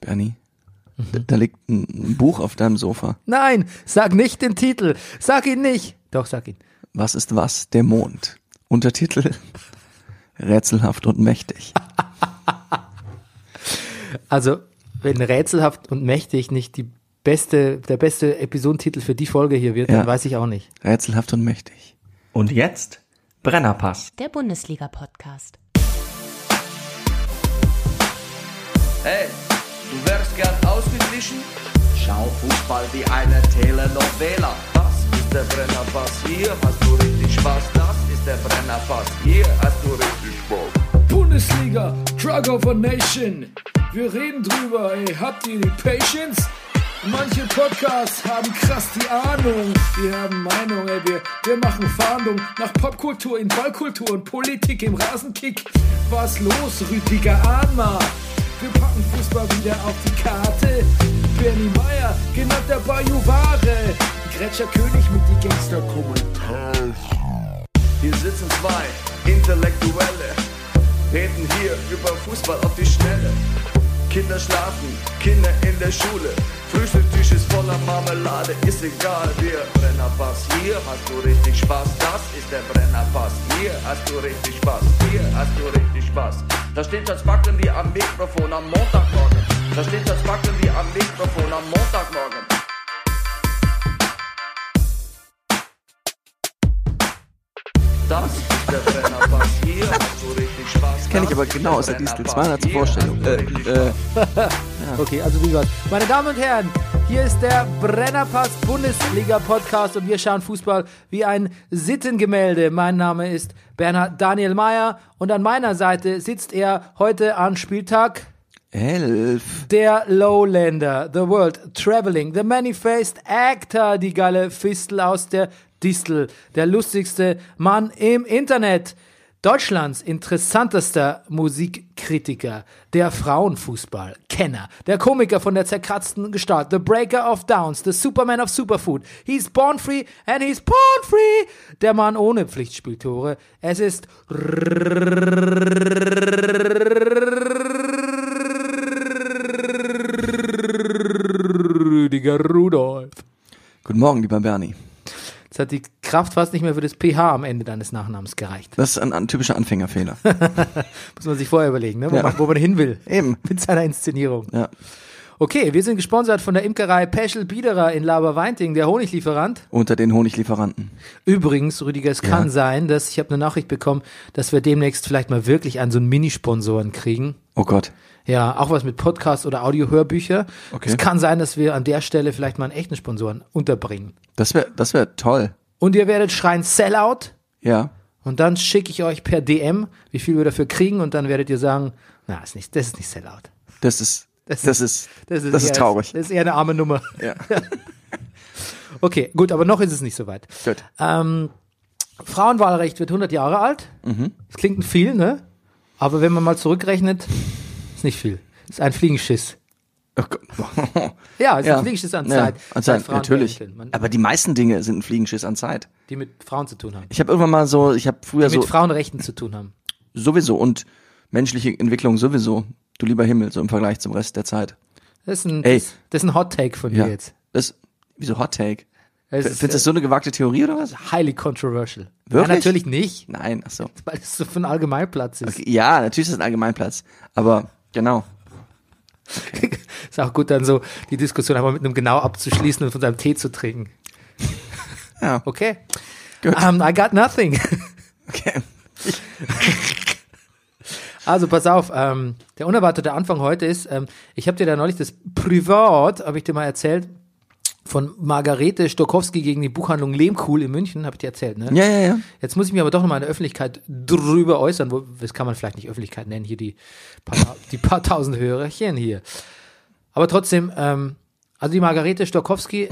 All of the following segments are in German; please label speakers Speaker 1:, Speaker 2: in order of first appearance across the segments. Speaker 1: Ernie. Da, da liegt ein, ein Buch auf deinem Sofa.
Speaker 2: Nein, sag nicht den Titel. Sag ihn nicht. Doch, sag ihn.
Speaker 1: Was ist was? Der Mond. Untertitel Rätselhaft und mächtig.
Speaker 2: Also, wenn rätselhaft und mächtig nicht die beste, der beste Episodentitel für die Folge hier wird,
Speaker 1: Ja.
Speaker 2: dann weiß ich auch nicht.
Speaker 1: Rätselhaft und mächtig.
Speaker 3: Und jetzt Brennerpass.
Speaker 4: Der Bundesliga-Podcast.
Speaker 5: Hey, du wärst gern ausgeglichen? Schau Fußball wie eine Telenovela. Das ist der Brennerpass, hier hast du richtig Spaß. Das ist der Brennerpass, hier hast du richtig Spaß.
Speaker 6: Bundesliga, Drug of a Nation. Wir reden drüber, ey. Habt ihr die Patience? Manche Podcasts haben krass die Ahnung. Wir haben Meinung, ey. Wir, wir machen Fahndung nach Popkultur in Ballkultur und Politik im Rasenkick. Was los, Rüdiger Ahnma? Wir packen Fußball wieder auf die Karte. Bernie Meyer, genannt der Bayou Ware. Gretscher König mit die Gangster-Kommentare.
Speaker 5: Hier sitzen zwei Intellektuelle, reden hier über Fußball auf die Schnelle. Kinder schlafen, Kinder in der Schule. Frühstücktisch ist voller Marmelade, ist egal, wir Brennerpass, hier hast du richtig Spaß. Das ist der Brennerpass, hier hast du richtig Spaß, hier hast du richtig Spaß. Da steht das Backen wie am Mikrofon am Montagmorgen. Da steht das Backen wie am Mikrofon am Montagmorgen. Das ist der Brennerpass, hier hast du richtig Spaß. Das
Speaker 1: Kenn ich aber genau aus der Distel 200 zur Vorstellung. Äh, äh,
Speaker 2: Okay, also wie gesagt, meine Damen und Herren, hier ist der Brennerpass Bundesliga Podcast und wir schauen Fußball wie ein Sittengemälde. Mein Name ist Bernhard Daniel Mayer und an meiner Seite sitzt er heute an Spieltag
Speaker 1: elf.
Speaker 2: der Lowlander, The World Traveling, The Many-Faced Actor, die geile Fistel aus der Distel, der lustigste Mann im Internet, Deutschlands interessantester Musikkritiker, der Frauenfußballkenner, der Komiker von der zerkratzten Gestalt, The Breaker of Downs, The Superman of Superfood, He's Born Free and He's Born Free, der Mann ohne Pflichtspieltore. Es ist Rüdiger Rudolf.
Speaker 1: Guten Morgen, lieber Bernie.
Speaker 2: Jetzt hat die Kraft fast nicht mehr für das pH am Ende deines Nachnamens gereicht.
Speaker 1: Das ist ein, ein typischer Anfängerfehler.
Speaker 2: Muss man sich vorher überlegen, ne? wo,
Speaker 1: Ja.
Speaker 2: man, wo man hin will.
Speaker 1: Eben.
Speaker 2: Mit seiner Inszenierung.
Speaker 1: Ja.
Speaker 2: Okay, wir sind gesponsert von der Imkerei Peschel Biederer in Laberweinting, der Honiglieferant.
Speaker 1: Unter den Honiglieferanten.
Speaker 2: Übrigens, Rüdiger, es kann sein, dass ich habe eine Nachricht bekommen, dass wir demnächst vielleicht mal wirklich einen so einen Minisponsoren kriegen.
Speaker 1: Oh Gott.
Speaker 2: Ja, auch was mit Podcast oder Audio-Hörbücher.
Speaker 1: Okay.
Speaker 2: Es kann sein, dass wir an der Stelle vielleicht mal einen echten Sponsoren unterbringen.
Speaker 1: Das wäre das wär toll.
Speaker 2: Und ihr werdet schreien Sellout.
Speaker 1: Ja.
Speaker 2: Und dann schicke ich euch per DM, wie viel wir dafür kriegen, und dann werdet ihr sagen, na, ist nicht, das ist nicht Sellout.
Speaker 1: Das ist. Das, ist, das ist,
Speaker 2: eher,
Speaker 1: traurig.
Speaker 2: Das ist eher eine arme Nummer.
Speaker 1: Ja.
Speaker 2: Okay, gut, aber noch ist es nicht so weit.
Speaker 1: Gut.
Speaker 2: Ähm, Frauenwahlrecht wird 100 Jahre alt.
Speaker 1: Mhm.
Speaker 2: Das klingt viel, ne? Aber wenn man mal zurückrechnet, ist nicht viel. Ist ein Fliegenschiss.
Speaker 1: Oh Gott.
Speaker 2: Ja, ist ein Fliegenschiss an
Speaker 1: Ja,
Speaker 2: Zeit.
Speaker 1: An Zeit,
Speaker 2: Frauen
Speaker 1: natürlich.
Speaker 2: werden. Man,
Speaker 1: Aber die meisten Dinge sind ein Fliegenschiss an Zeit.
Speaker 2: die mit Frauen zu tun haben.
Speaker 1: Ich habe irgendwann mal so, ich habe früher
Speaker 2: Mit
Speaker 1: so
Speaker 2: Frauenrechten zu tun haben.
Speaker 1: sowieso und menschliche Entwicklung sowieso. Du lieber Himmel, so im Vergleich zum Rest der Zeit.
Speaker 2: Das ist ein,
Speaker 1: Ey.
Speaker 2: das, das ist ein Hot Take von
Speaker 1: Ja.
Speaker 2: mir jetzt. äh,
Speaker 1: Das wieso Hot Take?
Speaker 2: Das
Speaker 1: Findest du das so eine gewagte Theorie oder was?
Speaker 2: highly controversial.
Speaker 1: Wirklich?
Speaker 2: Ja, natürlich nicht,
Speaker 1: Nein, ach so.
Speaker 2: weil es so für einen Allgemeinplatz ist.
Speaker 1: Ja, natürlich ist das ein Allgemeinplatz, aber genau.
Speaker 2: Ist auch gut, dann so die Diskussion einmal mit einem genau abzuschließen und von seinem Tee zu trinken.
Speaker 1: Ja.
Speaker 2: Okay. Um, I got nothing.
Speaker 1: Okay.
Speaker 2: Also pass auf, ähm, der unerwartete Anfang heute ist, ähm, ich habe dir da neulich das Privat, habe ich dir mal erzählt, von Margarete Stokowski gegen die Buchhandlung Lehmkuhl in München, habe ich dir erzählt, ne?
Speaker 1: Ja, ja, ja.
Speaker 2: Jetzt muss ich mich aber doch nochmal in der Öffentlichkeit drüber äußern. Wo, das kann man vielleicht nicht Öffentlichkeit nennen, hier die paar, ta- die paar tausend Hörerchen hier. Aber trotzdem, ähm, also die Margarete Stokowski,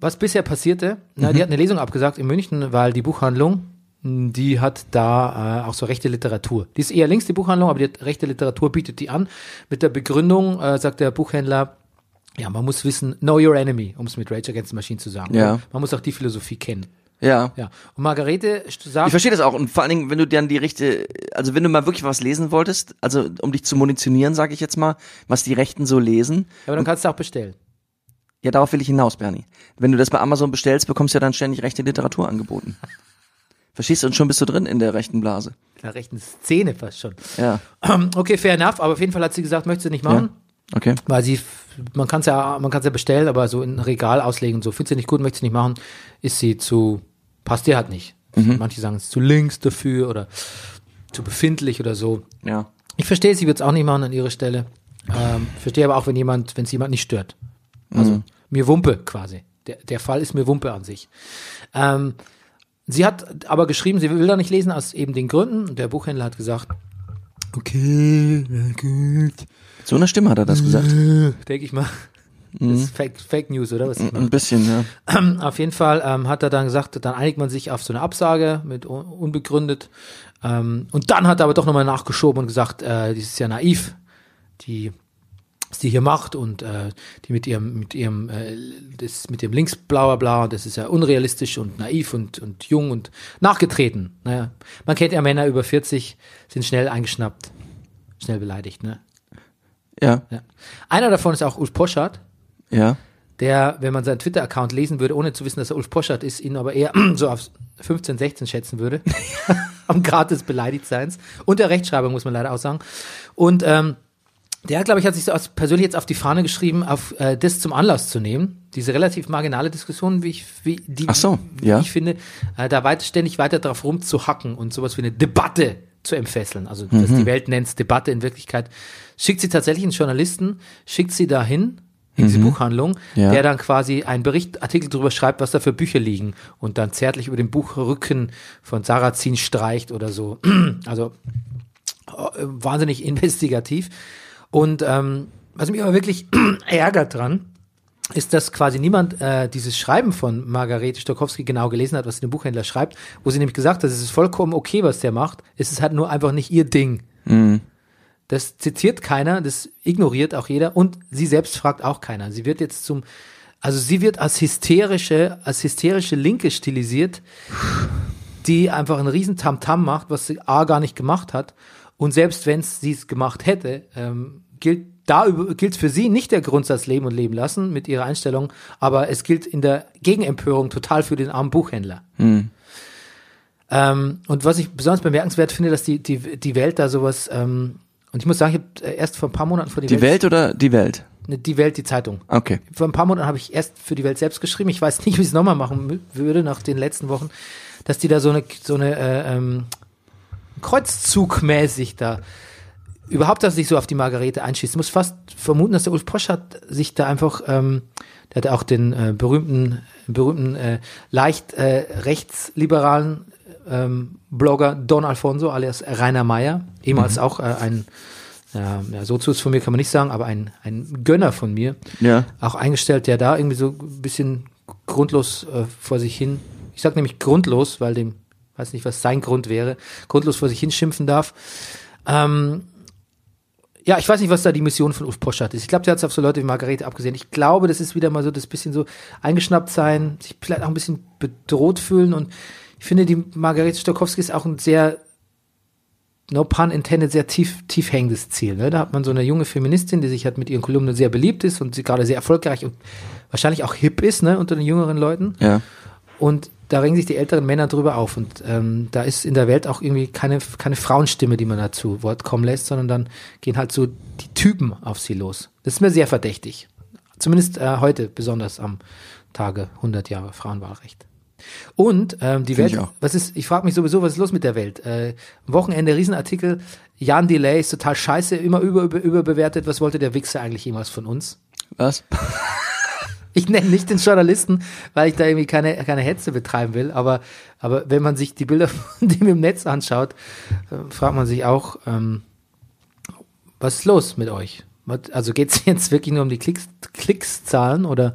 Speaker 2: was bisher passierte, na, die hat eine Lesung abgesagt in München, weil die Buchhandlung, mh, die hat da äh, auch so rechte Literatur. Die ist eher links, die Buchhandlung, aber die hat rechte Literatur bietet die an. Mit der Begründung, äh, sagt der Buchhändler, ja, man muss wissen, know your enemy, um es mit Rage Against the Machine zu sagen.
Speaker 1: Ja.
Speaker 2: Man muss auch die Philosophie kennen.
Speaker 1: Ja.
Speaker 2: Ja. Und Margarete st-
Speaker 1: Ich
Speaker 2: sagt,
Speaker 1: verstehe das auch. Und vor allen Dingen, wenn du dann die richtige, also wenn du mal wirklich was lesen wolltest, also um dich zu munitionieren, sage ich jetzt mal, was die Rechten so lesen,
Speaker 2: aber dann kannst du auch bestellen.
Speaker 1: ja, darauf will ich hinaus, Bernie. Wenn du das bei Amazon bestellst, bekommst du ja dann ständig rechte Literatur angeboten. Verstehst du? Und schon bist du drin in der rechten Blase.
Speaker 2: In der rechten Szene fast schon. Ähm,
Speaker 1: Ja.
Speaker 2: Okay, fair enough, aber auf jeden Fall hat sie gesagt, möchte sie nicht machen.
Speaker 1: Okay.
Speaker 2: Weil sie, man kann es ja, man kann's ja bestellen, aber so in ein Regal auslegen und so, findet sie nicht gut, möchte sie nicht machen, ist sie zu, passt ihr halt nicht. Manche sagen, es ist zu links dafür oder zu befindlich oder so.
Speaker 1: Ja.
Speaker 2: Ich verstehe, sie wird es auch nicht machen an ihrer Stelle. Ähm, verstehe aber auch, wenn jemand, wenn es jemand nicht stört. Also mir Wumpe quasi. Der, der Fall ist mir Wumpe an sich. Ähm, sie hat aber geschrieben, sie will da nicht lesen aus eben den Gründen. Und der Buchhändler hat gesagt, okay, na gut.
Speaker 1: Mit so einer Stimme hat er das gesagt.
Speaker 2: Denke ich mal. Das ist Fake, Fake News, oder? Was ich
Speaker 1: Ein bisschen, ja.
Speaker 2: auf jeden Fall ähm, hat er dann gesagt, dann einigt man sich auf so eine Absage mit un unbegründet. Ähm, und dann hat er aber doch nochmal nachgeschoben und gesagt, äh, die ist ja naiv, die, was die hier macht und äh, die mit ihrem, mit ihrem, äh, das mit dem Links bla bla bla, das ist ja unrealistisch und naiv und, und jung und nachgetreten. Naja, man kennt ja Männer über 40, sind schnell eingeschnappt, schnell beleidigt, ne?
Speaker 1: Ja.
Speaker 2: Ja. Einer davon ist auch Ulf Poschardt
Speaker 1: Ja.
Speaker 2: der, wenn man seinen Twitter-Account lesen würde, ohne zu wissen, dass er Ulf Poschert ist, ihn aber eher so auf 15, 16 schätzen würde. Am Grad des Beleidigtseins. Und der Rechtschreibung, muss man leider auch sagen. Und ähm, der, glaube ich, hat sich so aus, persönlich jetzt auf die Fahne geschrieben, auf äh, das zum Anlass zu nehmen. Diese relativ marginale Diskussion, wie ich, wie, die,
Speaker 1: Ach so,
Speaker 2: wie
Speaker 1: ja.
Speaker 2: ich finde, äh, da weit, ständig weiter drauf rumzuhacken und sowas wie eine Debatte zu entfesseln. Also, dass die Welt nennt Debatte in Wirklichkeit. Schickt sie tatsächlich einen Journalisten, schickt sie dahin, in diese Buchhandlung,
Speaker 1: Ja.
Speaker 2: der dann quasi einen Bericht, Artikel darüber schreibt, was da für Bücher liegen und dann zärtlich über den Buchrücken von Sarrazin streicht oder so. Also äh, wahnsinnig investigativ. Und ähm, was mich aber wirklich ärgert dran, ist, dass quasi niemand äh, dieses Schreiben von Margarete Stokowski genau gelesen hat, was sie dem Buchhändler schreibt, wo sie nämlich gesagt hat, es ist vollkommen okay, was der macht, es ist halt nur einfach nicht ihr Ding. Das zitiert keiner, das ignoriert auch jeder und sie selbst fragt auch keiner. Sie wird jetzt zum, also sie wird als hysterische, als hysterische Linke stilisiert, die einfach einen riesen Tamtam macht, was sie A gar nicht gemacht hat. Und selbst wenn sie es gemacht hätte, ähm, gilt da über- gilt für sie nicht der Grundsatz Leben und Leben lassen mit ihrer Einstellung, aber es gilt in der Gegenempörung total für den armen Buchhändler. Ähm, und was ich besonders bemerkenswert finde, dass die, die, die Welt da sowas, ähm, und ich muss sagen, ich habe erst vor ein paar Monaten vor die,
Speaker 1: Die Welt oder die Welt?
Speaker 2: ne, die Welt, die Zeitung.
Speaker 1: Okay.
Speaker 2: Vor ein paar Monaten habe ich erst für die Welt selbst geschrieben. Ich weiß nicht, wie ich es nochmal machen mü- würde nach den letzten Wochen, dass die da so eine, so eine äh, ähm, Kreuzzugmäßig da überhaupt, dass sich so auf die Margarete einschießt. Ich muss fast vermuten, dass der Ulf Poschardt sich da einfach, ähm, der hat auch den äh, berühmten, berühmten äh, leicht äh, rechtsliberalen ähm, Blogger Don Alfonso alias Rainer Meyer, ehemals auch äh, ein ja, ja, Sozius von mir kann man nicht sagen, aber ein, ein Gönner von mir
Speaker 1: Ja.
Speaker 2: auch eingestellt, der da irgendwie so ein bisschen grundlos äh, vor sich hin, ich sag nämlich grundlos, weil dem, weiß nicht, was sein Grund wäre, grundlos vor sich hin schimpfen darf. Ähm, ja, ich weiß nicht, was da die Mission von Ulf Poschardt ist. Ich glaube, der hat es auf so Leute wie Margarete abgesehen. Ich glaube, das ist wieder mal so das bisschen so eingeschnappt sein, sich vielleicht auch ein bisschen bedroht fühlen und ich finde, die Margarete Stokowski ist auch ein sehr no pun intended, sehr tief, tief hängendes Ziel. Ne? Da hat man so eine junge Feministin, die sich halt mit ihren Kolumnen sehr beliebt ist und sie gerade sehr erfolgreich und wahrscheinlich auch hip ist ne? unter den jüngeren Leuten.
Speaker 1: Ja.
Speaker 2: Und da regen sich die älteren Männer drüber auf. Und ähm, da ist in der Welt auch irgendwie keine, keine Frauenstimme, die man da zu Wort kommen lässt, sondern dann gehen halt so die Typen auf sie los. Das ist mir sehr verdächtig. Zumindest äh, heute, besonders am Tage 100 Jahre Frauenwahlrecht. Und ähm, die
Speaker 1: Find
Speaker 2: Welt,
Speaker 1: ich auch.
Speaker 2: was ist, ich frage mich sowieso, was ist los mit der Welt? Äh, am Wochenende, Riesenartikel, Jan Delay ist total scheiße, immer über, über, überbewertet. Was wollte der Wichser eigentlich jemals von uns?
Speaker 1: Was?
Speaker 2: Ich nenne nicht den Journalisten, weil ich da irgendwie keine, keine Hetze betreiben will, aber, aber wenn man sich die Bilder von dem im Netz anschaut, äh, fragt man sich auch, ähm, was ist los mit euch? Was- Also geht es jetzt wirklich nur um die Klicks, Klickszahlen oder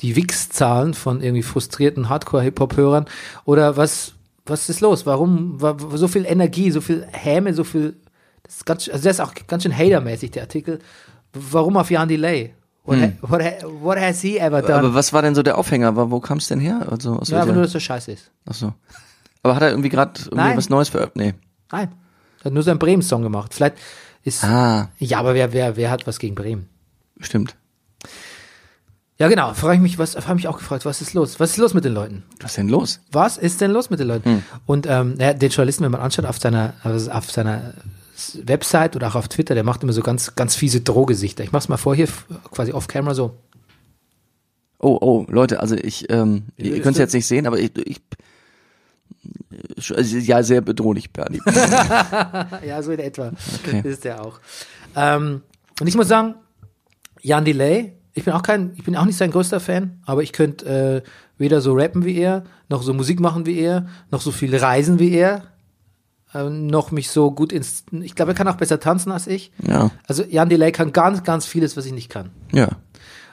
Speaker 2: die Wix-Zahlen von irgendwie frustrierten Hardcore-Hip-Hop-Hörern? Oder was, was ist los? Warum wa- wa- so viel Energie, so viel Häme, so viel. Das ist ganz, sch- also der ist auch ganz schön hatermäßig, der Artikel. Warum auf Jan Delay? What, ha, what, ha, what has he ever done?
Speaker 1: Aber was war denn so der Aufhänger? Wo, wo kam es denn her? Also, aus
Speaker 2: ja,
Speaker 1: welcher-
Speaker 2: aber nur, dass das scheiße ist.
Speaker 1: Ach so. Aber hat er irgendwie gerade irgendwie
Speaker 2: Nein.
Speaker 1: was Neues veröffentlicht? Nee.
Speaker 2: Nein. Er hat nur seinen Bremen-Song gemacht. Vielleicht ist.
Speaker 1: Ah,
Speaker 2: Ja, aber wer, wer, wer hat was gegen Bremen?
Speaker 1: stimmt.
Speaker 2: Ja, genau. Frage ich mich, was, habe mich auch gefragt, was ist los? Was ist los mit den Leuten?
Speaker 1: Was ist denn los?
Speaker 2: Was ist denn los mit den Leuten? Und ähm, ja, den Journalisten, wenn man anschaut, auf seiner, also auf seiner Website oder auch auf Twitter, der macht immer so ganz, ganz fiese Drohgesichter. Ich mach's mal vor hier, f- quasi off-camera so.
Speaker 1: Oh, oh, Leute, also ich, ähm, ihr
Speaker 2: ist
Speaker 1: könnt es
Speaker 2: das-
Speaker 1: jetzt nicht sehen, aber ich, ich also, ja, sehr bedrohlich, Bernie.
Speaker 2: Ja, so in etwa
Speaker 1: Okay.
Speaker 2: ist der auch. Ähm, und ich muss sagen, Jan Delay, ich bin auch kein, ich bin auch nicht sein größter Fan, aber ich könnte äh, weder so rappen wie er, noch so Musik machen wie er, noch so viel reisen wie er, ähm, noch mich so gut ins. Ich glaube, er kann auch besser tanzen als ich.
Speaker 1: ja,
Speaker 2: Also Jan Delay kann ganz, ganz vieles, was ich nicht kann.
Speaker 1: ja.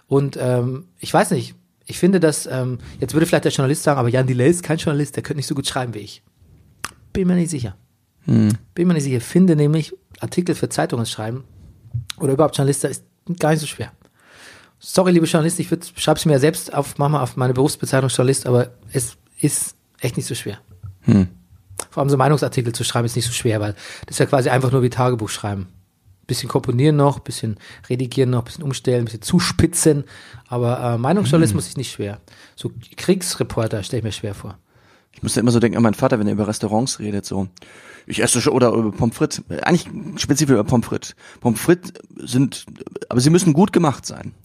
Speaker 2: Und ähm, ich weiß nicht, ich finde, dass, ähm, jetzt würde vielleicht der Journalist sagen, aber Jan Delay ist kein Journalist, der könnte nicht so gut schreiben wie ich. Bin mir nicht sicher. Bin mir nicht sicher. Finde nämlich, Artikel für Zeitungen schreiben oder überhaupt Journalisten ist gar nicht so schwer. Sorry, liebe Journalisten, ich würd- schreib's mir ja selbst auf, mach mal auf meine Berufsbezeichnung Journalist, aber es ist echt nicht so schwer. Vor allem so Meinungsartikel zu schreiben ist nicht so schwer, weil das ist ja quasi einfach nur wie Tagebuch schreiben bisschen komponieren noch, bisschen redigieren noch, bisschen umstellen, bisschen zuspitzen. Aber äh, Meinungsjournalismus ist nicht schwer. So Kriegsreporter stelle ich mir schwer vor.
Speaker 1: Ich muss ja immer so denken an meinen Vater, wenn er über Restaurants redet, so. Ich esse schon, oder über Pommes frites. Eigentlich spezifisch über Pommes frites. Pommes frites sind, aber sie müssen gut gemacht sein.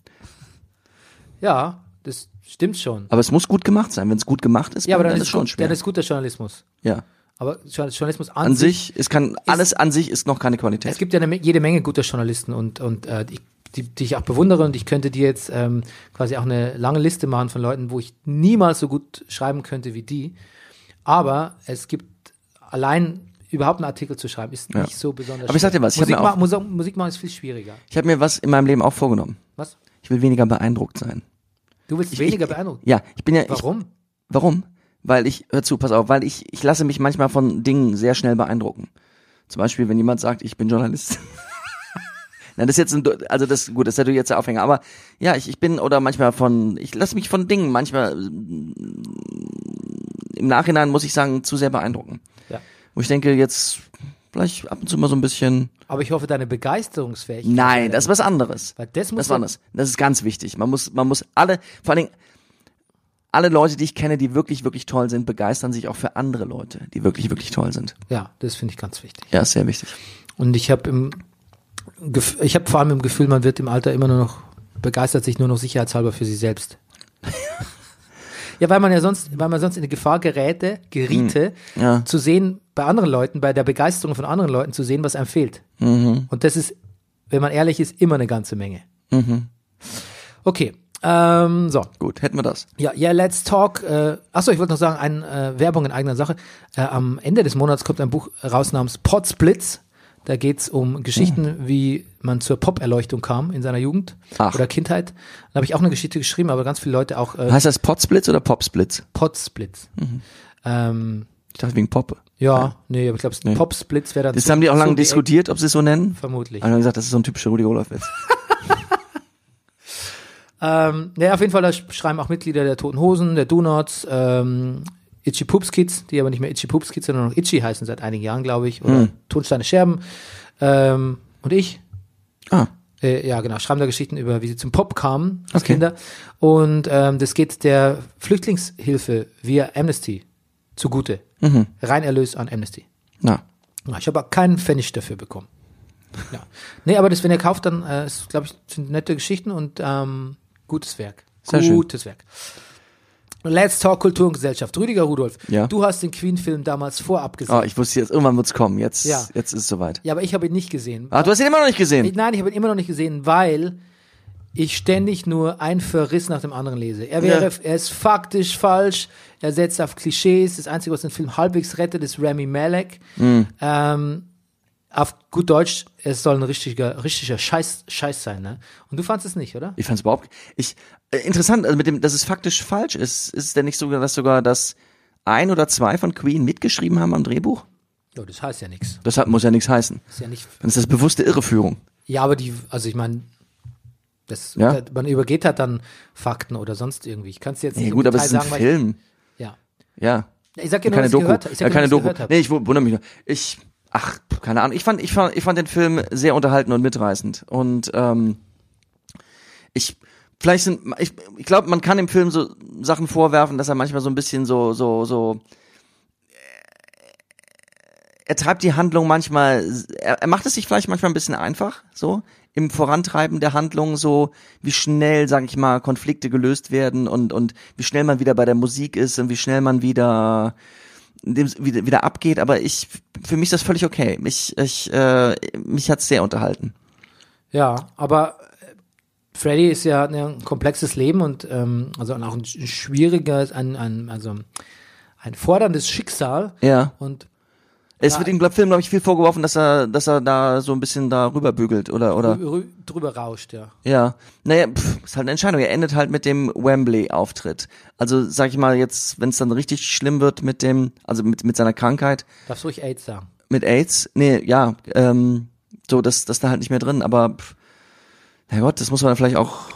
Speaker 2: Ja, das stimmt schon.
Speaker 1: Aber es muss gut gemacht sein. Wenn es gut gemacht ist,
Speaker 2: Ja, aber dann,
Speaker 1: ist
Speaker 2: ist
Speaker 1: es schon
Speaker 2: gut,
Speaker 1: schwer.
Speaker 2: dann ist guter Journalismus.
Speaker 1: ja.
Speaker 2: Aber Journal- Journalismus an,
Speaker 1: An
Speaker 2: sich,
Speaker 1: sich, es kann, alles an sich ist noch keine Qualität.
Speaker 2: Es gibt ja eine, Me- jede Menge guter Journalisten und, und äh, die, die, die ich auch bewundere und ich könnte dir jetzt ähm, quasi auch eine lange Liste machen von Leuten, wo ich niemals so gut schreiben könnte wie die. Aber es gibt allein überhaupt einen Artikel zu schreiben, ist
Speaker 1: Ja.
Speaker 2: nicht so besonders
Speaker 1: Aber ich sag dir
Speaker 2: schwer.
Speaker 1: was, ich hab
Speaker 2: Musik,
Speaker 1: mir
Speaker 2: ma
Speaker 1: auch-
Speaker 2: Musik, Musik machen ist viel schwieriger.
Speaker 1: Ich habe mir was in meinem Leben auch vorgenommen.
Speaker 2: Was?
Speaker 1: Ich will weniger beeindruckt sein.
Speaker 2: Du willst
Speaker 1: Ich-
Speaker 2: weniger
Speaker 1: ich,
Speaker 2: beeindruckt.
Speaker 1: Ja, ich bin ja. Ich,
Speaker 2: Warum?
Speaker 1: Warum? Weil ich, hör zu, pass auf, weil ich, ich lasse mich manchmal von Dingen sehr schnell beeindrucken. Zum Beispiel, wenn jemand sagt, ich bin Journalist. Nein, das ist jetzt ein, do- also das, gut, das ist natürlich jetzt der Aufhänger, aber ja, ich, ich bin, oder manchmal von, ich lasse mich von Dingen manchmal, mm, im Nachhinein muss ich sagen, zu sehr beeindrucken.
Speaker 2: Ja.
Speaker 1: Wo ich denke, jetzt, vielleicht ab und zu mal so ein bisschen,
Speaker 2: Aber ich hoffe, deine Begeisterungsfähigkeit.
Speaker 1: nein, das ist was anderes.
Speaker 2: Weil das muss
Speaker 1: Das
Speaker 2: ja-
Speaker 1: war das. Das ist ganz wichtig. Man muss, man muss alle, vor allen Dingen, alle Leute, die ich kenne, die wirklich, wirklich toll sind, begeistern sich auch für andere Leute, die wirklich, wirklich toll sind.
Speaker 2: Ja, das finde ich ganz wichtig.
Speaker 1: Ja, ist sehr wichtig.
Speaker 2: Und ich habe im, Gef- ich habe vor allem im Gefühl, man wird im Alter immer nur noch begeistert sich nur noch sicherheitshalber für sich selbst. ja, weil man ja sonst, weil man sonst in die Gefahr geräte, geriete,
Speaker 1: Mhm. Ja.
Speaker 2: zu sehen bei anderen Leuten, bei der Begeisterung von anderen Leuten zu sehen, was einem fehlt. Und das ist, wenn man ehrlich ist, immer eine ganze Menge. Okay. Ähm, so.
Speaker 1: Gut, hätten wir das.
Speaker 2: Ja, ja, let's talk. Äh, achso, ich wollte noch sagen, ein, äh, Werbung in eigener Sache. Äh, am Ende des Monats kommt ein Buch raus namens Potsblitz. Da geht's um Geschichten, wie man zur Pop-Erleuchtung kam in seiner Jugend
Speaker 1: Ah. Ach.
Speaker 2: oder Kindheit. Da habe ich auch eine Geschichte geschrieben, aber ganz viele Leute auch äh,
Speaker 1: Heißt das Potsblitz oder Popsblitz?
Speaker 2: Potsblitz.
Speaker 1: Mhm.
Speaker 2: Ähm,
Speaker 1: Ich dachte wegen Poppe.
Speaker 2: ja, nee, aber ich glaube,
Speaker 1: Nee.
Speaker 2: Popsblitz wäre dann
Speaker 1: Das
Speaker 2: zu-
Speaker 1: haben die auch
Speaker 2: zu
Speaker 1: lange Ah,
Speaker 2: die Ecke,
Speaker 1: diskutiert, ob sie es so nennen.
Speaker 2: Vermutlich.
Speaker 1: Haben dann gesagt, das ist so ein typischer Rudi Olaf-Witz.
Speaker 2: Ähm, naja, auf jeden Fall, da sch- schreiben auch Mitglieder der Toten Hosen, der Donuts, ähm, Itchy Poops Kids, die aber nicht mehr Itchy Poops Kids, sondern noch Itchy heißen seit einigen Jahren, glaube ich, oder Tonsteine Scherben. Ähm, und ich,
Speaker 1: Ah,
Speaker 2: äh, ja genau, schreiben da Geschichten über, wie sie zum Pop kamen, als
Speaker 1: Okay.
Speaker 2: Kinder. Und ähm, das geht der Flüchtlingshilfe via Amnesty zugute. Rein Erlös an Amnesty.
Speaker 1: na.
Speaker 2: Ja, Ah, Ich habe auch keinen Pfennig dafür bekommen. Ja. Nee, aber das, wenn ihr kauft, dann äh, ist, glaube ich, sind nette Geschichten und ähm, gutes Werk.
Speaker 1: Sehr schön.
Speaker 2: gutes Werk. Let's Talk Kultur und Gesellschaft. Rüdiger Rudolf,
Speaker 1: Ja.
Speaker 2: du hast den Queen-Film damals vorab gesehen.
Speaker 1: Oh, ich wusste jetzt, irgendwann wird's kommen. Jetzt,
Speaker 2: Ja.
Speaker 1: jetzt ist es soweit.
Speaker 2: Ja, aber ich habe ihn nicht gesehen.
Speaker 1: Ah, du hast ihn immer noch nicht
Speaker 2: Ich,
Speaker 1: gesehen.
Speaker 2: nein, ich habe ihn immer noch nicht gesehen, weil ich ständig nur ein Verriss nach dem anderen lese. Er wäre,
Speaker 1: Ja.
Speaker 2: er ist faktisch falsch, er setzt auf Klischees. Das Einzige, was den Film halbwegs rettet, ist Rami Malek.
Speaker 1: Mhm.
Speaker 2: Ähm, auf gut Deutsch, es soll ein richtiger, richtiger Scheiß, Scheiß sein, ne? Und du fandst es nicht, oder?
Speaker 1: Ich fand's überhaupt, ich, äh, interessant, also mit dem, dass es faktisch falsch ist, ist es denn nicht sogar, dass sogar das ein oder zwei von Queen mitgeschrieben haben am Drehbuch?
Speaker 2: Ja, das heißt ja nichts.
Speaker 1: Das hat, muss ja nichts heißen.
Speaker 2: Ist ja nicht.
Speaker 1: Dann ist das bewusste Irreführung.
Speaker 2: Ja, aber die, also ich meine, Das,
Speaker 1: Ja.
Speaker 2: da- Man übergeht halt dann Fakten oder sonst irgendwie. Ich kann es jetzt nicht
Speaker 1: Nee,
Speaker 2: im
Speaker 1: gut, aber es
Speaker 2: Detail
Speaker 1: ist ein
Speaker 2: sagen, weil-
Speaker 1: Film.
Speaker 2: Ja.
Speaker 1: Ja.
Speaker 2: Ich sag ja nur,
Speaker 1: keine
Speaker 2: was ich
Speaker 1: Doku.
Speaker 2: gehört hab. Ich sag
Speaker 1: ja,
Speaker 2: nur, was
Speaker 1: keine
Speaker 2: ich
Speaker 1: Doku.
Speaker 2: gehört hab.
Speaker 1: Nee, ich wu- wundere mich nur. Ich, ach, pf, keine Ahnung. Ich fand, ich fand, ich fand den Film sehr unterhaltend und mitreißend. Und ähm, ich, vielleicht sind, ich, ich glaube, man kann dem Film so Sachen vorwerfen, dass er manchmal so ein bisschen so, so, so. äh, Er treibt die Handlung manchmal, er, er macht es sich vielleicht manchmal ein bisschen einfach, so im Vorantreiben der Handlung, so wie schnell, sag ich mal, Konflikte gelöst werden und und wie schnell man wieder bei der Musik ist und wie schnell man wieder dem wieder, wieder abgeht, aber ich für mich ist das völlig okay. Mich ich äh, mich hat's sehr unterhalten.
Speaker 2: Ja, aber äh, Freddy ist ja ne, ein komplexes Leben und ähm, also auch ein sch- schwieriges, ein, ein, also ein forderndes Schicksal.
Speaker 1: Ja.
Speaker 2: Und
Speaker 1: Es wird ihm glaub, Film glaube ich viel vorgeworfen, dass er dass er da so ein bisschen da rüberbügelt oder oder
Speaker 2: rü- drüber rauscht, ja.
Speaker 1: ja. Naja, pff, ist halt eine Entscheidung. Er endet halt mit dem Wembley Auftritt. Also sag ich mal jetzt, wenn es dann richtig schlimm wird mit dem also mit mit seiner Krankheit,
Speaker 2: Darfst ruhig AIDS sagen.
Speaker 1: mit AIDS, nee, ja, ähm so das das da halt nicht mehr drin, aber pff, na Gott, das muss man vielleicht auch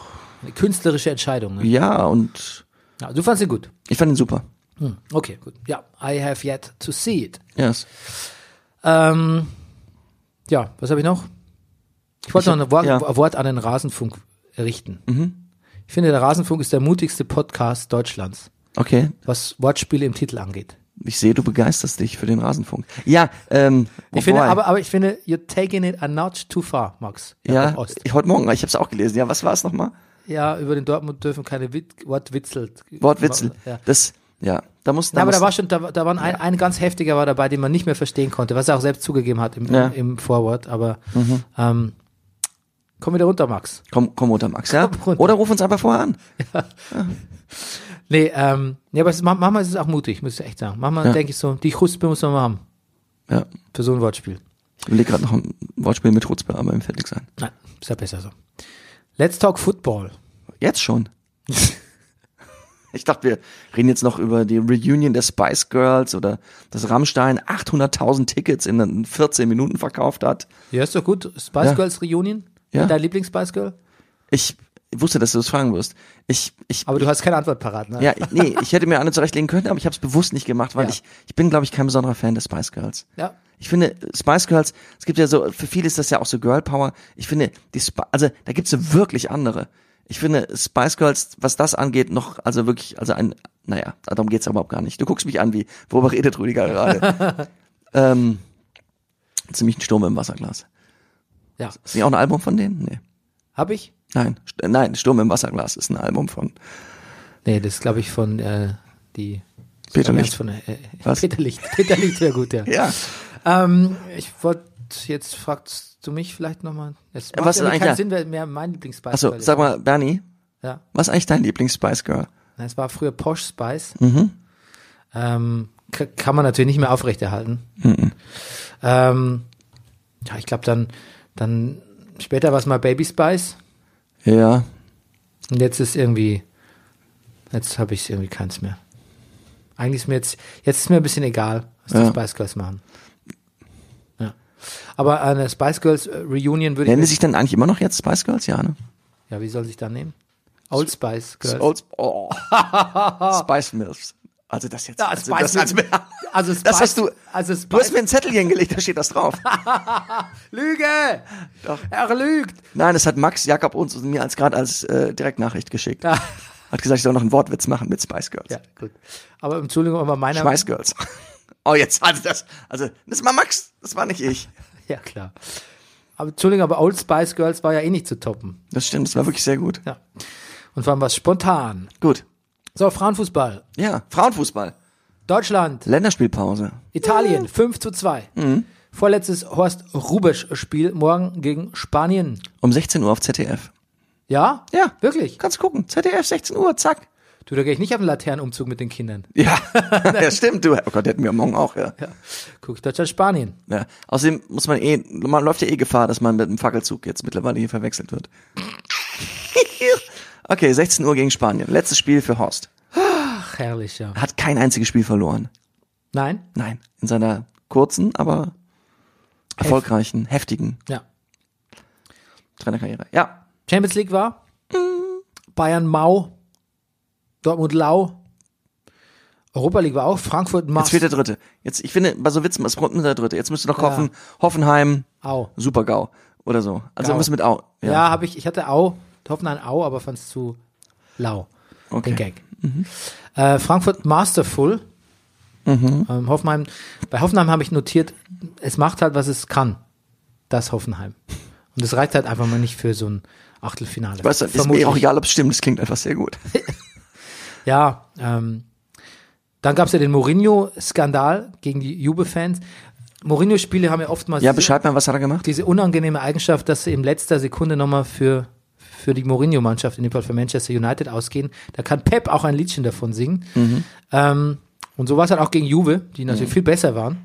Speaker 2: Eine künstlerische Entscheidung. Ne?
Speaker 1: ja und
Speaker 2: Ja, du fandst sie gut.
Speaker 1: ich fand ihn super.
Speaker 2: Hm, okay, gut. Ja, I have yet to see it.
Speaker 1: Yes.
Speaker 2: Ähm, ja, was habe ich noch? Ich wollte noch ein Wort,
Speaker 1: ja. Mhm.
Speaker 2: Wort an den Rasenfunk richten. Ich finde, der Rasenfunk ist der mutigste Podcast Deutschlands,
Speaker 1: Okay,
Speaker 2: was Wortspiele im Titel angeht.
Speaker 1: Ich sehe, du begeisterst dich für den Rasenfunk. Ja, ähm,
Speaker 2: Ich finde,
Speaker 1: wobei-
Speaker 2: aber, aber ich finde, you're taking it a notch too far, Max.
Speaker 1: ja,
Speaker 2: Jakob Ost.
Speaker 1: ich, heute Morgen, ich habe es auch gelesen. Ja, was war es nochmal?
Speaker 2: ja, über den Dortmund dürfen keine Wit Wortwitzel.
Speaker 1: Wortwitzel.
Speaker 2: Ja.
Speaker 1: Das, ja, da muss, da
Speaker 2: Ja, aber
Speaker 1: muss
Speaker 2: da war schon, da, da waren ein, ein ganz heftiger war dabei, den man nicht mehr verstehen konnte, was er auch selbst zugegeben hat im,
Speaker 1: Ja. Mhm.
Speaker 2: im Vorwort. Aber ähm, komm wieder runter, Max.
Speaker 1: komm, komm runter, Max, ja?
Speaker 2: Komm runter.
Speaker 1: Oder ruf uns einfach vorher an.
Speaker 2: Nee, ähm, nee, aber es ist, ma- manchmal ist es auch mutig, muss ich echt sagen. Manchmal
Speaker 1: Ja.
Speaker 2: denke ich so, die Chuspe muss man mal haben
Speaker 1: Ja,
Speaker 2: für so ein Wortspiel.
Speaker 1: ich will gerade noch ein Wortspiel mit Rutzbe, aber im fertig sein.
Speaker 2: Nein, ist ja besser so. Let's talk Football.
Speaker 1: Jetzt schon. ich dachte, wir reden jetzt noch über die Reunion der Spice Girls oder dass Rammstein 800.000 Tickets in 14 Minuten verkauft hat.
Speaker 2: Ja, ist doch gut. Spice
Speaker 1: Ja.
Speaker 2: Girls Reunion?
Speaker 1: Ja.
Speaker 2: Dein Lieblings-Spice Girl?
Speaker 1: Ich wusste, dass du das fragen wirst. Ich, ich,
Speaker 2: Aber du hast keine Antwort parat, ne?
Speaker 1: Ja, ich, nee, ich hätte mir eine zurechtlegen können, aber ich habe es bewusst nicht gemacht, weil
Speaker 2: Ja.
Speaker 1: ich, ich bin, glaube ich, kein besonderer Fan der Spice Girls.
Speaker 2: Ja.
Speaker 1: Ich finde, Spice Girls, es gibt ja so, für viele ist das ja auch so Girl Power. Ich finde, die Sp also da gibt's so wirklich andere. Ich finde Spice Girls, was das angeht, noch, also wirklich, also ein, naja, darum geht's überhaupt gar nicht. Du guckst mich an wie, worüber redet Rüdiger gerade? ähm, ziemlich ein Sturm im Wasserglas.
Speaker 2: Ja.
Speaker 1: Ist nicht auch ein Album von denen? Nee.
Speaker 2: Hab ich?
Speaker 1: Nein, St nein, Sturm im Wasserglas ist ein Album von
Speaker 2: Nee, das glaube ich von äh, die
Speaker 1: Peter
Speaker 2: Variante
Speaker 1: Licht.
Speaker 2: Von, äh, äh,
Speaker 1: Was?
Speaker 2: Peter Licht. Peter Licht wäre gut, ja.
Speaker 1: Ja.
Speaker 2: Ähm, ich wollte jetzt fragst du mich vielleicht nochmal. Es
Speaker 1: Ja,
Speaker 2: macht
Speaker 1: was ist
Speaker 2: irgendwie
Speaker 1: eigentlich
Speaker 2: keinen
Speaker 1: da?
Speaker 2: Sinn, wer mehr mein Lieblings-Spice
Speaker 1: Achso,
Speaker 2: Girl ist.
Speaker 1: sag mal, Bernie,
Speaker 2: Ja.
Speaker 1: was ist eigentlich dein Lieblings-Spice Girl?
Speaker 2: Na, Es war früher Posh Spice.
Speaker 1: Mhm.
Speaker 2: Ähm, k- kann man natürlich nicht mehr aufrechterhalten.
Speaker 1: Mhm.
Speaker 2: Ähm, ja, ich glaube dann, dann später war es mal Baby Spice
Speaker 1: Ja,
Speaker 2: und jetzt ist irgendwie, jetzt habe ich irgendwie keins mehr. Eigentlich ist mir jetzt, jetzt ist mir ein bisschen egal, was
Speaker 1: Ja.
Speaker 2: die Spice Girls machen. Ja. Aber eine Spice Girls äh, Reunion würde
Speaker 1: nennen
Speaker 2: ich,
Speaker 1: die sich dann eigentlich immer noch jetzt Spice Girls? Ja, ne?
Speaker 2: ja, wie soll sich da nehmen? Old Spice Girls.
Speaker 1: Old, oh. Spice Milfs. Also das jetzt.
Speaker 2: Ja,
Speaker 1: also
Speaker 2: Spice
Speaker 1: das, als,
Speaker 2: Milfs. Also Spice,
Speaker 1: das hast du.
Speaker 2: also Spice,
Speaker 1: Du hast mir einen Zettel hier hingelegt, da steht das drauf.
Speaker 2: Lüge! Er lügt!
Speaker 1: Nein, das hat Max, Jakob uns und mir als gerade als äh, Direktnachricht geschickt. Hat gesagt, ich soll noch einen Wortwitz machen mit Spice Girls.
Speaker 2: Ja, gut. Aber Entschuldigung, aber meiner.
Speaker 1: Spice Girls. Oh, jetzt, also das, also, das war Max, das war nicht ich.
Speaker 2: Ja, klar. Aber Entschuldigung, aber Old Spice Girls war ja eh nicht zu toppen.
Speaker 1: Das stimmt, das war wirklich sehr gut.
Speaker 2: Ja. Und vor allem was spontan.
Speaker 1: Gut.
Speaker 2: So, Frauenfußball.
Speaker 1: Ja, Frauenfußball.
Speaker 2: Deutschland,
Speaker 1: Länderspielpause.
Speaker 2: Italien, 5 zu 2.
Speaker 1: Mhm.
Speaker 2: Vorletztes Horst Rubesch-Spiel morgen gegen Spanien.
Speaker 1: Um 16 Uhr auf ZDF.
Speaker 2: Ja?
Speaker 1: Ja.
Speaker 2: Wirklich?
Speaker 1: Kannst gucken. ZDF, 16 Uhr, zack.
Speaker 2: Du, da gehe ich nicht auf den Laternenumzug mit den Kindern.
Speaker 1: Ja, ja stimmt, du. Oh Gott, hätten wir morgen auch, ja. ja.
Speaker 2: Guck ich Deutschland, Spanien.
Speaker 1: Außerdem muss man eh, man läuft ja eh Gefahr, dass man mit einem Fackelzug jetzt mittlerweile hier verwechselt wird. okay, 16 Uhr gegen Spanien. Letztes Spiel für Horst.
Speaker 2: Ach, herrlich, ja.
Speaker 1: Hat kein einziges Spiel verloren.
Speaker 2: Nein?
Speaker 1: Nein, in seiner kurzen, aber erfolgreichen, heftigen
Speaker 2: Ja.
Speaker 1: Trainerkarriere. Ja,
Speaker 2: Champions League war
Speaker 1: Mhm.
Speaker 2: Bayern Mau, Dortmund Lau. Europa League war auch Frankfurt
Speaker 1: Jetzt fehlt
Speaker 2: Mass.
Speaker 1: der dritte. Jetzt, ich finde, bei so Witzen, es kommt nur der dritte. Jetzt müsste noch Hoffen, Hoffenheim,
Speaker 2: Au.
Speaker 1: Supergau oder so. Also
Speaker 2: Gau.
Speaker 1: müssen mit Au.
Speaker 2: Ja, habe ich. Ich hatte Au, Hoffenheim Au, aber fand es zu lau.
Speaker 1: Okay.
Speaker 2: Den Gag. Äh, Frankfurt Masterful.
Speaker 1: Mhm.
Speaker 2: Ähm, Hoffenheim, bei Hoffenheim habe ich notiert, es macht halt, was es kann. Das Hoffenheim. Und das reicht halt einfach mal nicht für so ein Achtelfinale.
Speaker 1: Weißt du, ist
Speaker 2: Vermutlich.
Speaker 1: mir auch egal, ob es stimmt. Das klingt einfach sehr gut.
Speaker 2: Ja, ähm, dann gab es ja den Mourinho-Skandal gegen die Juve-Fans. Mourinho-Spiele haben ja oftmals
Speaker 1: Ja,
Speaker 2: diese-
Speaker 1: beschreib mal, was hat er gemacht?
Speaker 2: diese unangenehme Eigenschaft, dass sie in letzter Sekunde nochmal für, für die Mourinho-Mannschaft, in dem Fall für Manchester United, ausgehen. Da kann Pep auch ein Liedchen davon singen. Ähm, und so war es halt auch gegen Juve, die natürlich viel besser waren.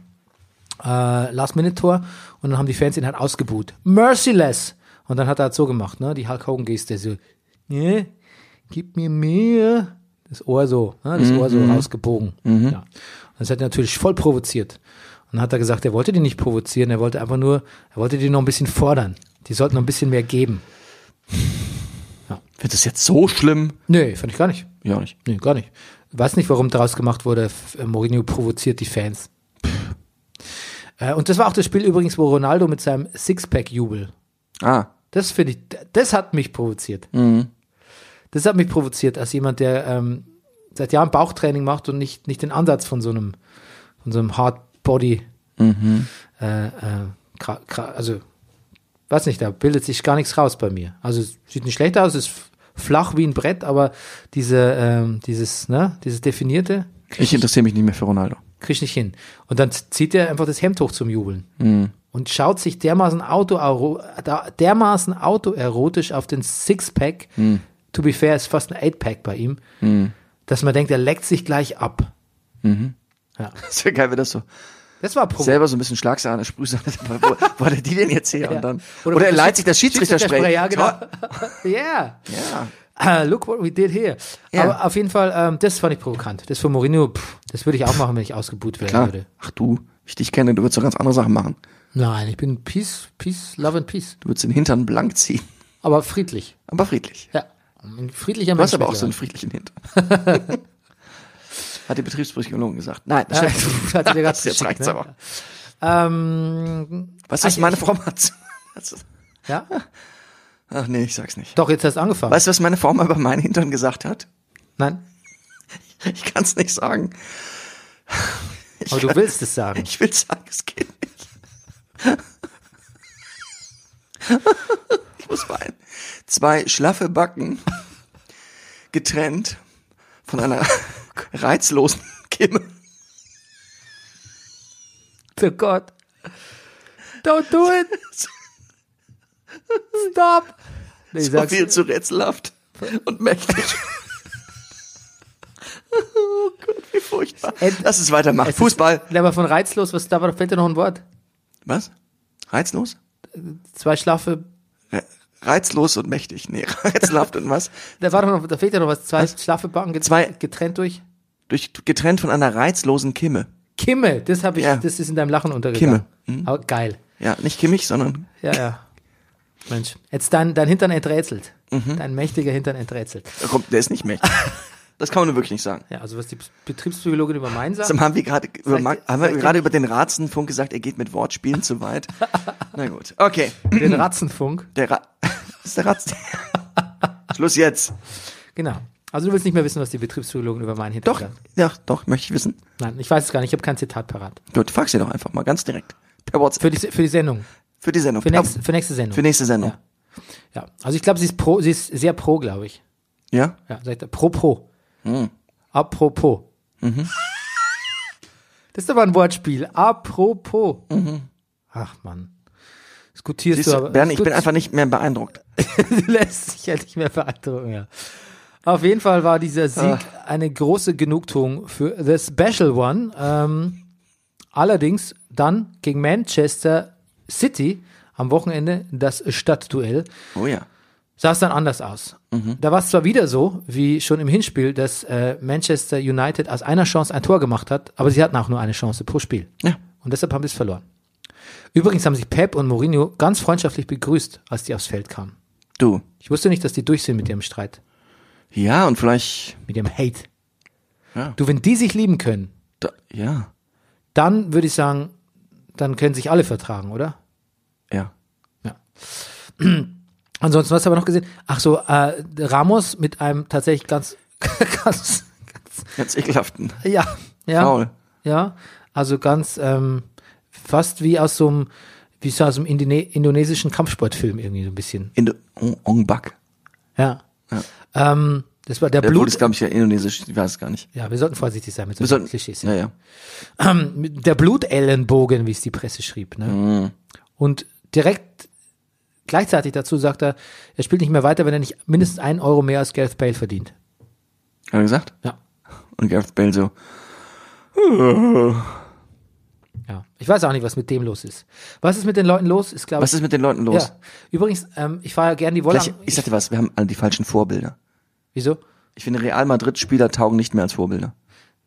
Speaker 2: Äh, Last-Minute-Tor. Und dann haben die Fans ihn halt ausgebuht. Merciless! Und dann hat er halt so gemacht, ne? Die Hulk Hogan-Geste. So, ne? Gib mir mehr. Das Ohr so, ne? das Ohr so rausgebogen. Ja. Das hat ihn natürlich voll provoziert. Und dann hat er gesagt, er wollte die nicht provozieren, er wollte einfach nur, er wollte die noch ein bisschen fordern. Die sollten noch ein bisschen mehr geben.
Speaker 1: Wird das jetzt so schlimm?
Speaker 2: Nee, fand ich gar nicht.
Speaker 1: Ja, auch nicht.
Speaker 2: Nee, gar nicht. Weiß nicht, warum daraus gemacht wurde, F- äh, Mourinho provoziert die Fans. Äh, Und das war auch das Spiel übrigens, wo Ronaldo mit seinem Sixpack-Jubel
Speaker 1: Ah,
Speaker 2: Das finde ich, d- das hat mich provoziert. Das hat mich provoziert, als jemand, der ähm, seit Jahren Bauchtraining macht und nicht, nicht den Ansatz von so einem, von so einem Hard Body, äh, äh, gra- gra- also, weiß nicht, da bildet sich gar nichts raus bei mir. Also, es sieht nicht schlecht aus, es ist f- flach wie ein Brett, aber diese, ähm, dieses, ne, dieses definierte,
Speaker 1: ich interessiere mich nicht mehr für Ronaldo.
Speaker 2: krieg ich nicht hin. Und dann zieht er einfach das Hemd hoch zum Jubeln.
Speaker 1: Mhm.
Speaker 2: Und schaut sich dermaßen, auto, dermaßen autoerotisch auf den Sixpack.
Speaker 1: Mhm.
Speaker 2: To be fair, ist fast ein Eightpack bei ihm. Dass man denkt, er leckt sich gleich ab.
Speaker 1: Das wäre geil, wenn das so
Speaker 2: Das war Problem.
Speaker 1: selber so ein bisschen Schlagsahne, Sprühsahne, wo, wo hat er die denn jetzt her? Und dann, oder, er
Speaker 2: das
Speaker 1: leiht sich das
Speaker 2: Schiedsrichterspray,
Speaker 1: Schiedsrichterspray.
Speaker 2: Ja, genau. yeah. Ah, look what we did here.
Speaker 1: Ja.
Speaker 2: Aber auf jeden Fall, ähm, das fand ich provokant. Das von Mourinho, pff, das würde ich auch machen, wenn ich ausgebuht werden
Speaker 1: Klar.
Speaker 2: würde.
Speaker 1: Ach du, ich dich kenne, du würdest doch ganz andere Sachen machen.
Speaker 2: Nein, ich bin Peace, Peace, Love and Peace.
Speaker 1: Du würdest den Hintern blank ziehen,
Speaker 2: Aber friedlich.
Speaker 1: aber friedlich.
Speaker 2: Ja. Ein friedlicher
Speaker 1: Du hast aber auch
Speaker 2: mittlerweile.
Speaker 1: so einen friedlichen Hintern. Hat die Betriebspsychologin gesagt. Nein, das
Speaker 2: Ja,
Speaker 1: stimmt.
Speaker 2: Ah, hat sie dir grad
Speaker 1: Das jetzt
Speaker 2: geschickt,
Speaker 1: reicht's
Speaker 2: ne?
Speaker 1: aber.
Speaker 2: Ähm,
Speaker 1: Was ist meine Frau mal zu?
Speaker 2: ja?
Speaker 1: Ach nee, ich sag's nicht.
Speaker 2: Doch, jetzt hast du angefangen.
Speaker 1: Weißt du, was meine Frau mal über meinen Hintern gesagt hat?
Speaker 2: Nein,
Speaker 1: Ich kann's nicht sagen.
Speaker 2: aber du willst es sagen.
Speaker 1: Ich will sagen, es geht nicht. Ich muss weinen. Zwei schlaffe Backen getrennt von einer reizlosen Kimme.
Speaker 2: Oh Gott. Don't do it. Stop. Nee, ich
Speaker 1: So
Speaker 2: sag's.
Speaker 1: viel zu rätselhaft und mächtig. Oh Gott, wie furchtbar.
Speaker 2: Ed-
Speaker 1: Lass es weitermachen.
Speaker 2: Es
Speaker 1: Fußball.
Speaker 2: Ist, aber von reizlos, was da war, fällt dir noch ein Wort.
Speaker 1: Was? Reizlos?
Speaker 2: Zwei schlaffe,
Speaker 1: Re- Reizlos und mächtig. Nee, reizelhaft und was?
Speaker 2: da war doch noch, da fehlt ja noch was. Zwei schlaffe Backen get
Speaker 1: Zwei-
Speaker 2: getrennt durch
Speaker 1: Durch, getrennt von einer reizlosen Kimme.
Speaker 2: Kimme. Das habe ich,
Speaker 1: Ja. Mhm.
Speaker 2: das ist in deinem Lachen untergegangen. Kimme. geil.
Speaker 1: Ja, nicht kimmig, sondern
Speaker 2: Ja, ja. Mensch, jetzt dein, dein Hintern enträtselt.
Speaker 1: Mhm.
Speaker 2: Dein mächtiger Hintern enträtselt.
Speaker 1: Da kommt, der ist nicht mächtig. Das kann man nur wirklich nicht sagen.
Speaker 2: Ja, also was die Betriebspsychologin über meinen sagt.
Speaker 1: Zum haben wir gerade über, Ma-
Speaker 2: Vielleicht-
Speaker 1: haben wir
Speaker 2: vielleicht-
Speaker 1: gerade über den Ratzenfunk gesagt, er geht mit Wortspielen zu weit. Na gut. Okay.
Speaker 2: Den Ratzenfunk.
Speaker 1: Der Ra ist der Ratz. Schluss jetzt.
Speaker 2: Genau. Also du willst nicht mehr wissen, was die Betriebspsychologin über meinen Hintern
Speaker 1: Doch,
Speaker 2: sagt.
Speaker 1: ja, doch, möchte ich wissen.
Speaker 2: Nein, ich weiß es gar nicht. Ich habe kein Zitat parat.
Speaker 1: Gut, frag sie doch einfach mal ganz direkt. Per WhatsApp.
Speaker 2: Für die, für die Sendung.
Speaker 1: Für die Sendung.
Speaker 2: Für,
Speaker 1: Per-
Speaker 2: nächst, für nächste Sendung.
Speaker 1: für nächste Sendung.
Speaker 2: ja. Also ich glaube, sie ist pro, sie ist sehr pro, glaube ich.
Speaker 1: Ja?
Speaker 2: Ja, sagt er, pro pro.
Speaker 1: Hm.
Speaker 2: Apropos.
Speaker 1: Mhm.
Speaker 2: Das ist aber ein Wortspiel. Apropos. Ach Mann. Diskutierst
Speaker 1: Mhm. Siehst
Speaker 2: du
Speaker 1: du,
Speaker 2: aber.
Speaker 1: Bernd, ich bin einfach nicht mehr beeindruckt.
Speaker 2: Du lässt sich ja nicht mehr beeindrucken, ja. Auf jeden Fall war dieser Sieg eine große Genugtuung für The Special One. Ähm, allerdings dann gegen Manchester City am Wochenende das Stadtduell
Speaker 1: Oh ja.
Speaker 2: sah es dann anders aus. Da war es zwar wieder so, wie schon im Hinspiel, dass äh, Manchester United aus einer Chance ein Tor gemacht hat, aber sie hatten auch nur eine Chance pro Spiel.
Speaker 1: Ja.
Speaker 2: Und deshalb haben sie es verloren. Übrigens haben sich Pep und Mourinho ganz freundschaftlich begrüßt, als die aufs Feld kamen.
Speaker 1: du.
Speaker 2: Ich wusste nicht, dass die durch sind mit ihrem Streit,
Speaker 1: Ja, und vielleicht,
Speaker 2: mit ihrem Hate.
Speaker 1: Ja.
Speaker 2: Du, wenn die sich lieben können,
Speaker 1: da, ja,
Speaker 2: dann würde ich sagen, dann können sich alle vertragen, oder?
Speaker 1: ja.
Speaker 2: Ansonsten hast du aber noch gesehen, ach so, äh, Ramos mit einem tatsächlich ganz, ganz,
Speaker 1: Ganz ekelhaften.
Speaker 2: ja, ja,
Speaker 1: Faul.
Speaker 2: ja, also ganz, ähm, fast wie aus so einem, wie so aus einem Indone indonesischen Kampfsportfilm irgendwie so ein bisschen,
Speaker 1: In de, Ong, Ong Bak.
Speaker 2: ja. Ähm, das war der,
Speaker 1: Der Blut
Speaker 2: Blut,
Speaker 1: ist, glaube ich, ja indonesisch, ich weiß es gar nicht.
Speaker 2: ja, wir sollten vorsichtig sein mit
Speaker 1: Wir
Speaker 2: solchen
Speaker 1: sollten,
Speaker 2: Klischees.
Speaker 1: ja, ja.
Speaker 2: mit der Blutellenbogen, wie es die Presse schrieb. Ne?
Speaker 1: Mhm.
Speaker 2: Und direkt gleichzeitig dazu sagt er, er spielt nicht mehr weiter, wenn er nicht mindestens einen Euro mehr als Gareth Bale verdient.
Speaker 1: Hat er gesagt?
Speaker 2: Ja.
Speaker 1: Und Gareth Bale so,
Speaker 2: ja. Ich weiß auch nicht, was mit dem los ist. Was ist mit den Leuten los? Ist, glaube ich,
Speaker 1: was ist mit den Leuten los?
Speaker 2: Ja. Übrigens, ähm, ich fahre ja gern die
Speaker 1: Vielleicht,
Speaker 2: Wollang.
Speaker 1: ich sag dir was, wir haben alle die falschen Vorbilder.
Speaker 2: Wieso?
Speaker 1: Ich finde, Real Madrid-Spieler taugen nicht mehr als Vorbilder.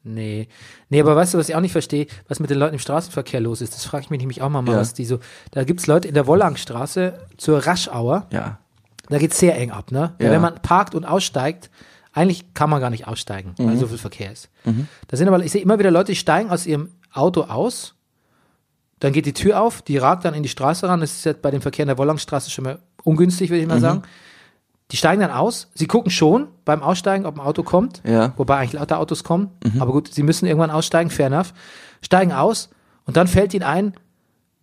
Speaker 2: Nee. Nee, aber weißt du, was ich auch nicht verstehe, was mit den Leuten im Straßenverkehr los ist? Das frage ich mich nämlich auch mal, mal
Speaker 1: Ja.
Speaker 2: was die so. Da gibt's Leute in der Wollangstraße zur Raschauer.
Speaker 1: Ja.
Speaker 2: Da geht's sehr eng ab, ne? Weil
Speaker 1: Ja.
Speaker 2: Wenn man parkt und aussteigt, eigentlich kann man gar nicht aussteigen, weil so viel Verkehr ist. Da sind aber, ich sehe immer wieder Leute, die steigen aus ihrem Auto aus, dann geht die Tür auf, die ragt dann in die Straße ran. Das ist ja bei dem Verkehr in der Wollangstraße schon mal ungünstig, würde ich mal sagen. Die steigen dann aus, sie gucken schon beim Aussteigen, ob ein Auto kommt,
Speaker 1: Ja. Mhm.
Speaker 2: wobei eigentlich lauter Autos kommen, aber gut, sie müssen irgendwann aussteigen, fair enough. Steigen aus und dann fällt ihnen ein,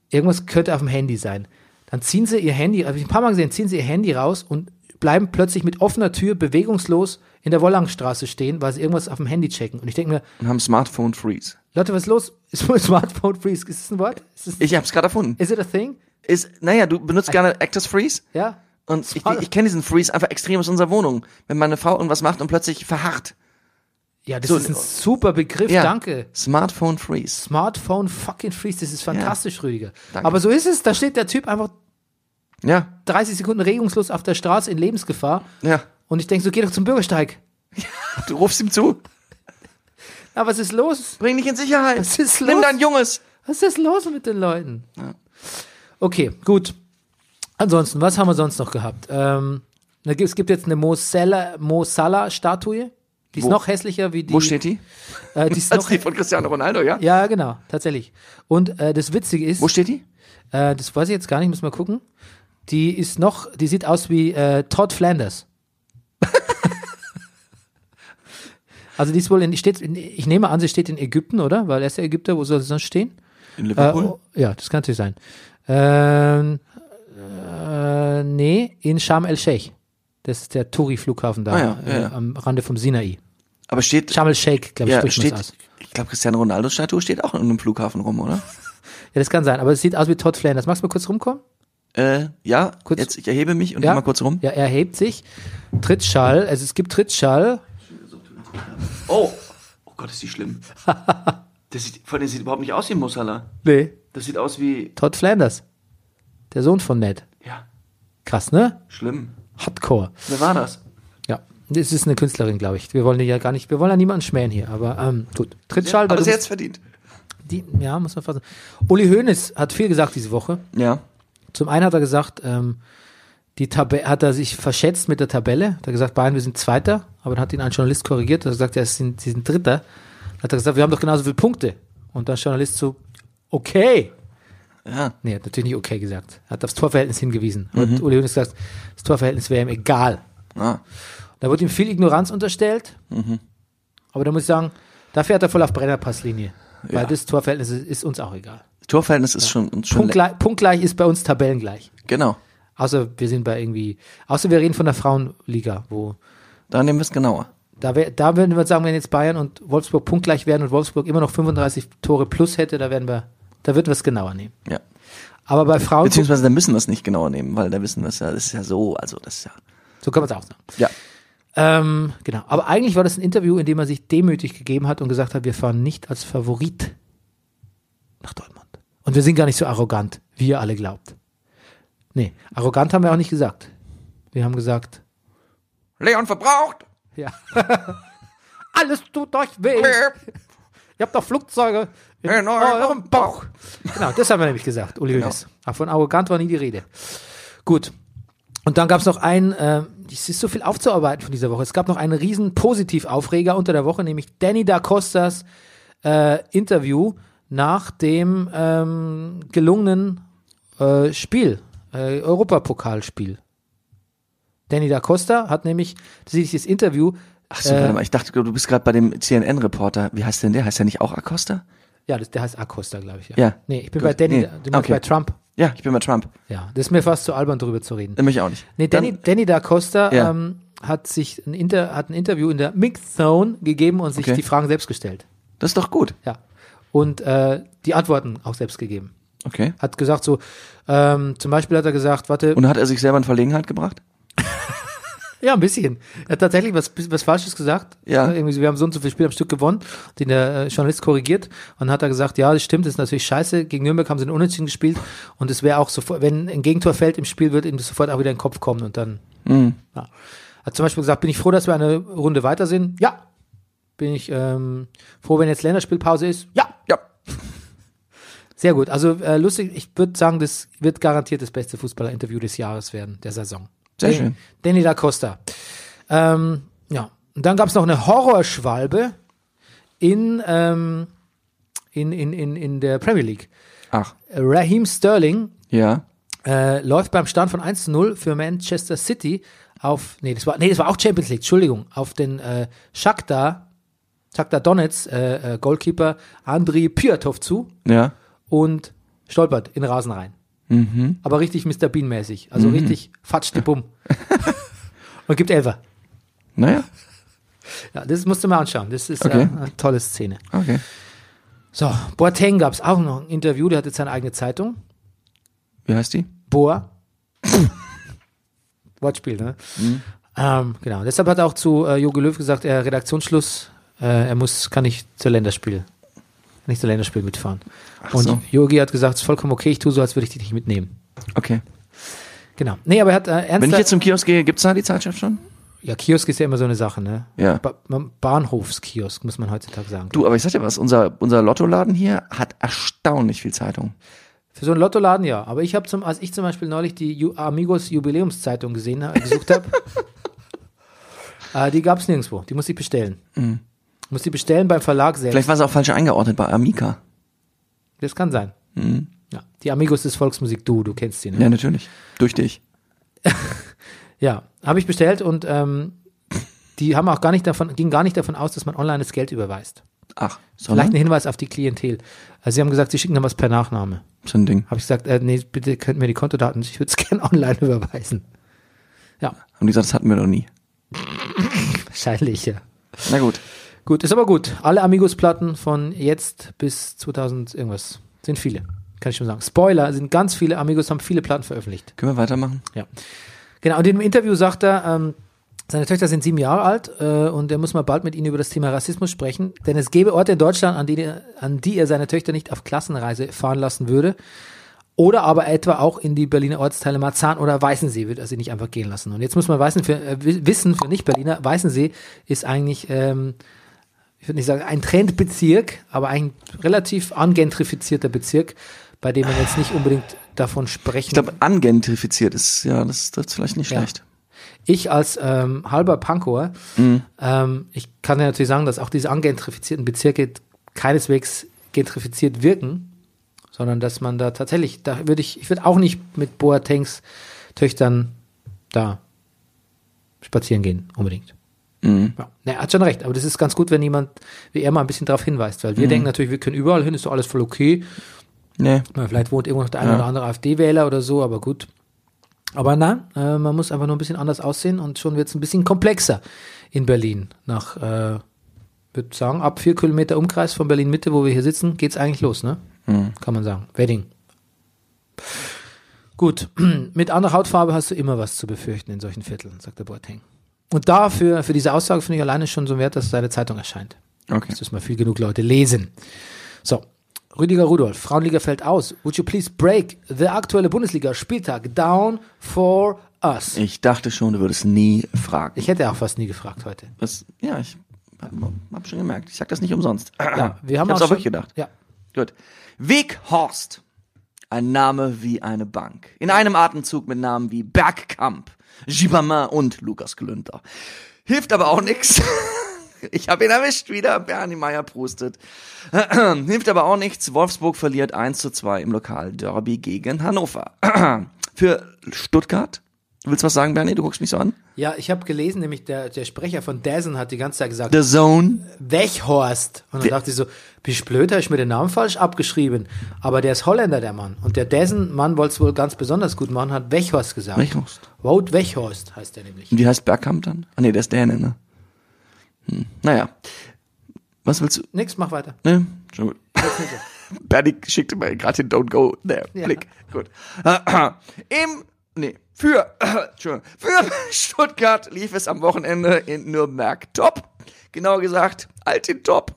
Speaker 2: irgendwas könnte auf dem Handy sein. Dann ziehen sie ihr Handy, habe ich ein paar Mal gesehen, ziehen sie ihr Handy raus und bleiben plötzlich mit offener Tür bewegungslos in der Wollangstraße stehen, weil sie irgendwas auf dem Handy checken. Und ich denke mir,
Speaker 1: Und haben Smartphone Freeze.
Speaker 2: Leute, was ist los? Ist wohl Smartphone Freeze? Ist das ein Wort? Ist das,
Speaker 1: Ich hab's gerade erfunden.
Speaker 2: is it a thing?
Speaker 1: Ist, naja, du benutzt gerne Actors Freeze.
Speaker 2: Ja.
Speaker 1: Und ich,
Speaker 2: Smart-
Speaker 1: ich kenne diesen Freeze einfach extrem aus unserer Wohnung. Wenn meine Frau irgendwas macht und plötzlich verharrt.
Speaker 2: Ja, das
Speaker 1: So-
Speaker 2: ist ein super Begriff,
Speaker 1: Ja.
Speaker 2: danke.
Speaker 1: Smartphone Freeze.
Speaker 2: Smartphone fucking Freeze, das ist fantastisch, Rüdiger.
Speaker 1: Danke.
Speaker 2: Aber so ist es, da steht der Typ einfach
Speaker 1: Ja,
Speaker 2: 30 Sekunden regungslos auf der Straße in Lebensgefahr.
Speaker 1: ja.
Speaker 2: Und ich denke so, geh doch zum Bürgersteig.
Speaker 1: Du rufst ihm zu.
Speaker 2: Na, was ist los?
Speaker 1: Bring dich in Sicherheit.
Speaker 2: Was ist
Speaker 1: Nimm
Speaker 2: los?
Speaker 1: dein Junges.
Speaker 2: Was ist los mit den Leuten? Okay, gut. Ansonsten, was haben wir sonst noch gehabt? Ähm, da gibt, es gibt jetzt eine Mo Salah, Mo Salah Statue. Die ist
Speaker 1: Wo-
Speaker 2: noch hässlicher wie die.
Speaker 1: Wo steht die?
Speaker 2: Äh, die ist
Speaker 1: Das
Speaker 2: noch,
Speaker 1: ist die von Cristiano Ronaldo, ja?
Speaker 2: ja, genau, tatsächlich. Und äh, das Witzige ist,
Speaker 1: Wo steht die?
Speaker 2: äh, das weiß ich jetzt gar nicht, muss mal gucken. Die ist noch, die sieht aus wie äh, Todd Flanders. also die ist wohl in, die steht, in, ich nehme an, sie steht in Ägypten, oder? Weil er ist ja Ägypter, wo soll sie sonst stehen?
Speaker 1: In
Speaker 2: Äh, oh, ja, das kann natürlich sein. Ähm, äh, nee, in Sharm el-Sheikh. Das ist der Touri-Flughafen da
Speaker 1: Ah ja, ja,
Speaker 2: äh,
Speaker 1: ja.
Speaker 2: am Rande vom Sinai.
Speaker 1: Aber steht,
Speaker 2: Sharm el-Sheikh, glaube ich,
Speaker 1: ja,
Speaker 2: spricht man
Speaker 1: steht,
Speaker 2: das aus.
Speaker 1: ich glaube, Cristiano Ronaldos Statue steht auch in einem Flughafen rum, oder?
Speaker 2: Ja, das kann sein, aber es sieht aus wie Todd Flanders. Magst du mal kurz rumkommen?
Speaker 1: Äh, ja,
Speaker 2: Kurz-
Speaker 1: jetzt, ich erhebe mich und
Speaker 2: Ja.
Speaker 1: geh mal kurz rum.
Speaker 2: Ja, er hebt sich. Trittschall, also es gibt Trittschall.
Speaker 1: Oh! Oh Gott, ist die schlimm. Das sieht, vor allem sieht überhaupt nicht aus wie Mosala.
Speaker 2: Nee.
Speaker 1: Das sieht aus wie,
Speaker 2: Todd Flanders. Der Sohn von Ned.
Speaker 1: ja,
Speaker 2: Krass, ne?
Speaker 1: schlimm.
Speaker 2: Hardcore.
Speaker 1: Wer war das?
Speaker 2: Ja. Das ist eine Künstlerin, glaube ich. Wir wollen die ja gar nicht, wir wollen ja niemanden schmähen hier, aber ähm, gut. Trittschall, weil
Speaker 1: Hat
Speaker 2: du
Speaker 1: es
Speaker 2: bist-
Speaker 1: jetzt verdient.
Speaker 2: Die, ja, muss man fassen. Uli Hoeneß hat viel gesagt diese Woche.
Speaker 1: Ja.
Speaker 2: Zum einen hat er gesagt, ähm, die Tabe hat er sich verschätzt mit der Tabelle. Hat er gesagt, Bayern, wir sind Zweiter. Aber dann hat ihn ein Journalist korrigiert. Hat er gesagt, ja, sie sind, sie sind Dritter. Hat er gesagt, wir haben doch genauso viele Punkte. Und dann Journalist so, okay.
Speaker 1: Ja. Mhm.
Speaker 2: Nee, hat natürlich nicht okay gesagt. Hat aufs Torverhältnis hingewiesen. Und Uli Hoeneß gesagt, das Torverhältnis wäre ihm egal.
Speaker 1: Ah.
Speaker 2: Da wird ihm viel Ignoranz unterstellt.
Speaker 1: Mhm.
Speaker 2: Aber da muss ich sagen, dafür hat er voll auf Brennerpasslinie. Weil das Torverhältnis ist, ist uns auch egal.
Speaker 1: Torverhältnis ist schon, schon le-
Speaker 2: Punktgleich, punktgleich ist bei uns tabellengleich.
Speaker 1: Genau.
Speaker 2: Außer wir sind bei irgendwie, außer wir reden von der Frauenliga, wo
Speaker 1: Da nehmen wir es genauer.
Speaker 2: da, wär, da würden wir sagen, wenn jetzt Bayern und Wolfsburg punktgleich wären und Wolfsburg immer noch 35 Tore plus hätte, da werden wir, da würden wir es genauer nehmen.
Speaker 1: Ja.
Speaker 2: Aber bei Frauen, so
Speaker 1: Beziehungsweise da müssen wir es nicht genauer nehmen, weil da wissen wir es ja, das ist ja so, also das ist ja.
Speaker 2: kann man es auch sagen.
Speaker 1: Ja.
Speaker 2: Ähm, genau. Aber eigentlich war das ein Interview, in dem er sich demütig gegeben hat und gesagt hat, wir fahren nicht als Favorit nach Dortmund. Und wir sind gar nicht so arrogant, wie ihr alle glaubt. Nee, arrogant haben wir auch nicht gesagt. Wir haben gesagt,
Speaker 1: Leon verbraucht!
Speaker 2: Ja. Alles tut euch weh. Ihr habt doch Flugzeuge in,
Speaker 1: In eurem
Speaker 2: eurem Bauch. Genau, das haben wir nämlich gesagt, Uli Hoeneß. Aber Von arrogant war nie die Rede. Gut. Und dann gab es noch einen, äh, es ist so viel aufzuarbeiten von dieser Woche. Es gab noch einen riesen Positivaufreger unter der Woche, nämlich Danny da Costas äh, Interview nach dem ähm, gelungenen äh, Spiel, äh, Europapokalspiel. Danny da Costa hat nämlich sich das Interview,
Speaker 1: Ach so,
Speaker 2: Äh.
Speaker 1: warte mal, ich dachte, du bist gerade bei dem CNN-Reporter. Wie heißt denn der? Heißt der nicht auch Acosta?
Speaker 2: ja, das, der heißt Acosta, glaube ich. Ja.
Speaker 1: Ja.
Speaker 2: Nee, ich bin
Speaker 1: Gut.
Speaker 2: bei Danny,
Speaker 1: Nee,
Speaker 2: da- du meinst
Speaker 1: okay.
Speaker 2: bei Trump.
Speaker 1: Ja, ich bin bei Trump.
Speaker 2: Ja, das ist mir fast zu albern, drüber zu reden.
Speaker 1: Den mich auch nicht.
Speaker 2: Nee, Danny,
Speaker 1: Ähm, Dann,
Speaker 2: Danny da Costa
Speaker 1: Ja.
Speaker 2: ähm, hat sich ein, Inter, hat ein Interview in der Mixed Zone gegeben und sich
Speaker 1: Okay.
Speaker 2: die Fragen selbst gestellt.
Speaker 1: das ist doch gut.
Speaker 2: Ja. Und äh, die Antworten auch selbst gegeben.
Speaker 1: Okay.
Speaker 2: Hat gesagt so, ähm, zum Beispiel hat er gesagt, warte,
Speaker 1: Und hat er sich selber in Verlegenheit gebracht?
Speaker 2: ja, ein bisschen. Er hat tatsächlich was, was Falsches gesagt.
Speaker 1: Ja.
Speaker 2: Irgendwie, so, wir haben so und so viel Spiel am Stück gewonnen, den der äh, Journalist korrigiert. Und dann hat er gesagt, ja, das stimmt, das ist natürlich scheiße. Gegen Nürnberg haben sie einen Unentschieden gespielt. Und es wäre auch sofort, wenn ein Gegentor fällt im Spiel, wird ihm das sofort auch wieder in den Kopf kommen. Und dann Ja. Hat zum Beispiel gesagt, bin ich froh, dass wir eine Runde weiter sind? Ja. Bin ich ähm, froh, wenn jetzt Länderspielpause ist? Ja.
Speaker 1: Ja.
Speaker 2: Sehr gut. Also äh, lustig, ich würde sagen, das wird garantiert das beste Fußballerinterview des Jahres werden, der Saison.
Speaker 1: Sehr
Speaker 2: Dan-
Speaker 1: schön.
Speaker 2: Danny da Costa. Ähm, ja. Und dann gab es noch eine Horrorschwalbe in, ähm, in, in, in, in der Premier League.
Speaker 1: Ach.
Speaker 2: Raheem Sterling
Speaker 1: Ja.
Speaker 2: äh, läuft beim Stand von 1 zu 0 für Manchester City auf, nee, das war, nee, das war auch Champions League, Entschuldigung, auf den äh, Shakhtar, Shakhtar Donetsk äh, äh, Goalkeeper Andriy Pyatov zu
Speaker 1: Ja.
Speaker 2: und stolpert in den Rasen rein.
Speaker 1: Mhm.
Speaker 2: Aber richtig Mr. Bean mäßig, also richtig fatscht die Bumm. und gibt Elfer.
Speaker 1: Naja.
Speaker 2: Ja, das musst du mal anschauen, das ist
Speaker 1: Okay.
Speaker 2: äh, eine tolle Szene.
Speaker 1: Okay.
Speaker 2: So, Boateng gab es auch noch ein Interview, der hat jetzt seine eigene Zeitung.
Speaker 1: Wie heißt die?
Speaker 2: Bohr. Wortspiel, ne?
Speaker 1: Mhm.
Speaker 2: Ähm, genau. Deshalb hat er auch zu äh, Jogi Löw gesagt, er Redaktionsschluss, äh, er muss, kann nicht zur Länderspiel, nicht zur Länderspiel mitfahren. Und
Speaker 1: so.
Speaker 2: Jogi hat gesagt, es ist vollkommen okay, ich tue so, als würde ich dich nicht mitnehmen.
Speaker 1: Okay.
Speaker 2: Genau. Nee, aber er hat äh,
Speaker 1: Wenn ich
Speaker 2: ernsthaft.
Speaker 1: jetzt zum Kiosk gehe, gibt's da die Zeitschrift schon?
Speaker 2: ja, Kiosk ist ja immer so eine Sache, ne?
Speaker 1: Ja.
Speaker 2: Ba man- Bahnhofskiosk, muss man heutzutage sagen.
Speaker 1: Du, aber ich sag dir was, unser, unser Lottoladen hier hat erstaunlich viel Zeitung.
Speaker 2: Für so einen Lottoladen ja. Aber ich habe zum, als ich zum Beispiel neulich die Ju Amigos Jubiläumszeitung gesehen äh, gesucht habe, äh, die gab es nirgendwo. Die muss ich bestellen. Muss die bestellen beim Verlag selbst.
Speaker 1: Mhm. Vielleicht war es auch falsch eingeordnet bei Amica.
Speaker 2: Das kann sein. Ja. Die Amigos ist Volksmusik, du, du kennst sie, ne?
Speaker 1: Mhm. Ja, natürlich. Durch dich.
Speaker 2: Ja, habe ich bestellt und ähm, die haben auch gar nicht davon, ging gar nicht davon aus, dass man online das Geld überweist.
Speaker 1: Ach, so,
Speaker 2: Vielleicht ein
Speaker 1: ne?
Speaker 2: Hinweis auf die Klientel. Also sie haben gesagt, sie schicken dann was per Nachname.
Speaker 1: so ein Ding.
Speaker 2: Habe ich gesagt, äh, nee, bitte könnt mir die Kontodaten, ich würde es gerne online überweisen. Ja,
Speaker 1: Haben die gesagt, das hatten wir noch nie.
Speaker 2: wahrscheinlich, ja.
Speaker 1: Na gut.
Speaker 2: Gut, ist aber gut. Alle Amigos-Platten von jetzt bis 2000 irgendwas sind viele. Kann ich schon sagen. Spoiler, sind ganz viele. Amigos haben viele Platten veröffentlicht.
Speaker 1: Können wir weitermachen?
Speaker 2: Ja. Genau, und in dem Interview sagt er, ähm, seine Töchter sind sieben Jahre alt äh, und er muss mal bald mit ihnen über das Thema Rassismus sprechen, denn es gäbe Orte in Deutschland, an die, an die er seine Töchter nicht auf Klassenreise fahren lassen würde. Oder aber etwa auch in die Berliner Ortsteile Marzahn oder Weißensee wird er sie nicht einfach gehen lassen. Und jetzt muss man Weißen für, äh, wi- wissen, für Nicht-Berliner, Weißensee ist eigentlich, ähm, ich würde nicht sagen ein Trendbezirk, aber ein relativ angentrifizierter Bezirk, bei dem man jetzt nicht unbedingt davon sprechen
Speaker 1: Ich glaube, angentrifiziert ist, ja, das trifft vielleicht nicht
Speaker 2: Ja.
Speaker 1: schlecht.
Speaker 2: ich als ähm, halber Pankower, ähm, ich kann ja natürlich sagen, dass auch diese angentrifizierten Bezirke keineswegs gentrifiziert wirken, sondern dass man da tatsächlich, da würde ich, ich würde auch nicht mit Boatengs Töchtern da spazieren gehen, unbedingt.
Speaker 1: Mhm.
Speaker 2: Ja. Na, er hat schon recht, aber das ist ganz gut, wenn jemand wie er mal ein bisschen darauf hinweist, weil wir denken natürlich, wir können überall hin, ist doch alles voll okay.
Speaker 1: Nee.
Speaker 2: Na, vielleicht wohnt irgendwo noch der eine oder andere AfD-Wähler oder so, aber gut. Aber nein, äh, man muss einfach nur ein bisschen anders aussehen und schon wird es ein bisschen komplexer in Berlin. Nach, äh, würde sagen, ab vier Kilometer Umkreis von Berlin Mitte, wo wir hier sitzen, geht's eigentlich los, ne? Kann man sagen. Wedding. Gut, mit anderer Hautfarbe hast du immer was zu befürchten in solchen Vierteln, sagt der Boateng. Und dafür, für diese Aussage finde ich alleine schon so wert, dass seine Zeitung erscheint.
Speaker 1: Okay.
Speaker 2: Dass das mal viel genug Leute lesen. So, Rüdiger Rudolph, Frauenliga fällt aus. Would you please break the aktuelle Bundesliga-Spieltag down for us?
Speaker 1: Ich dachte schon, du würdest nie fragen.
Speaker 2: Ich hätte auch fast nie gefragt heute.
Speaker 1: Was, ja, ich hab, hab schon gemerkt. Ich sag das nicht umsonst.
Speaker 2: Ja, wir haben
Speaker 1: ich hab's
Speaker 2: auch
Speaker 1: auch wirklich
Speaker 2: schon-
Speaker 1: gedacht.
Speaker 2: Ja,
Speaker 1: Gut. Weghorst. Ein Name wie eine Bank. In einem Atemzug mit Namen wie Bergkamp, Gibama und Lukas Klünter. Hilft aber auch nix. Ich habe ihn erwischt wieder. Bernie Meyer prustet. Hilft aber auch nichts. Wolfsburg verliert 1 zu 2 im Lokalderby gegen Hannover. Für Stuttgart. Du willst was sagen, Bernie? Du guckst mich so an.
Speaker 2: Ja, ich habe gelesen, nämlich der, der Sprecher von Dazen hat die ganze Zeit gesagt,
Speaker 1: The Zone.
Speaker 2: Wechhorst. Und dann dachte ich so, bist du blöd, habe ich mir den Namen falsch abgeschrieben. Aber der ist Holländer, der Mann. Und der Dazen Mann wollte es wohl ganz besonders gut machen, hat Wechhorst gesagt.
Speaker 1: Wechhorst.
Speaker 2: Wout Wechhorst heißt der nämlich.
Speaker 1: Und wie heißt Bergkamp dann? Ah, nee, der ist Däne, ne? Hm. Naja. Was willst du?
Speaker 2: Nix, mach weiter.
Speaker 1: Ne? Schon gut. Bernie schickte mir gerade den Don't Go There
Speaker 2: Ja.
Speaker 1: Blick. Gut. Im, nee, für, Entschuldigung, für Stuttgart lief es am Wochenende in Nürnberg top. Genauer gesagt, Altin top.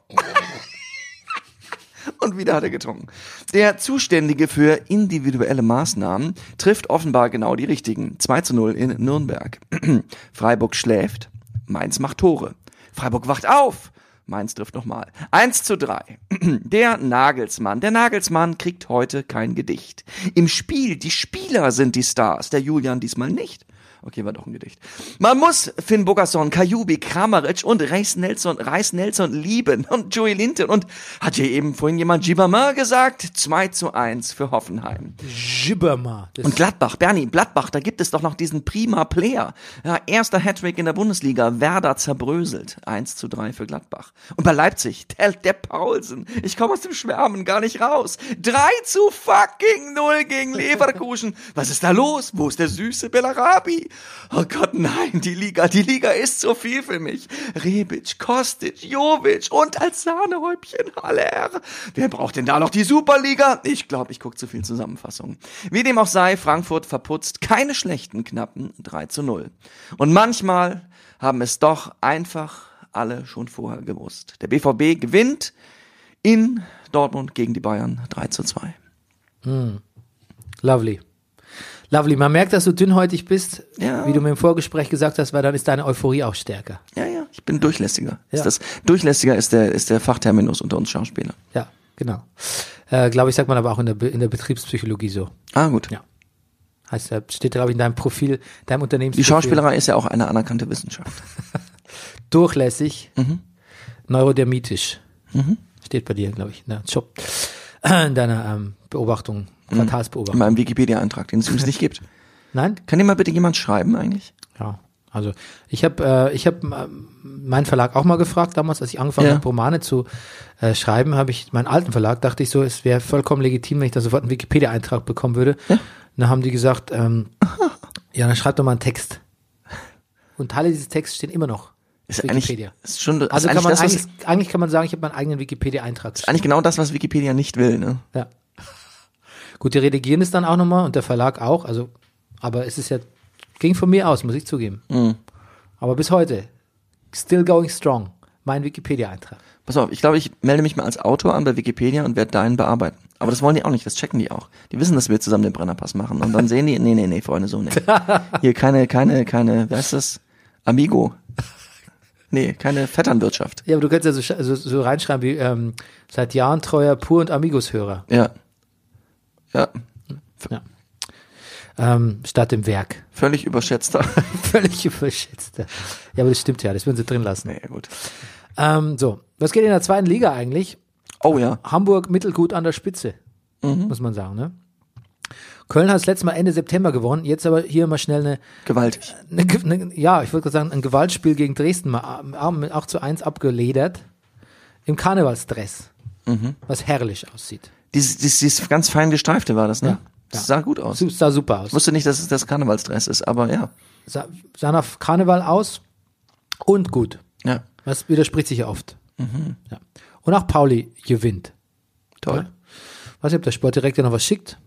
Speaker 1: Und wieder hat er getrunken. Der Zuständige für individuelle Maßnahmen trifft offenbar genau die richtigen. 2 zu 0 in Nürnberg. Freiburg schläft, Mainz macht Tore. Freiburg wacht auf, Mainz trifft nochmal. 1 zu 3. Der Nagelsmann. Der Nagelsmann kriegt heute kein Gedicht. Im Spiel, die Spieler sind die Stars, der Julian diesmal nicht. Okay, war doch ein Gedicht. Man muss Finn Bogason, Kajubi, Kramaric und Reis Nelson, Reis Nelson lieben und Joey Linton und hat hier eben vorhin jemand Gibama gesagt? 2 zu 1 für Hoffenheim.
Speaker 2: Gibberma. Das-
Speaker 1: Und Gladbach, Bernie, Gladbach, da gibt es doch noch diesen prima Player. Ja, erster Hattrick in der Bundesliga, Werder zerbröselt. 1 zu 3 für Gladbach. Und bei Leipzig, der, der Paulsen. Ich komme aus dem Schwärmen gar nicht raus. 3 zu fucking 0 gegen Leverkusen. Was ist da los? Wo ist der süße Bellarabi? Oh Gott, nein, die Liga, die Liga ist zu viel für mich. Rebic, Kostic, Jovic und als Sahnehäubchen Haller. Wer braucht denn da noch die Superliga? Ich glaube, ich gucke zu viel Zusammenfassungen. Wie dem auch sei, Frankfurt verputzt keine schlechten knappen 3 zu 0. Und manchmal haben es doch einfach alle schon vorher gewusst. Der BVB gewinnt in Dortmund gegen die Bayern 3 zu 2.
Speaker 2: Lovely. Lovely. Man merkt, dass du dünnhäutig bist,
Speaker 1: Ja.
Speaker 2: wie du mir im Vorgespräch gesagt hast, weil dann ist deine Euphorie auch stärker.
Speaker 1: Ja, ja, ich bin durchlässiger.
Speaker 2: Ja.
Speaker 1: Ist das, durchlässiger ist der, ist der Fachterminus unter uns Schauspielern.
Speaker 2: Ja, genau. Äh, glaube ich, sagt man aber auch in der, Be- in der Betriebspsychologie so.
Speaker 1: Ah, gut.
Speaker 2: Ja. Heißt, da steht, glaube ich, in deinem Profil, deinem Unternehmensprofil.
Speaker 1: Die Schauspielerei ist ja auch eine anerkannte Wissenschaft.
Speaker 2: Durchlässig,
Speaker 1: Mhm.
Speaker 2: neurodermitisch. Steht bei dir, glaube ich, in deinem Job. In deiner ähm, Beobachtung,
Speaker 1: In
Speaker 2: Quartalsbeobachtung.
Speaker 1: meinem Wikipedia-Eintrag, den es übrigens nicht gibt.
Speaker 2: Nein?
Speaker 1: Kann dir mal bitte jemand schreiben eigentlich?
Speaker 2: Ja, also ich habe äh, ich habe meinen Verlag auch mal gefragt damals, als ich angefangen
Speaker 1: Ja.
Speaker 2: habe, Romane zu äh, schreiben, habe ich meinen alten Verlag dachte ich so, es wäre vollkommen legitim, wenn ich da sofort einen Wikipedia-Eintrag bekommen würde. Dann haben die gesagt, ähm, ja, dann schreib doch mal einen Text. Und Teile dieses Textes stehen immer noch.
Speaker 1: Ist
Speaker 2: auf
Speaker 1: eigentlich, ist schon, ist
Speaker 2: also
Speaker 1: eigentlich,
Speaker 2: kann man
Speaker 1: das, was,
Speaker 2: eigentlich, eigentlich kann man sagen, ich habe meinen eigenen Wikipedia-Eintrag.
Speaker 1: eigentlich genau das, was Wikipedia nicht will. Ne?
Speaker 2: Ja. Gut, die redigieren es dann auch nochmal und der Verlag auch. Also, aber es ist ja, ging von mir aus, muss ich zugeben. Aber bis heute, still going strong, mein Wikipedia-Eintrag.
Speaker 1: Pass auf, ich glaube, ich melde mich mal als Autor an bei Wikipedia und werde deinen bearbeiten. Aber das wollen die auch nicht, das checken die auch. Die wissen, dass wir zusammen den Brennerpass machen. Und dann sehen die, nee, nee, nee, Freunde, so nicht. Hier keine, keine, keine, wer ist das? Amigo. Nee, keine Vetternwirtschaft.
Speaker 2: Ja, aber du könntest ja so, sch- so, so reinschreiben wie ähm, seit Jahren treuer Pur- und Amigos-Hörer
Speaker 1: Ja. Ja,
Speaker 2: ähm, statt im Werk.
Speaker 1: völlig überschätzter.
Speaker 2: Völlig überschätzt. Ja, aber das stimmt ja, das würden sie drin lassen.
Speaker 1: Nee, gut.
Speaker 2: Ähm, so, was geht in der zweiten Liga eigentlich?
Speaker 1: Oh ja.
Speaker 2: Hamburg mittelgut an der Spitze, muss man sagen. Ne? Köln hat das letzte Mal Ende September gewonnen, jetzt aber hier mal schnell eine,
Speaker 1: Gewaltig.
Speaker 2: eine, Ge- eine ja, ich würde gerade sagen, ein Gewaltspiel gegen Dresden, mal am- mit 8 zu 1 abgeledert, im Karnevalsdress, was herrlich aussieht.
Speaker 1: Dieses, dieses, dieses ganz fein gestreifte war das, ne?
Speaker 2: Ja,
Speaker 1: Das
Speaker 2: ja.
Speaker 1: sah gut aus.
Speaker 2: Su- Sah super aus.
Speaker 1: Wusste nicht, dass es das Karnevalsdress ist, aber ja.
Speaker 2: Sah, sah nach Karneval aus und gut.
Speaker 1: Ja,
Speaker 2: Das widerspricht sich ja oft. Ja. Und auch Pauli gewinnt.
Speaker 1: toll.
Speaker 2: Weiß nicht, ob der Sportdirektor noch was schickt.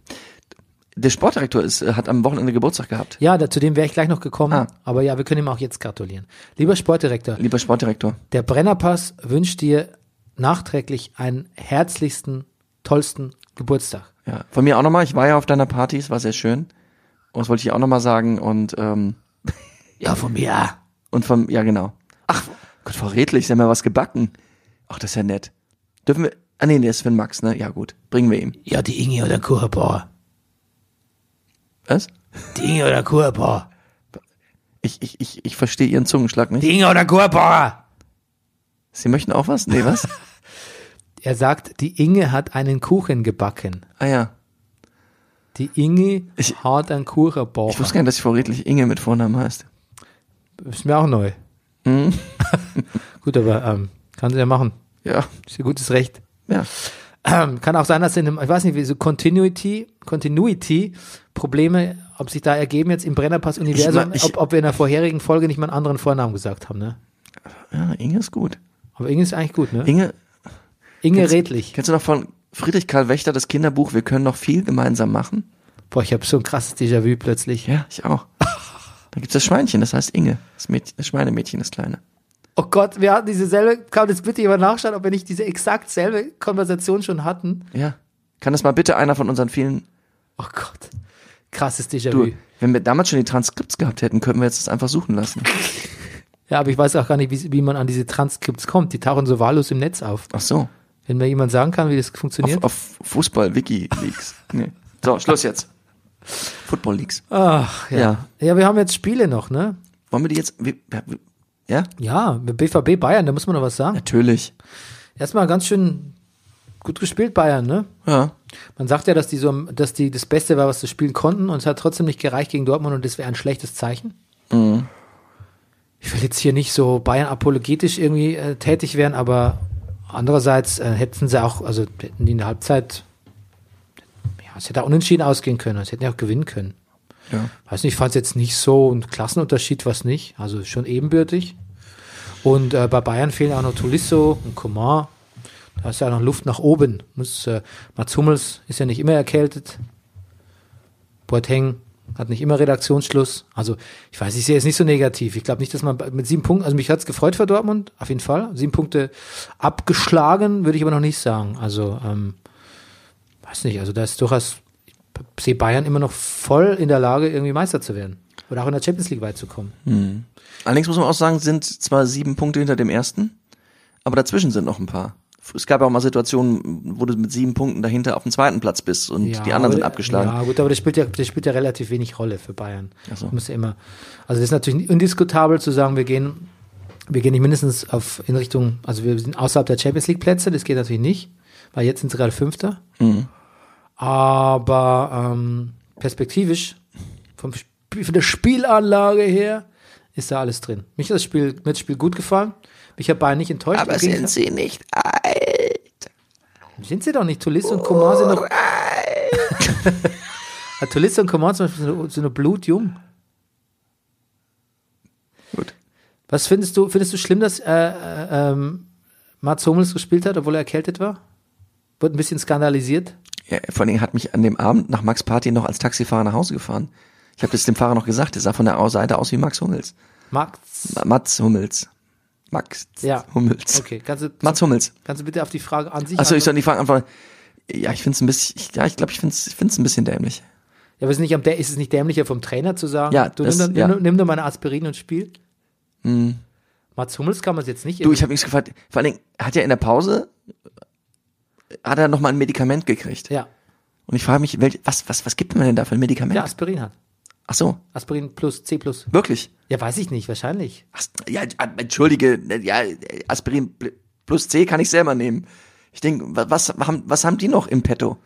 Speaker 1: Der Sportdirektor ist, äh, hat am Wochenende Geburtstag gehabt.
Speaker 2: Ja, da, zu dem wäre ich gleich noch gekommen.
Speaker 1: Ah.
Speaker 2: Aber ja, wir können ihm auch jetzt gratulieren. Lieber Sportdirektor,
Speaker 1: Lieber Sportdirektor,
Speaker 2: der Brennerpass wünscht dir nachträglich einen herzlichsten, tollsten Geburtstag.
Speaker 1: ja. Von mir auch nochmal, ich war ja auf deiner Party, es war sehr schön. Und das wollte ich dir auch nochmal sagen und, ähm,
Speaker 2: Ja, von mir.
Speaker 1: und vom, ja genau. Ach, Gott, Frau Redlich, sie haben ja was gebacken. Ach, das ist ja nett. Dürfen wir, ah nee, der ist für den Max, ne? Ja gut, bringen wir ihm.
Speaker 2: Ja, die Inge oder Kucherbauer.
Speaker 1: Was?
Speaker 2: Die Inge oder Kucherbauer.
Speaker 1: Ich, ich, ich, ich verstehe ihren Zungenschlag nicht.
Speaker 2: Die Inga oder Korbauer?
Speaker 1: Sie möchten auch was? Nee, was?
Speaker 2: Er sagt, die Inge hat einen Kuchen gebacken.
Speaker 1: ah ja.
Speaker 2: Die Inge
Speaker 1: Ich-
Speaker 2: hat einen Kuchen gebacken.
Speaker 1: Ich wusste gar nicht, dass sie vorredlich Inge mit Vornamen heißt.
Speaker 2: Ist mir auch neu. Hm? Gut, aber ähm, kann sie ja machen.
Speaker 1: Ja.
Speaker 2: Ist ihr gutes Recht.
Speaker 1: Ja.
Speaker 2: Ähm, kann auch sein, dass in einem, ich weiß nicht, wie so Continuity, Continuity Probleme, ob sich da ergeben jetzt im Brennerpass-Universum,
Speaker 1: Ich mein, ich-
Speaker 2: ob, ob wir in der vorherigen Folge nicht mal einen anderen Vornamen gesagt haben, ne?
Speaker 1: Ja, Inge ist gut.
Speaker 2: Aber Inge ist eigentlich gut, ne?
Speaker 1: Inge,
Speaker 2: Inge
Speaker 1: kennst-
Speaker 2: Redlich.
Speaker 1: Kennst du noch von Friedrich Karl Wächter das Kinderbuch Wir können noch viel gemeinsam machen?
Speaker 2: Boah, ich habe so ein krasses Déjà-vu plötzlich.
Speaker 1: Ja, ich auch. Da gibt's das Schweinchen, das heißt Inge. Das, Mädchen, das Schweinemädchen, das Kleine.
Speaker 2: Oh Gott, wir hatten dieselbe, kann jetzt bitte jemand nachschauen, ob wir nicht diese exakt selbe Konversation schon hatten.
Speaker 1: Ja. Kann das mal bitte einer von unseren vielen...
Speaker 2: Oh Gott, krasses
Speaker 1: Du,
Speaker 2: Déjà-vu.
Speaker 1: wenn wir damals schon die Transkripts gehabt hätten, könnten wir jetzt das einfach suchen lassen.
Speaker 2: Ja, aber ich weiß auch gar nicht, wie, wie man an diese Transkripts kommt. Die tauchen so wahllos im Netz auf.
Speaker 1: Ach so.
Speaker 2: Wenn mir jemand sagen kann, wie das
Speaker 1: Auf,
Speaker 2: funktioniert.
Speaker 1: auf Fußball-Wiki-Leaks. Nee. So, Schluss jetzt. Football-Leaks.
Speaker 2: Ach, ja. ja.
Speaker 1: Ja.
Speaker 2: wir haben jetzt Spiele noch, ne?
Speaker 1: Wollen wir die jetzt... wir- ja, wir- Ja?
Speaker 2: Ja, mit BVB Bayern, da muss man noch was sagen.
Speaker 1: Natürlich.
Speaker 2: Erstmal ganz schön gut gespielt Bayern, ne?
Speaker 1: Ja.
Speaker 2: Man sagt ja, dass die so, dass die das Beste war, was sie spielen konnten und es hat trotzdem nicht gereicht gegen Dortmund und das wäre ein schlechtes Zeichen. Ich will jetzt hier nicht so Bayern apologetisch irgendwie äh, tätig werden, aber andererseits äh, hätten sie auch, also hätten die in der Halbzeit, ja, es hätte auch unentschieden ausgehen können, es hätten ja auch gewinnen können.
Speaker 1: Ja.
Speaker 2: Weiß nicht, ich fand es jetzt nicht so ein Klassenunterschied, was nicht, also schon ebenbürtig. Und äh, bei Bayern fehlen auch noch Tolisso und Coman. Da ist ja noch Luft nach oben. Muss, äh, Mats Hummels ist ja nicht immer erkältet. Boateng hat nicht immer Redaktionsschluss. Also ich weiß, ich sehe es nicht so negativ. Ich glaube nicht, dass man bei- mit sieben Punkten, also mich hat's gefreut für Dortmund, auf jeden Fall. Sieben Punkte abgeschlagen, würde ich aber noch nicht sagen. Also ähm, weiß nicht, also da ist durchaus, ich sehe Bayern immer noch voll in der Lage, irgendwie Meister zu werden. Oder auch in der Champions League weit zu kommen.
Speaker 1: Allerdings muss man auch sagen, sind zwar sieben Punkte hinter dem ersten, aber dazwischen sind noch ein paar. Es gab ja auch mal Situationen, wo du mit sieben Punkten dahinter auf dem zweiten Platz bist und die anderen
Speaker 2: aber-
Speaker 1: sind abgeschlagen.
Speaker 2: Ja, gut, aber das spielt ja, das spielt ja relativ wenig Rolle für Bayern.
Speaker 1: Ach so.
Speaker 2: Das Muss ja immer, also das ist natürlich indiskutabel zu sagen, wir gehen, wir gehen nicht mindestens auf, in Richtung, also wir sind außerhalb der Champions League Plätze, das geht natürlich nicht, weil jetzt sind sie gerade Fünfter.
Speaker 1: Mhm.
Speaker 2: Aber ähm, perspektivisch, vom, Sp- von der Spielanlage her, ist da alles drin. Mich hat das Spiel, mir hat das Spiel gut gefallen. Mich hat Bayern nicht enttäuscht. Im Gegenteil.
Speaker 1: sie nicht alt? Oh,
Speaker 2: Sind sie doch nicht. Tulis und Coman sind noch. Ah, Tulis und Coman zum Beispiel sind noch- sind noch blutjung.
Speaker 1: Gut.
Speaker 2: Was findest du, findest du schlimm, dass äh, äh, ähm, Mats Hummels gespielt hat, obwohl er erkältet war? Wurde ein bisschen skandalisiert.
Speaker 1: Ja, vor allen Dingen hat mich an dem Abend nach Max Party noch als Taxifahrer nach Hause gefahren. Ich habe das dem Fahrer noch gesagt, der sah von der Seite aus wie Max Hummels.
Speaker 2: Max.
Speaker 1: Ma- Mats Hummels. Max
Speaker 2: Ja.
Speaker 1: Hummels.
Speaker 2: Okay, Also kannst du,
Speaker 1: Mats Hummels.
Speaker 2: kannst du bitte auf die Frage an sich
Speaker 1: Achso, ich
Speaker 2: antworten?
Speaker 1: soll die Frage antworten. Ja, ich find's ein bisschen, ich, ja, ich glaube, ich find's, ich find's ein bisschen dämlich.
Speaker 2: ja, aber ist, nicht am, Dä- ist es nicht dämlicher vom Trainer zu sagen,
Speaker 1: Ja,
Speaker 2: du
Speaker 1: das-
Speaker 2: nimm,
Speaker 1: ja. Hm.
Speaker 2: dann, nimm, nimm doch meine Aspirin und spiel? Mats Hummels kann man es jetzt nicht.
Speaker 1: Du, ich habe mich gefragt, vor allen Dingen, hat er in der Pause, hat er nochmal ein Medikament gekriegt?
Speaker 2: ja,
Speaker 1: Und ich frage mich, welch, was, was, was gibt man denn da für ein Medikament?
Speaker 2: der Aspirin hat.
Speaker 1: Ach so,
Speaker 2: Aspirin plus, C plus.
Speaker 1: wirklich?
Speaker 2: Ja, weiß ich nicht, wahrscheinlich.
Speaker 1: Ach, ja, ah, entschuldige, ja, Aspirin pl- plus C kann ich selber nehmen. Ich denke, was haben, was haben die noch im Petto?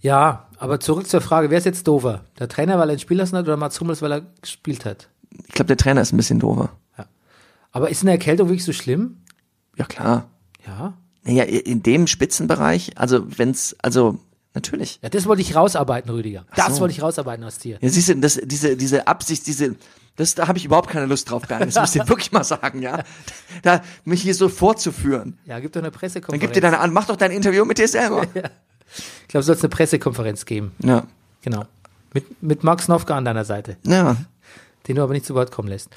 Speaker 2: Ja, aber zurück zur Frage, wer ist jetzt doofer? Der Trainer, weil er ein Spiel lassen hat oder Mats Hummels, weil er gespielt hat?
Speaker 1: Ich glaube, der Trainer ist ein bisschen doofer.
Speaker 2: Aber ist eine Erkältung wirklich so schlimm?
Speaker 1: Ja, klar.
Speaker 2: Ja.
Speaker 1: Naja, in dem Spitzenbereich, also wenn's, also, natürlich.
Speaker 2: Ja, das wollte ich rausarbeiten, Rüdiger. Das
Speaker 1: so.
Speaker 2: wollte ich rausarbeiten aus dir.
Speaker 1: Ja, siehst du, das, diese, diese Absicht, diese, das, da habe ich überhaupt keine Lust drauf, Bernd. Das muss ich dir wirklich mal sagen, ja. Da, mich hier so vorzuführen.
Speaker 2: Ja, gibt doch eine
Speaker 1: Dann
Speaker 2: Pressekonferenz.
Speaker 1: gib dir deine an, mach doch dein Interview mit dir selber.
Speaker 2: ich glaube, es soll eine Pressekonferenz geben.
Speaker 1: Ja.
Speaker 2: Genau. Mit, mit Max Nowka an deiner Seite,
Speaker 1: Ja.
Speaker 2: den du aber nicht zu Wort kommen lässt.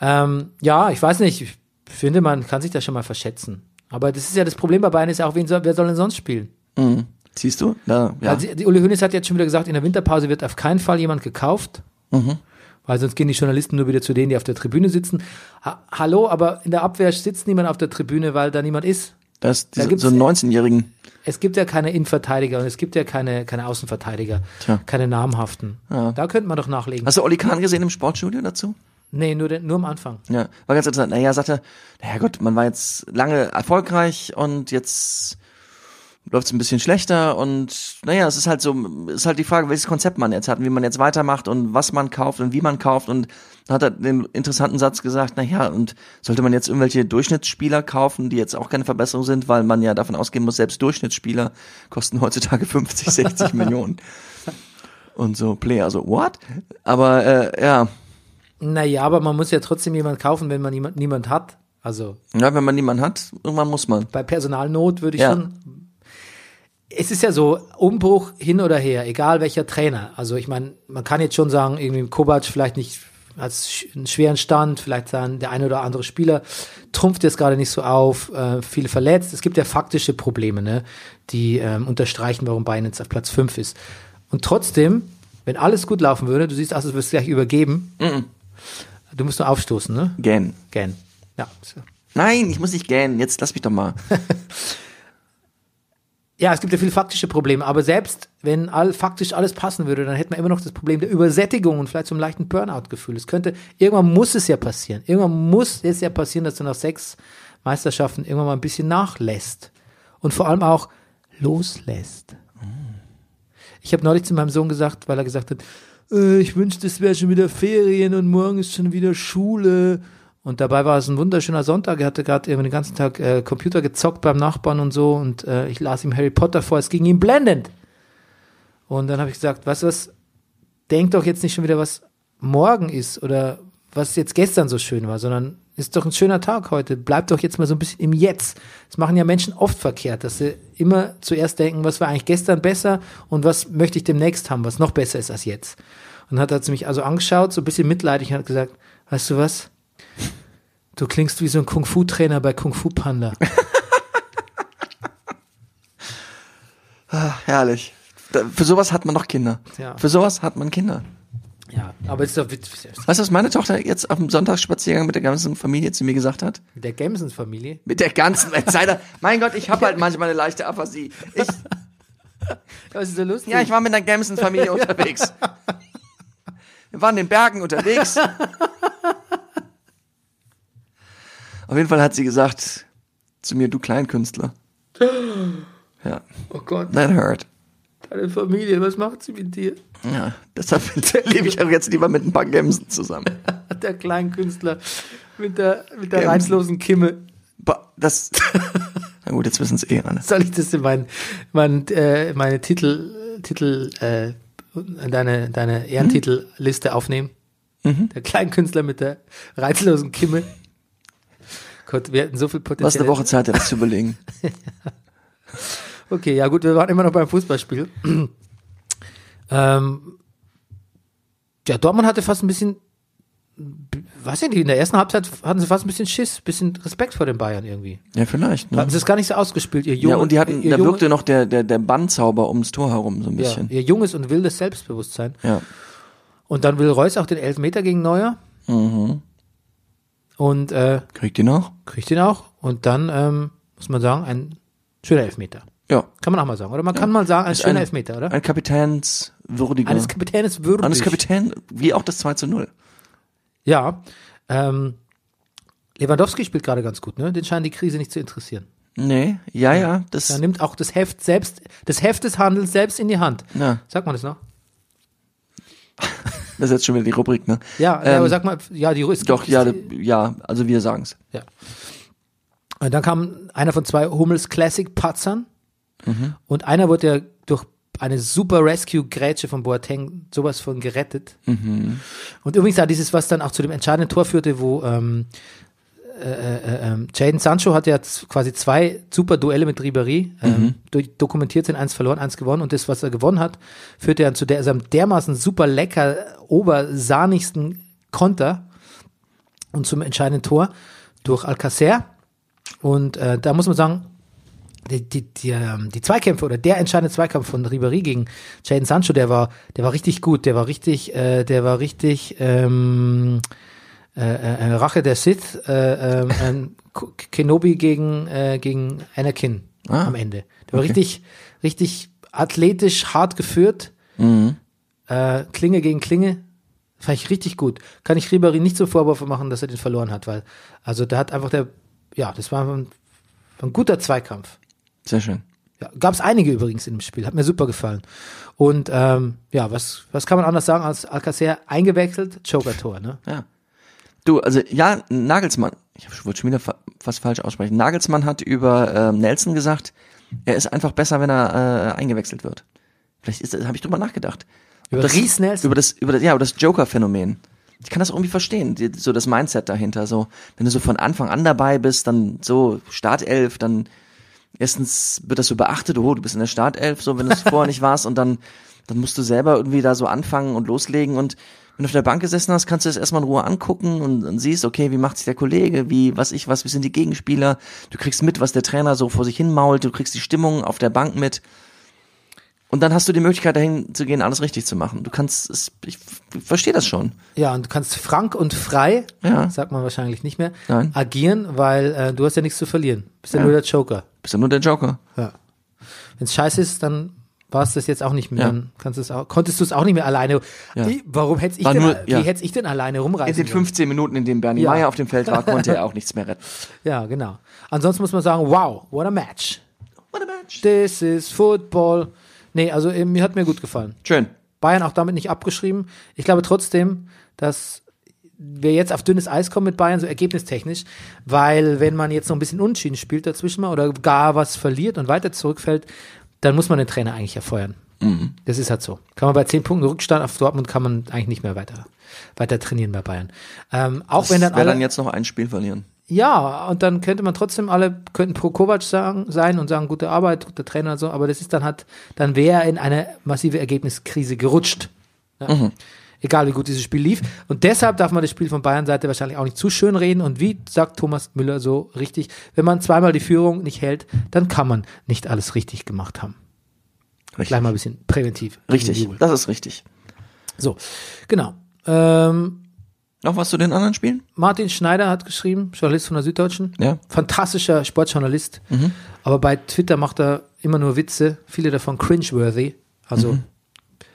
Speaker 2: Ähm, ja, ich weiß nicht. Ich finde, man kann sich da schon mal verschätzen. Aber das ist ja das Problem bei Bayern, ist ja auch, wen soll, wer soll denn sonst spielen?
Speaker 1: Mhm. Siehst du? Da, ja.
Speaker 2: Also, die Uli Hoeneß hat jetzt schon wieder gesagt, in der Winterpause wird auf keinen Fall jemand gekauft.
Speaker 1: Mhm.
Speaker 2: Weil sonst gehen die Journalisten nur wieder zu denen, die auf der Tribüne sitzen. Ha Hallo, aber in der Abwehr sitzt niemand auf der Tribüne, weil da niemand ist.
Speaker 1: Das, diese,
Speaker 2: gibt's-
Speaker 1: so einen 19-Jährigen.
Speaker 2: Es gibt ja keine Innenverteidiger und es gibt ja keine, keine Außenverteidiger,
Speaker 1: Tja.
Speaker 2: keine namhaften. Da könnte man doch nachlegen.
Speaker 1: Hast du Oli Kahn gesehen im Sportstudio dazu?
Speaker 2: Nee, nur, den, nur am Anfang.
Speaker 1: Ja, war ganz interessant. Naja, sagt er, naja gut, man war jetzt lange erfolgreich und jetzt läuft's ein bisschen schlechter und naja, es ist halt so, es ist halt die Frage, welches Konzept man jetzt hat und wie man jetzt weitermacht und was man kauft und wie man kauft und dann hat er den interessanten Satz gesagt, naja, und sollte man jetzt irgendwelche Durchschnittsspieler kaufen, die jetzt auch keine Verbesserung sind, weil man ja davon ausgehen muss, selbst Durchschnittsspieler kosten heutzutage 50, 60 Millionen. Und so, Player, so, what? Aber äh, ja,
Speaker 2: Naja, aber man muss ja trotzdem jemand kaufen, wenn man niemand, niemand hat. Also
Speaker 1: ja, wenn man niemanden hat, irgendwann muss man.
Speaker 2: bei Personalnot würde ich
Speaker 1: Ja.
Speaker 2: schon. Es ist ja so, Umbruch hin oder her, egal welcher Trainer. Also ich meine, man kann jetzt schon sagen, irgendwie Kovac vielleicht nicht hat sch- einen schweren Stand, vielleicht dann der eine oder andere Spieler trumpft jetzt gerade nicht so auf, äh, viele verletzt. Es gibt ja faktische Probleme, ne, die ähm, unterstreichen, warum Bayern jetzt auf Platz 5 ist. Und trotzdem, wenn alles gut laufen würde, du siehst, also du wirst gleich übergeben. Du musst nur aufstoßen, ne?
Speaker 1: Gähnen.
Speaker 2: Gern. Ja, so.
Speaker 1: Nein, ich muss nicht gähnen. Jetzt lass mich doch mal.
Speaker 2: Ja, es gibt ja viele faktische Probleme, aber selbst wenn all, faktisch alles passen würde, dann hätte man immer noch das Problem der Übersättigung und vielleicht so einem leichten Burnout-Gefühl. Es könnte, irgendwann muss es ja passieren. Irgendwann muss es ja passieren, dass du nach sechs Meisterschaften irgendwann mal ein bisschen nachlässt. Und vor allem auch loslässt. Ich habe neulich zu meinem Sohn gesagt, weil er gesagt hat, äh, ich wünschte, es wäre schon wieder Ferien und morgen ist schon wieder Schule. Und dabei war es ein wunderschöner Sonntag. Er hatte gerade eben den ganzen Tag äh, Computer gezockt beim Nachbarn und so. Und äh, ich las ihm Harry Potter vor. Es ging ihm blendend. Und dann habe ich gesagt, weißt du was, denk doch jetzt nicht schon wieder, was morgen ist oder was jetzt gestern so schön war, sondern ist doch ein schöner Tag heute. Bleib doch jetzt mal so ein bisschen im Jetzt. Das machen ja Menschen oft verkehrt, dass sie immer zuerst denken, was war eigentlich gestern besser und was möchte ich demnächst haben, was noch besser ist als jetzt. Und dann hat er mich also angeschaut, so ein bisschen mitleidig und hat gesagt, weißt du was? Du klingst wie so ein Kung-Fu-Trainer bei Kung-Fu Panda.
Speaker 1: Ah, Herrlich. Da, für sowas hat man noch Kinder.
Speaker 2: Ja.
Speaker 1: Für sowas hat man Kinder.
Speaker 2: Ja, aber ist doch wit-
Speaker 1: Weißt du, was meine Tochter jetzt am Sonntagsspaziergang mit der ganzen Familie zu mir gesagt hat?
Speaker 2: mit der Gemsens-Familie.
Speaker 1: Mit der ganzen Insider. mein Gott, ich habe halt manchmal eine leichte Aphasie. Ich,
Speaker 2: Das ist so lustig.
Speaker 1: ja, ich war mit der Gamson-Familie unterwegs. Wir waren in den Bergen unterwegs. Auf jeden Fall hat sie gesagt zu mir, du Kleinkünstler. Ja,
Speaker 2: oh Gott,
Speaker 1: that hurt.
Speaker 2: deine Familie, was macht sie mit dir?
Speaker 1: Ja, deshalb lebe ich auch jetzt lieber mit ein paar Gemsen zusammen.
Speaker 2: Der Kleinkünstler mit der, mit der
Speaker 1: Gämsen.
Speaker 2: reizlosen Kimme.
Speaker 1: Ba- Das. Na gut, jetzt wissen es eh alle.
Speaker 2: Soll ich das in mein, mein, äh, meine Titel, Titel äh, deine, deine Ehrentitelliste aufnehmen?
Speaker 1: Mhm.
Speaker 2: Der Kleinkünstler mit der reizlosen Kimme. Gott, wir hätten so viel
Speaker 1: Du hast
Speaker 2: Potenzial.
Speaker 1: eine Woche Zeit, dir das zu überlegen.
Speaker 2: Okay, ja gut, wir waren immer noch beim Fußballspiel. ähm, ja, Dortmund hatte fast ein bisschen, weiß ich nicht, in der ersten Halbzeit hatten sie fast ein bisschen Schiss, ein bisschen Respekt vor den Bayern irgendwie.
Speaker 1: Ja, vielleicht.
Speaker 2: Haben
Speaker 1: Ne?
Speaker 2: sie es gar nicht so ausgespielt, ihr junges,
Speaker 1: Ja, und die hatten,
Speaker 2: ihr
Speaker 1: da
Speaker 2: junge-
Speaker 1: wirkte noch der, der, der Bannzauber ums Tor herum so ein
Speaker 2: ja,
Speaker 1: bisschen.
Speaker 2: ihr junges und wildes Selbstbewusstsein.
Speaker 1: Ja.
Speaker 2: Und dann will Reus auch den Elfmeter gegen Neuer.
Speaker 1: Mhm.
Speaker 2: Und äh,
Speaker 1: Kriegt ihr noch?
Speaker 2: kriegt ihn auch. Und dann ähm, muss man sagen, ein schöner Elfmeter.
Speaker 1: Ja.
Speaker 2: Kann man auch mal sagen, oder? Man kann mal sagen, ein
Speaker 1: Ist
Speaker 2: schöner
Speaker 1: ein-
Speaker 2: Elfmeter, oder?
Speaker 1: Ein kapitänswürdiger.
Speaker 2: Eines Kapitänes würdig.
Speaker 1: Eines Kapitän, wie auch das 2 zu 0.
Speaker 2: Ja. Ähm, Lewandowski spielt gerade ganz gut, ne? Den scheint die Krise nicht zu interessieren.
Speaker 1: Nee, ja, ja, das,
Speaker 2: Er nimmt auch das Heft selbst, das Heft des Handels selbst in die Hand.
Speaker 1: Ja.
Speaker 2: Sagt man das noch?
Speaker 1: das ist jetzt schon wieder die Rubrik, ne?
Speaker 2: Ja,
Speaker 1: Ähm,
Speaker 2: aber sag mal, ja, die es
Speaker 1: Doch,
Speaker 2: gibt-
Speaker 1: ja, ja, also wir sagen's.
Speaker 2: Ja. Und dann kam einer von zwei Hummels Classic Patzern und einer wurde ja durch eine super Rescue-Grätsche von Boateng sowas von gerettet. Und übrigens da dieses, was dann auch zu dem entscheidenden Tor führte, wo ähm, äh, äh, ähm, Jadon Sancho hat ja z- quasi zwei super Duelle mit Ribéry ähm, durch- dokumentiert sind, eins verloren, eins gewonnen und das, was er gewonnen hat, führte dann zu der, seinem dermaßen super lecker, obersahnigsten Konter und zum entscheidenden Tor durch Alcacer. Und äh, da muss man sagen, die, die, die, ähm, die Zweikämpfe oder der entscheidende Zweikampf von Ribéry gegen Jadon Sancho, der war, der war richtig gut, der war richtig, äh, der war richtig ähm, äh, äh, Rache der Sith, äh, ähm, ähm, K- Kenobi gegen, äh, gegen Anakin
Speaker 1: Ah,
Speaker 2: am Ende. Der war richtig, richtig athletisch hart geführt.
Speaker 1: Mhm.
Speaker 2: Äh, Klinge gegen Klinge. Fand ich richtig gut. Kann ich Ribéry nicht so Vorwürfe machen, dass er den verloren hat, weil, also da hat einfach der, ja, das war ein, ein guter Zweikampf.
Speaker 1: Sehr schön.
Speaker 2: Ja, Gab es einige übrigens in dem Spiel, hat mir super gefallen. Und ähm, ja, was, was kann man anders sagen als Alcacer eingewechselt, Joker-Tor, ne?
Speaker 1: Ja. Du, also ja, Nagelsmann, ich hab- wollte schon wieder fa fast falsch aussprechen. Nagelsmann hat über ähm, Nelson gesagt, er ist einfach besser, wenn er äh, eingewechselt wird. Vielleicht ist das, habe ich drüber nachgedacht.
Speaker 2: Über Reece Nelson?
Speaker 1: Über das, über das, ja, über das Joker-Phänomen. Ich kann das irgendwie verstehen, die, so das Mindset dahinter. So, wenn du so von Anfang an dabei bist, dann so Startelf, dann erstens wird das so beachtet, oh, du bist in der Startelf, so wenn du es vorher nicht warst und dann, dann musst du selber irgendwie da so anfangen und loslegen und wenn du auf der Bank gesessen hast, kannst du das erstmal in Ruhe angucken und, und siehst, okay, wie macht sich der Kollege, wie, was ich, was, wie sind die Gegenspieler, du kriegst mit, was der Trainer so vor sich hin mault, du kriegst die Stimmung auf der Bank mit. Und dann hast du die Möglichkeit, dahin zu gehen, alles richtig zu machen. Du kannst, es, ich f- verstehe das schon.
Speaker 2: Ja, und du kannst frank und frei,
Speaker 1: Ja.
Speaker 2: sagt man wahrscheinlich nicht mehr,
Speaker 1: Nein.
Speaker 2: agieren, weil äh, du hast ja nichts zu verlieren. Bist ja, nur der Joker.
Speaker 1: Bist ja nur der Joker.
Speaker 2: Ja. Wenn es scheiße ist, dann war es das jetzt auch nicht mehr.
Speaker 1: Ja.
Speaker 2: Dann kannst du's auch, konntest du es auch nicht mehr alleine. Die, warum hätte ich,
Speaker 1: War
Speaker 2: denn,
Speaker 1: nur- ja.
Speaker 2: wie hätte ich denn alleine rumreißen
Speaker 1: In den
Speaker 2: sollen?
Speaker 1: 15 Minuten, in denen Bernie
Speaker 2: Ja.
Speaker 1: Meyer auf dem Feld war, konnte er auch nichts mehr retten.
Speaker 2: Ja, genau. Ansonsten muss man sagen, wow, what a match.
Speaker 1: What a match.
Speaker 2: This is football. Nee, also äh, mir hat mir gut gefallen.
Speaker 1: Schön.
Speaker 2: Bayern auch damit nicht abgeschrieben. Ich glaube trotzdem, dass wir jetzt auf dünnes Eis kommen mit Bayern, so ergebnistechnisch, weil wenn man jetzt noch ein bisschen unentschieden spielt dazwischen mal oder gar was verliert und weiter zurückfällt, dann muss man den Trainer eigentlich erfeuern. Das ist halt so. Kann man bei zehn Punkten Rückstand auf Dortmund kann man eigentlich nicht mehr weiter, weiter trainieren bei Bayern. Ähm, auch wenn dann
Speaker 1: Wer
Speaker 2: alle,
Speaker 1: dann jetzt noch ein Spiel verlieren?
Speaker 2: ja, und dann könnte man trotzdem alle, könnten pro Kovac sagen, sein und sagen, gute Arbeit, guter Trainer und so, aber das ist dann halt, dann wäre er in eine massive Ergebniskrise gerutscht. Ja. Egal wie gut dieses Spiel lief. Und deshalb darf man das Spiel von Bayern Seite wahrscheinlich auch nicht zu schön reden. Und wie sagt Thomas Müller so richtig, wenn man zweimal die Führung nicht hält, dann kann man nicht alles richtig gemacht haben. Gleich mal ein bisschen präventiv.
Speaker 1: Richtig, das ist richtig.
Speaker 2: So, genau. Ähm,
Speaker 1: Noch was zu den anderen Spielen?
Speaker 2: Martin Schneider hat geschrieben, Journalist von der Süddeutschen.
Speaker 1: Ja. Mhm.
Speaker 2: Fantastischer Sportjournalist. Aber bei Twitter macht er immer nur Witze, viele davon cringeworthy. Also,
Speaker 1: Mhm.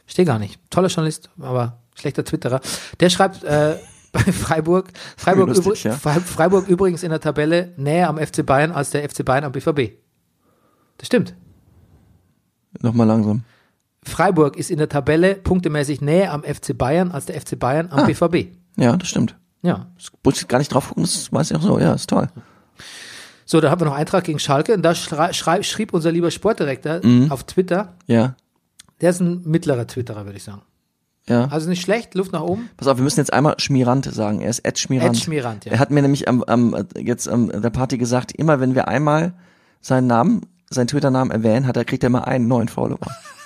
Speaker 2: verstehe gar nicht. Toller Journalist, aber schlechter Twitterer. Der schreibt äh, bei Freiburg, Freiburg,
Speaker 1: Lustig,
Speaker 2: übri-
Speaker 1: ja.
Speaker 2: Fre- Freiburg übrigens in der Tabelle näher am FC Bayern als der FC Bayern am BVB. Das stimmt.
Speaker 1: Nochmal langsam.
Speaker 2: Freiburg ist in der Tabelle punktemäßig näher am FC Bayern als der FC Bayern
Speaker 1: Ah.
Speaker 2: am BVB.
Speaker 1: Ja, das stimmt.
Speaker 2: Ja,
Speaker 1: Muss ich gar nicht drauf gucken, das weiß ich auch so. Ja, ist toll.
Speaker 2: So, da haben wir noch Eintrag gegen Schalke und da schrei- schrei- schrieb unser lieber Sportdirektor
Speaker 1: Mhm.
Speaker 2: auf Twitter,
Speaker 1: Ja,
Speaker 2: der ist ein mittlerer Twitterer, würde ich sagen.
Speaker 1: ja.
Speaker 2: Also nicht schlecht, Luft nach oben.
Speaker 1: Pass auf, wir müssen jetzt einmal Schmirant sagen. Er ist Ed Schmirant.
Speaker 2: Ed Schmirant, ja.
Speaker 1: Er hat mir nämlich am, am jetzt am der Party gesagt, immer wenn wir einmal seinen Namen, seinen Twitter-Namen erwähnen, hat er kriegt er immer einen neuen Follower.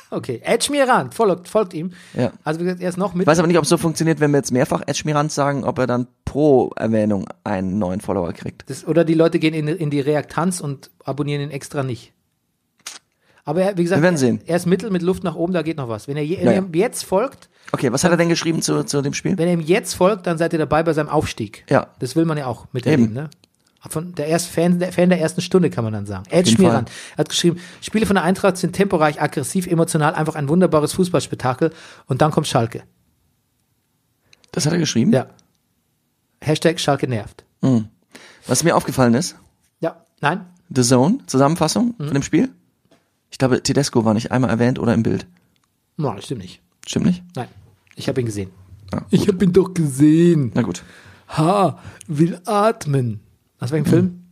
Speaker 2: Okay, Ed Schmirant, folgt, folgt ihm.
Speaker 1: Ja.
Speaker 2: Also wie gesagt, er ist noch
Speaker 1: Ich
Speaker 2: mit.
Speaker 1: weiß aber nicht, ob es so funktioniert, wenn wir jetzt mehrfach Ed Schmirant sagen, ob er dann pro Erwähnung einen neuen Follower kriegt.
Speaker 2: Das, oder die Leute gehen in, in die Reaktanz und abonnieren ihn extra nicht. Aber er, wie gesagt,
Speaker 1: Wir werden sehen.
Speaker 2: er ist mittel mit Luft nach oben, da geht noch was. Wenn er, je, wenn
Speaker 1: Ja,
Speaker 2: er
Speaker 1: ja.
Speaker 2: ihm jetzt folgt,
Speaker 1: Okay, was hat er denn geschrieben zu, zu dem Spiel?
Speaker 2: wenn er ihm jetzt folgt, dann seid ihr dabei bei seinem Aufstieg.
Speaker 1: Ja.
Speaker 2: Das will man ja auch miterleben,
Speaker 1: Eben.
Speaker 2: ne? Von der, erst Fan, der Fan der ersten Stunde kann man dann sagen. Ed
Speaker 1: jeden
Speaker 2: Schmirand hat geschrieben, Spiele von der Eintracht sind temporeich, aggressiv, emotional, einfach ein wunderbares Fußballspektakel und dann kommt Schalke.
Speaker 1: Das hat er geschrieben?
Speaker 2: Ja. Hashtag Schalke nervt.
Speaker 1: Hm. Was mir aufgefallen ist,
Speaker 2: Ja, nein,
Speaker 1: The Zone, Zusammenfassung von dem Spiel. Ich glaube, Tedesco war nicht einmal erwähnt oder im Bild.
Speaker 2: nein, das stimmt nicht.
Speaker 1: Stimmt nicht?
Speaker 2: Nein, ich habe ihn gesehen.
Speaker 1: Ah,
Speaker 2: ich habe ihn doch gesehen.
Speaker 1: Na gut.
Speaker 2: Ha, will atmen. Aus welchem Film?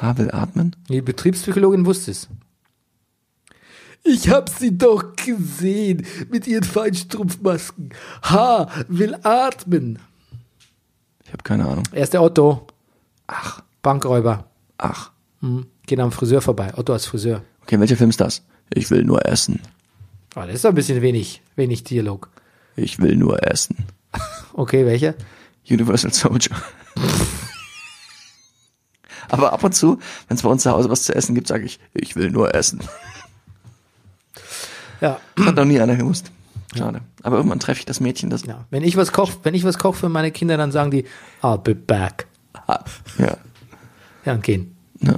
Speaker 1: Havel atmen?
Speaker 2: Die Betriebspsychologin wusste es. Ich hab sie doch gesehen mit ihren Feinstrumpfmasken. Ha, will atmen.
Speaker 1: Ich habe keine Ahnung.
Speaker 2: Er ist der Otto. Ach, Bankräuber.
Speaker 1: Ach.
Speaker 2: Hm. Gehen am Friseur vorbei. Otto als Friseur.
Speaker 1: Okay, welcher Film ist das? Ich will nur essen.
Speaker 2: Ah, das ist doch ein bisschen wenig, wenig Dialog.
Speaker 1: Ich will nur essen.
Speaker 2: Okay, welcher?
Speaker 1: Universal Soldier. Aber ab und zu, wenn es bei uns zu Hause was zu essen gibt, sage ich, ich will nur essen.
Speaker 2: Ja.
Speaker 1: Hat noch nie einer gewusst. Schade. Aber irgendwann treffe ich das Mädchen, das.
Speaker 2: ja. Wenn ich was koche, wenn ich was koche für meine Kinder, dann sagen die, I'll be back.
Speaker 1: Ja.
Speaker 2: Ja, und gehen.
Speaker 1: Ja.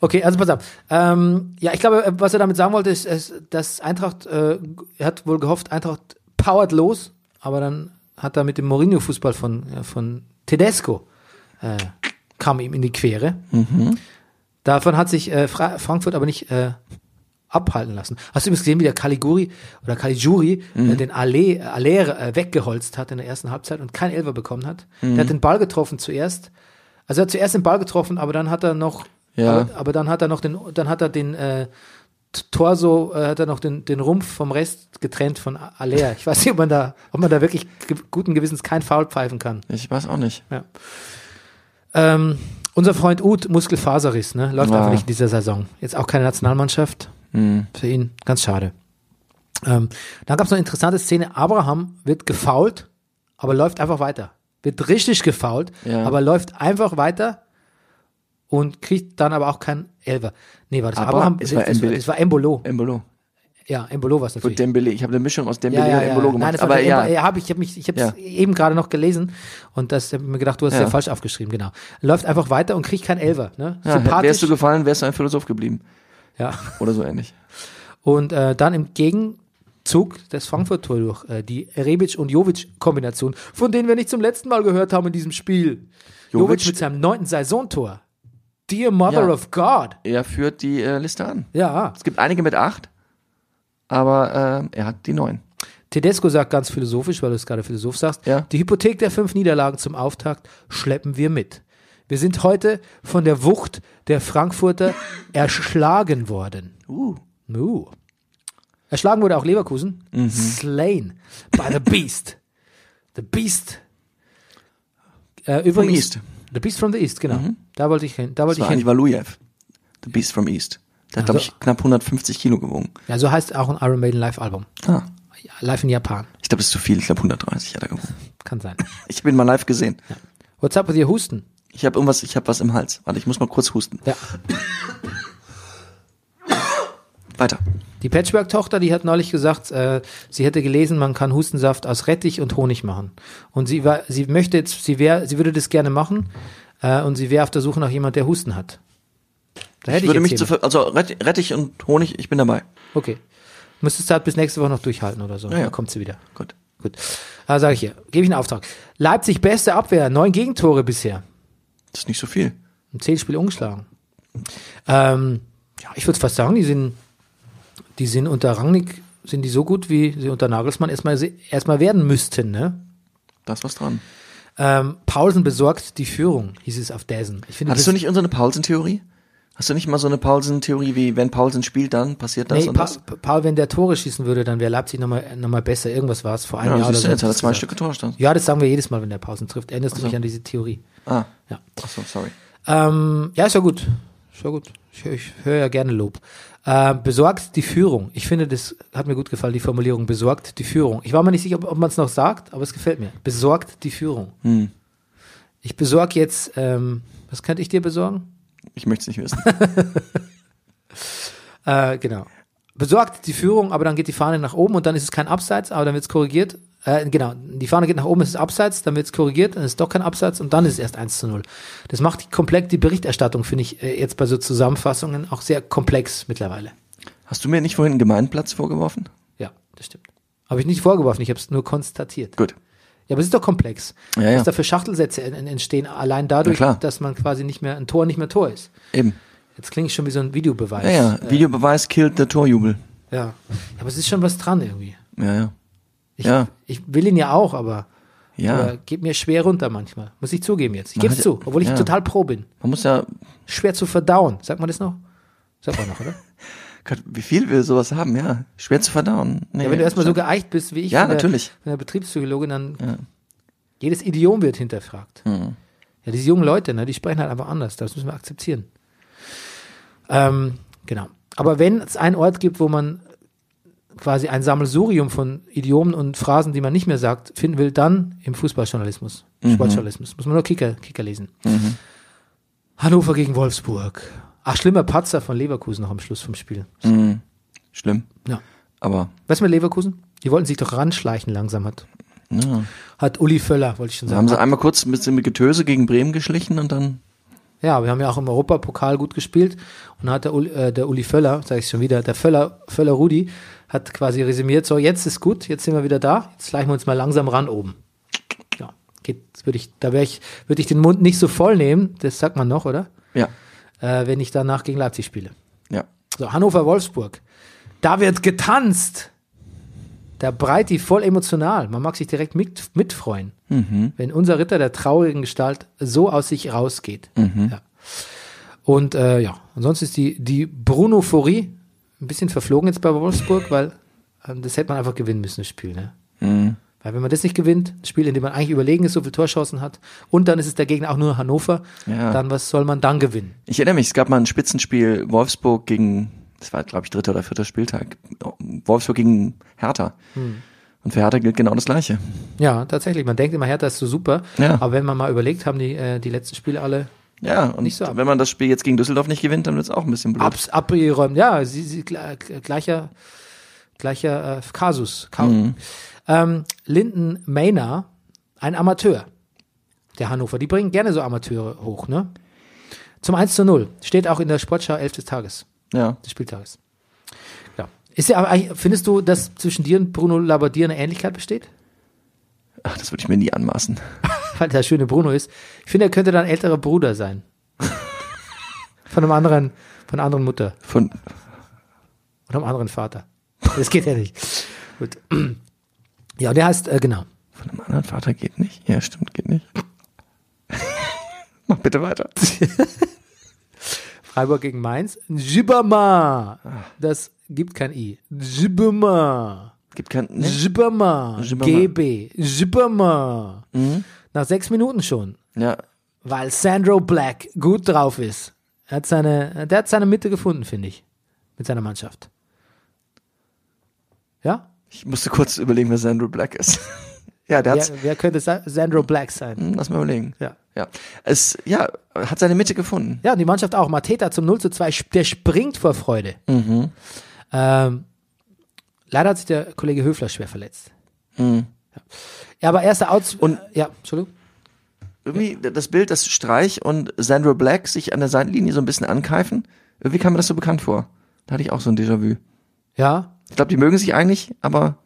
Speaker 2: Okay, also pass auf. Ähm, ja, ich glaube, äh, was er damit sagen wollte, ist, ist dass Eintracht, äh, er hat wohl gehofft, Eintracht powert los, aber dann hat er mit dem Mourinho-Fußball von, ja, von Tedesco äh, kam ihm in die Quere. Davon hat sich äh, Fra Frankfurt aber nicht äh, abhalten lassen. Hast du übrigens gesehen, wie der Caliguri oder Caligiuri äh, den Ale, Alere äh, weggeholzt hat in der ersten Halbzeit und keinen Elfer bekommen hat? Der hat den Ball getroffen zuerst. Also er hat zuerst den Ball getroffen, aber dann hat er noch,
Speaker 1: Ja.
Speaker 2: aber, aber dann hat er noch den, dann hat er den äh, T- Torso, äh, hat er noch den, den Rumpf vom Rest getrennt von A- Alea. Ich weiß nicht, ob man da, ob man da wirklich ge guten Gewissens kein Foul pfeifen kann.
Speaker 1: Ich weiß auch nicht.
Speaker 2: Ähm, unser Freund Uth, Muskelfaserriss, ne? läuft
Speaker 1: Ja.
Speaker 2: einfach nicht in dieser Saison. Jetzt auch keine Nationalmannschaft. Für ihn ganz schade. Ähm, dann gab es noch eine interessante Szene. Abraham wird gefault, aber läuft einfach weiter. Wird richtig gefault,
Speaker 1: Ja.
Speaker 2: aber läuft einfach weiter und kriegt dann aber auch keinen Elfer. Nee, war das
Speaker 1: Aber
Speaker 2: Abraham?
Speaker 1: es war
Speaker 2: das, war,
Speaker 1: Embele.
Speaker 2: das war Embolo.
Speaker 1: Embolo.
Speaker 2: Ja, Embolo war es
Speaker 1: Und
Speaker 2: natürlich.
Speaker 1: Dembele. Ich habe eine Mischung aus Dembele und Embolo gemacht.
Speaker 2: Nein, das war
Speaker 1: aber
Speaker 2: der
Speaker 1: ja.
Speaker 2: Emba- ja, hab ich, ich habe mich, ich habe
Speaker 1: Ja.
Speaker 2: eben gerade noch gelesen und das hab ich mir gedacht, du hast ja.
Speaker 1: Ja.
Speaker 2: falsch aufgeschrieben, genau. Läuft einfach weiter und kriegt kein Elfer, ne?
Speaker 1: ja wärst du gefallen, wärst du ein Philosoph geblieben.
Speaker 2: ja.
Speaker 1: Oder so ähnlich.
Speaker 2: Und äh, dann im Gegenzug das Frankfurt-Tor durch äh, die Rebic und Jovic-Kombination, von denen wir nicht zum letzten Mal gehört haben in diesem Spiel. Jovic,
Speaker 1: Jovic-
Speaker 2: mit seinem neunten Saisontor. Dear Mother
Speaker 1: Ja.
Speaker 2: of God.
Speaker 1: Er führt die äh, Liste an.
Speaker 2: Ja.
Speaker 1: Es gibt einige mit acht, aber äh, er hat die neun.
Speaker 2: Tedesco sagt ganz philosophisch, weil du es gerade Philosoph sagst,
Speaker 1: Ja.
Speaker 2: die Hypothek der fünf Niederlagen zum Auftakt schleppen wir mit. Wir sind heute von der Wucht der Frankfurter erschlagen worden.
Speaker 1: Uh.
Speaker 2: Uh. Erschlagen wurde auch Leverkusen.
Speaker 1: Mhm.
Speaker 2: Slain by the Beast. The Beast. Äh, übrigens,
Speaker 1: East. Mhm.
Speaker 2: The Beast from the East, genau. Da wollte ich hin. Da
Speaker 1: Das
Speaker 2: wollte ich
Speaker 1: war
Speaker 2: hin.
Speaker 1: eigentlich Also Valujev. The Beast from East. Der hat, glaube
Speaker 2: so.
Speaker 1: ich, knapp 150 Kilo gewogen.
Speaker 2: Ja, so heißt auch ein Iron Maiden Live-Album.
Speaker 1: Ah.
Speaker 2: Ja, live in Japan.
Speaker 1: Ich glaube, das ist zu viel. Ich glaube, 130 hat er gewogen.
Speaker 2: Kann sein.
Speaker 1: Ich bin mal live gesehen.
Speaker 2: What's up with your Husten?
Speaker 1: Ich habe irgendwas, ich habe was im Hals. Warte, ich muss mal kurz husten.
Speaker 2: Ja.
Speaker 1: Weiter.
Speaker 2: Die Patchwork-Tochter, die hat neulich gesagt, äh, sie hätte gelesen, man kann Hustensaft aus Rettich und Honig machen. Und sie war, sie möchte jetzt, sie wäre, sie würde das gerne machen äh, und sie wäre auf der Suche nach jemand, der Husten hat. Da hätte
Speaker 1: Ich
Speaker 2: ich,
Speaker 1: würde
Speaker 2: jetzt
Speaker 1: mich zu,
Speaker 2: jemand.
Speaker 1: ver- also Rett- Rettich und Honig, ich bin dabei.
Speaker 2: Okay. Müsstest du halt bis nächste Woche noch durchhalten oder so.
Speaker 1: ja.
Speaker 2: Dann kommt sie wieder.
Speaker 1: Gut.
Speaker 2: Gut. Also sage ich hier, gebe ich einen Auftrag. Leipzig beste Abwehr, neun Gegentore bisher.
Speaker 1: Das ist nicht so viel.
Speaker 2: Im zehn Spiel ungeschlagen. Ähm, ja, ich würde fast sagen, die sind, die sind unter Rangnick, sind die so gut, wie sie unter Nagelsmann erstmal, se- erstmal werden müssten, ne?
Speaker 1: Da ist was dran.
Speaker 2: Ähm, Paulsen besorgt die Führung, hieß es auf Dazen. Ich finde,
Speaker 1: Hattest du
Speaker 2: das-
Speaker 1: nicht irgendeine Paulsen-Theorie? Hast du nicht mal so eine Paulsen-Theorie wie, wenn Paulsen spielt, dann passiert das
Speaker 2: Nee,
Speaker 1: und
Speaker 2: pa
Speaker 1: das?
Speaker 2: Pa- Paul, wenn der Tore schießen würde, dann wäre Leipzig nochmal noch mal besser. Irgendwas war es vor einem
Speaker 1: Ja,
Speaker 2: Jahr oder
Speaker 1: siehst
Speaker 2: so.
Speaker 1: du, jetzt hat er
Speaker 2: Das
Speaker 1: zwei
Speaker 2: gesagt.
Speaker 1: Stück Also Torstand.
Speaker 2: Ja, das sagen wir jedes Mal, wenn der Pausen trifft. Erinnerst du
Speaker 1: so.
Speaker 2: mich an diese Theorie?
Speaker 1: Ah,
Speaker 2: Ja.
Speaker 1: ach so, sorry.
Speaker 2: Ähm, ja, ist ja gut. Ist ja gut. Ich, hö- ich höre ja gerne Lob. Ähm, besorgt die Führung. Ich finde, das hat mir gut gefallen, die Formulierung. Besorgt die Führung. Ich war mir nicht sicher, ob, ob man es noch sagt, aber es gefällt mir. Besorgt die Führung. Ich besorge jetzt, ähm, was könnte ich dir besorgen?
Speaker 1: Ich möchte es nicht wissen.
Speaker 2: Äh, genau. Besorgt die Führung, aber dann geht die Fahne nach oben und dann ist es kein Abseits, aber dann wird es korrigiert. Äh, genau, die Fahne geht nach oben, es ist Abseits, dann wird es korrigiert, dann ist doch kein Abseits und dann ist es erst 1 zu 0. Das macht die, komplett die Berichterstattung, finde ich, äh, jetzt bei so Zusammenfassungen auch sehr komplex mittlerweile.
Speaker 1: Hast du mir nicht vorhin einen Gemeinplatz vorgeworfen?
Speaker 2: Ja, das stimmt. Habe ich nicht vorgeworfen, ich habe es nur konstatiert.
Speaker 1: Gut.
Speaker 2: Ja, aber es ist doch komplex.
Speaker 1: Ja,
Speaker 2: Was
Speaker 1: ja.
Speaker 2: da für Schachtelsätze en- en- entstehen, allein
Speaker 1: Na
Speaker 2: dadurch,
Speaker 1: klar.
Speaker 2: dass man quasi nicht mehr, ein Tor nicht mehr Tor ist.
Speaker 1: Eben.
Speaker 2: Jetzt klinge ich schon wie so ein Videobeweis.
Speaker 1: Ja, ja. Videobeweis killed the Torjubel.
Speaker 2: ja. Aber es ist schon was dran irgendwie.
Speaker 1: Ja, ja.
Speaker 2: Ich,
Speaker 1: Ja.
Speaker 2: ich will ihn ja auch, aber, aber
Speaker 1: Ja.
Speaker 2: geht mir schwer runter manchmal. Muss ich zugeben jetzt. Ich
Speaker 1: Man
Speaker 2: gebe es
Speaker 1: hat-
Speaker 2: zu, obwohl ich
Speaker 1: ja.
Speaker 2: total pro bin.
Speaker 1: Man muss ja,
Speaker 2: Schwer zu verdauen. Sagt man das noch? Sagt man noch, oder?
Speaker 1: Gott, wie viel wir sowas haben, ja. Schwer zu verdauen. Nee,
Speaker 2: ja, wenn du erstmal so geeicht bist wie ich,
Speaker 1: Ja,
Speaker 2: von der,
Speaker 1: natürlich.
Speaker 2: Von der Betriebspsychologin, dann jedes Idiom wird hinterfragt.
Speaker 1: Mhm.
Speaker 2: Ja, diese jungen Leute, ne, die sprechen halt einfach anders. Das müssen wir akzeptieren. Ähm, genau. Aber wenn es einen Ort gibt, wo man quasi ein Sammelsurium von Idiomen und Phrasen, die man nicht mehr sagt, finden will, dann im Fußballjournalismus,
Speaker 1: Mhm.
Speaker 2: Sportjournalismus. Muss man nur Kicker, Kicker lesen. Hannover gegen Wolfsburg. Ach, schlimmer Patzer von Leverkusen noch am Schluss vom Spiel.
Speaker 1: Hm. Schlimm.
Speaker 2: Ja.
Speaker 1: Aber,
Speaker 2: Was mit Leverkusen? Die wollten sich doch ranschleichen langsam, hat,
Speaker 1: ja.
Speaker 2: hat Uli Völler, wollte ich schon
Speaker 1: Da haben
Speaker 2: sagen.
Speaker 1: sie einmal kurz ein bisschen mit Getöse gegen Bremen geschlichen und dann
Speaker 2: Ja, wir haben ja auch im Europapokal gut gespielt und da hat der Uli, äh, der Uli Völler, sage ich schon wieder, der Völler, Völler Rudi, hat quasi resümiert, so jetzt ist gut, jetzt sind wir wieder da, jetzt schleichen wir uns mal langsam ran oben. Ja, geht, würde ich, da wäre ich, würde ich den Mund nicht so voll nehmen, das sagt man noch, oder?
Speaker 1: Ja,
Speaker 2: Äh, wenn ich danach gegen Leipzig spiele.
Speaker 1: ja.
Speaker 2: So, Hannover-Wolfsburg. Da wird getanzt. Da breit die voll emotional. Man mag sich direkt mit, mitfreuen, wenn unser Ritter der traurigen Gestalt so aus sich rausgeht. Ja. Und äh, ja, ansonsten ist die, die Brunophorie ein bisschen verflogen jetzt bei Wolfsburg, weil ähm, das hätte man einfach gewinnen müssen, das Spiel. Ne? Weil wenn man das nicht gewinnt, ein Spiel, in dem man eigentlich überlegen ist, so viele Torschancen hat, und dann ist es der Gegner auch nur Hannover,
Speaker 1: Ja.
Speaker 2: dann was soll man dann gewinnen?
Speaker 1: Ich erinnere mich, es gab mal ein Spitzenspiel Wolfsburg gegen, das war glaube ich dritter oder vierter Spieltag, Wolfsburg gegen Hertha.
Speaker 2: Hm.
Speaker 1: Und für Hertha gilt genau das Gleiche.
Speaker 2: Ja, tatsächlich. Man denkt immer, Hertha ist so super.
Speaker 1: Ja.
Speaker 2: Aber wenn man mal überlegt, haben die, äh, die letzten Spiele alle
Speaker 1: Ja, und
Speaker 2: Nicht so ab-
Speaker 1: wenn man das Spiel jetzt gegen Düsseldorf nicht gewinnt, dann wird es auch ein bisschen blöd.
Speaker 2: abs abgeräumt. Ja, sie, sie, gl- äh, gleicher, gleicher äh, Kasus. Ka ähm, Linden Mayner, ein Amateur der Hannover. Die bringen gerne so Amateure hoch. Ne? Zum 1 zu 0. Steht auch in der Sportschau 11 des Tages,
Speaker 1: Ja.
Speaker 2: des Spieltages. Ja. Ist ja, aber eigentlich- findest du, dass zwischen dir und Bruno Labbadia eine Ähnlichkeit besteht?
Speaker 1: Ach, das würde ich mir nie anmaßen.
Speaker 2: weil der schöne Bruno ist. Ich finde, er könnte dann älterer Bruder sein. von einem anderen, von einer anderen Mutter
Speaker 1: Von,
Speaker 2: und einem anderen Vater. Das geht ja nicht. Gut. Ja, der heißt, äh, genau.
Speaker 1: von einem anderen Vater geht nicht. Ja, stimmt, geht nicht. Mach bitte weiter.
Speaker 2: Freiburg gegen Mainz. Jibama. Das gibt kein I. Jibama.
Speaker 1: Gibt kein, ne?
Speaker 2: Jibama.
Speaker 1: Jibama.
Speaker 2: GB. Jibama. Nach sechs Minuten schon.
Speaker 1: Mhm. Ja,
Speaker 2: weil Sandro Black gut drauf ist. Er hat seine, der hat seine Mitte gefunden, finde ich, mit seiner Mannschaft. Ja?
Speaker 1: ich musste kurz überlegen, wer Sandro Black ist. ja, der
Speaker 2: Wer,
Speaker 1: hat's,
Speaker 2: wer könnte Sa- Sandro Black sein?
Speaker 1: hm, lass mal überlegen.
Speaker 2: Ja.
Speaker 1: Ja. Es, ja, hat seine Mitte gefunden.
Speaker 2: Ja, und die Mannschaft auch. Mateta zum 0 zu 2, sp- der springt vor Freude. Ähm, leider hat sich der Kollege Höfler schwer verletzt. Ja. ja, aber erster Aus...
Speaker 1: Und-
Speaker 2: ja, Entschuldigung.
Speaker 1: Irgendwie das Bild, dass Streich und Sandro Black sich an der Seitenlinie so ein bisschen ankeifen, irgendwie kam mir das so bekannt vor. Da hatte ich auch so ein Déjà-vu.
Speaker 2: Ja,
Speaker 1: Ich glaube, die mögen sich eigentlich, aber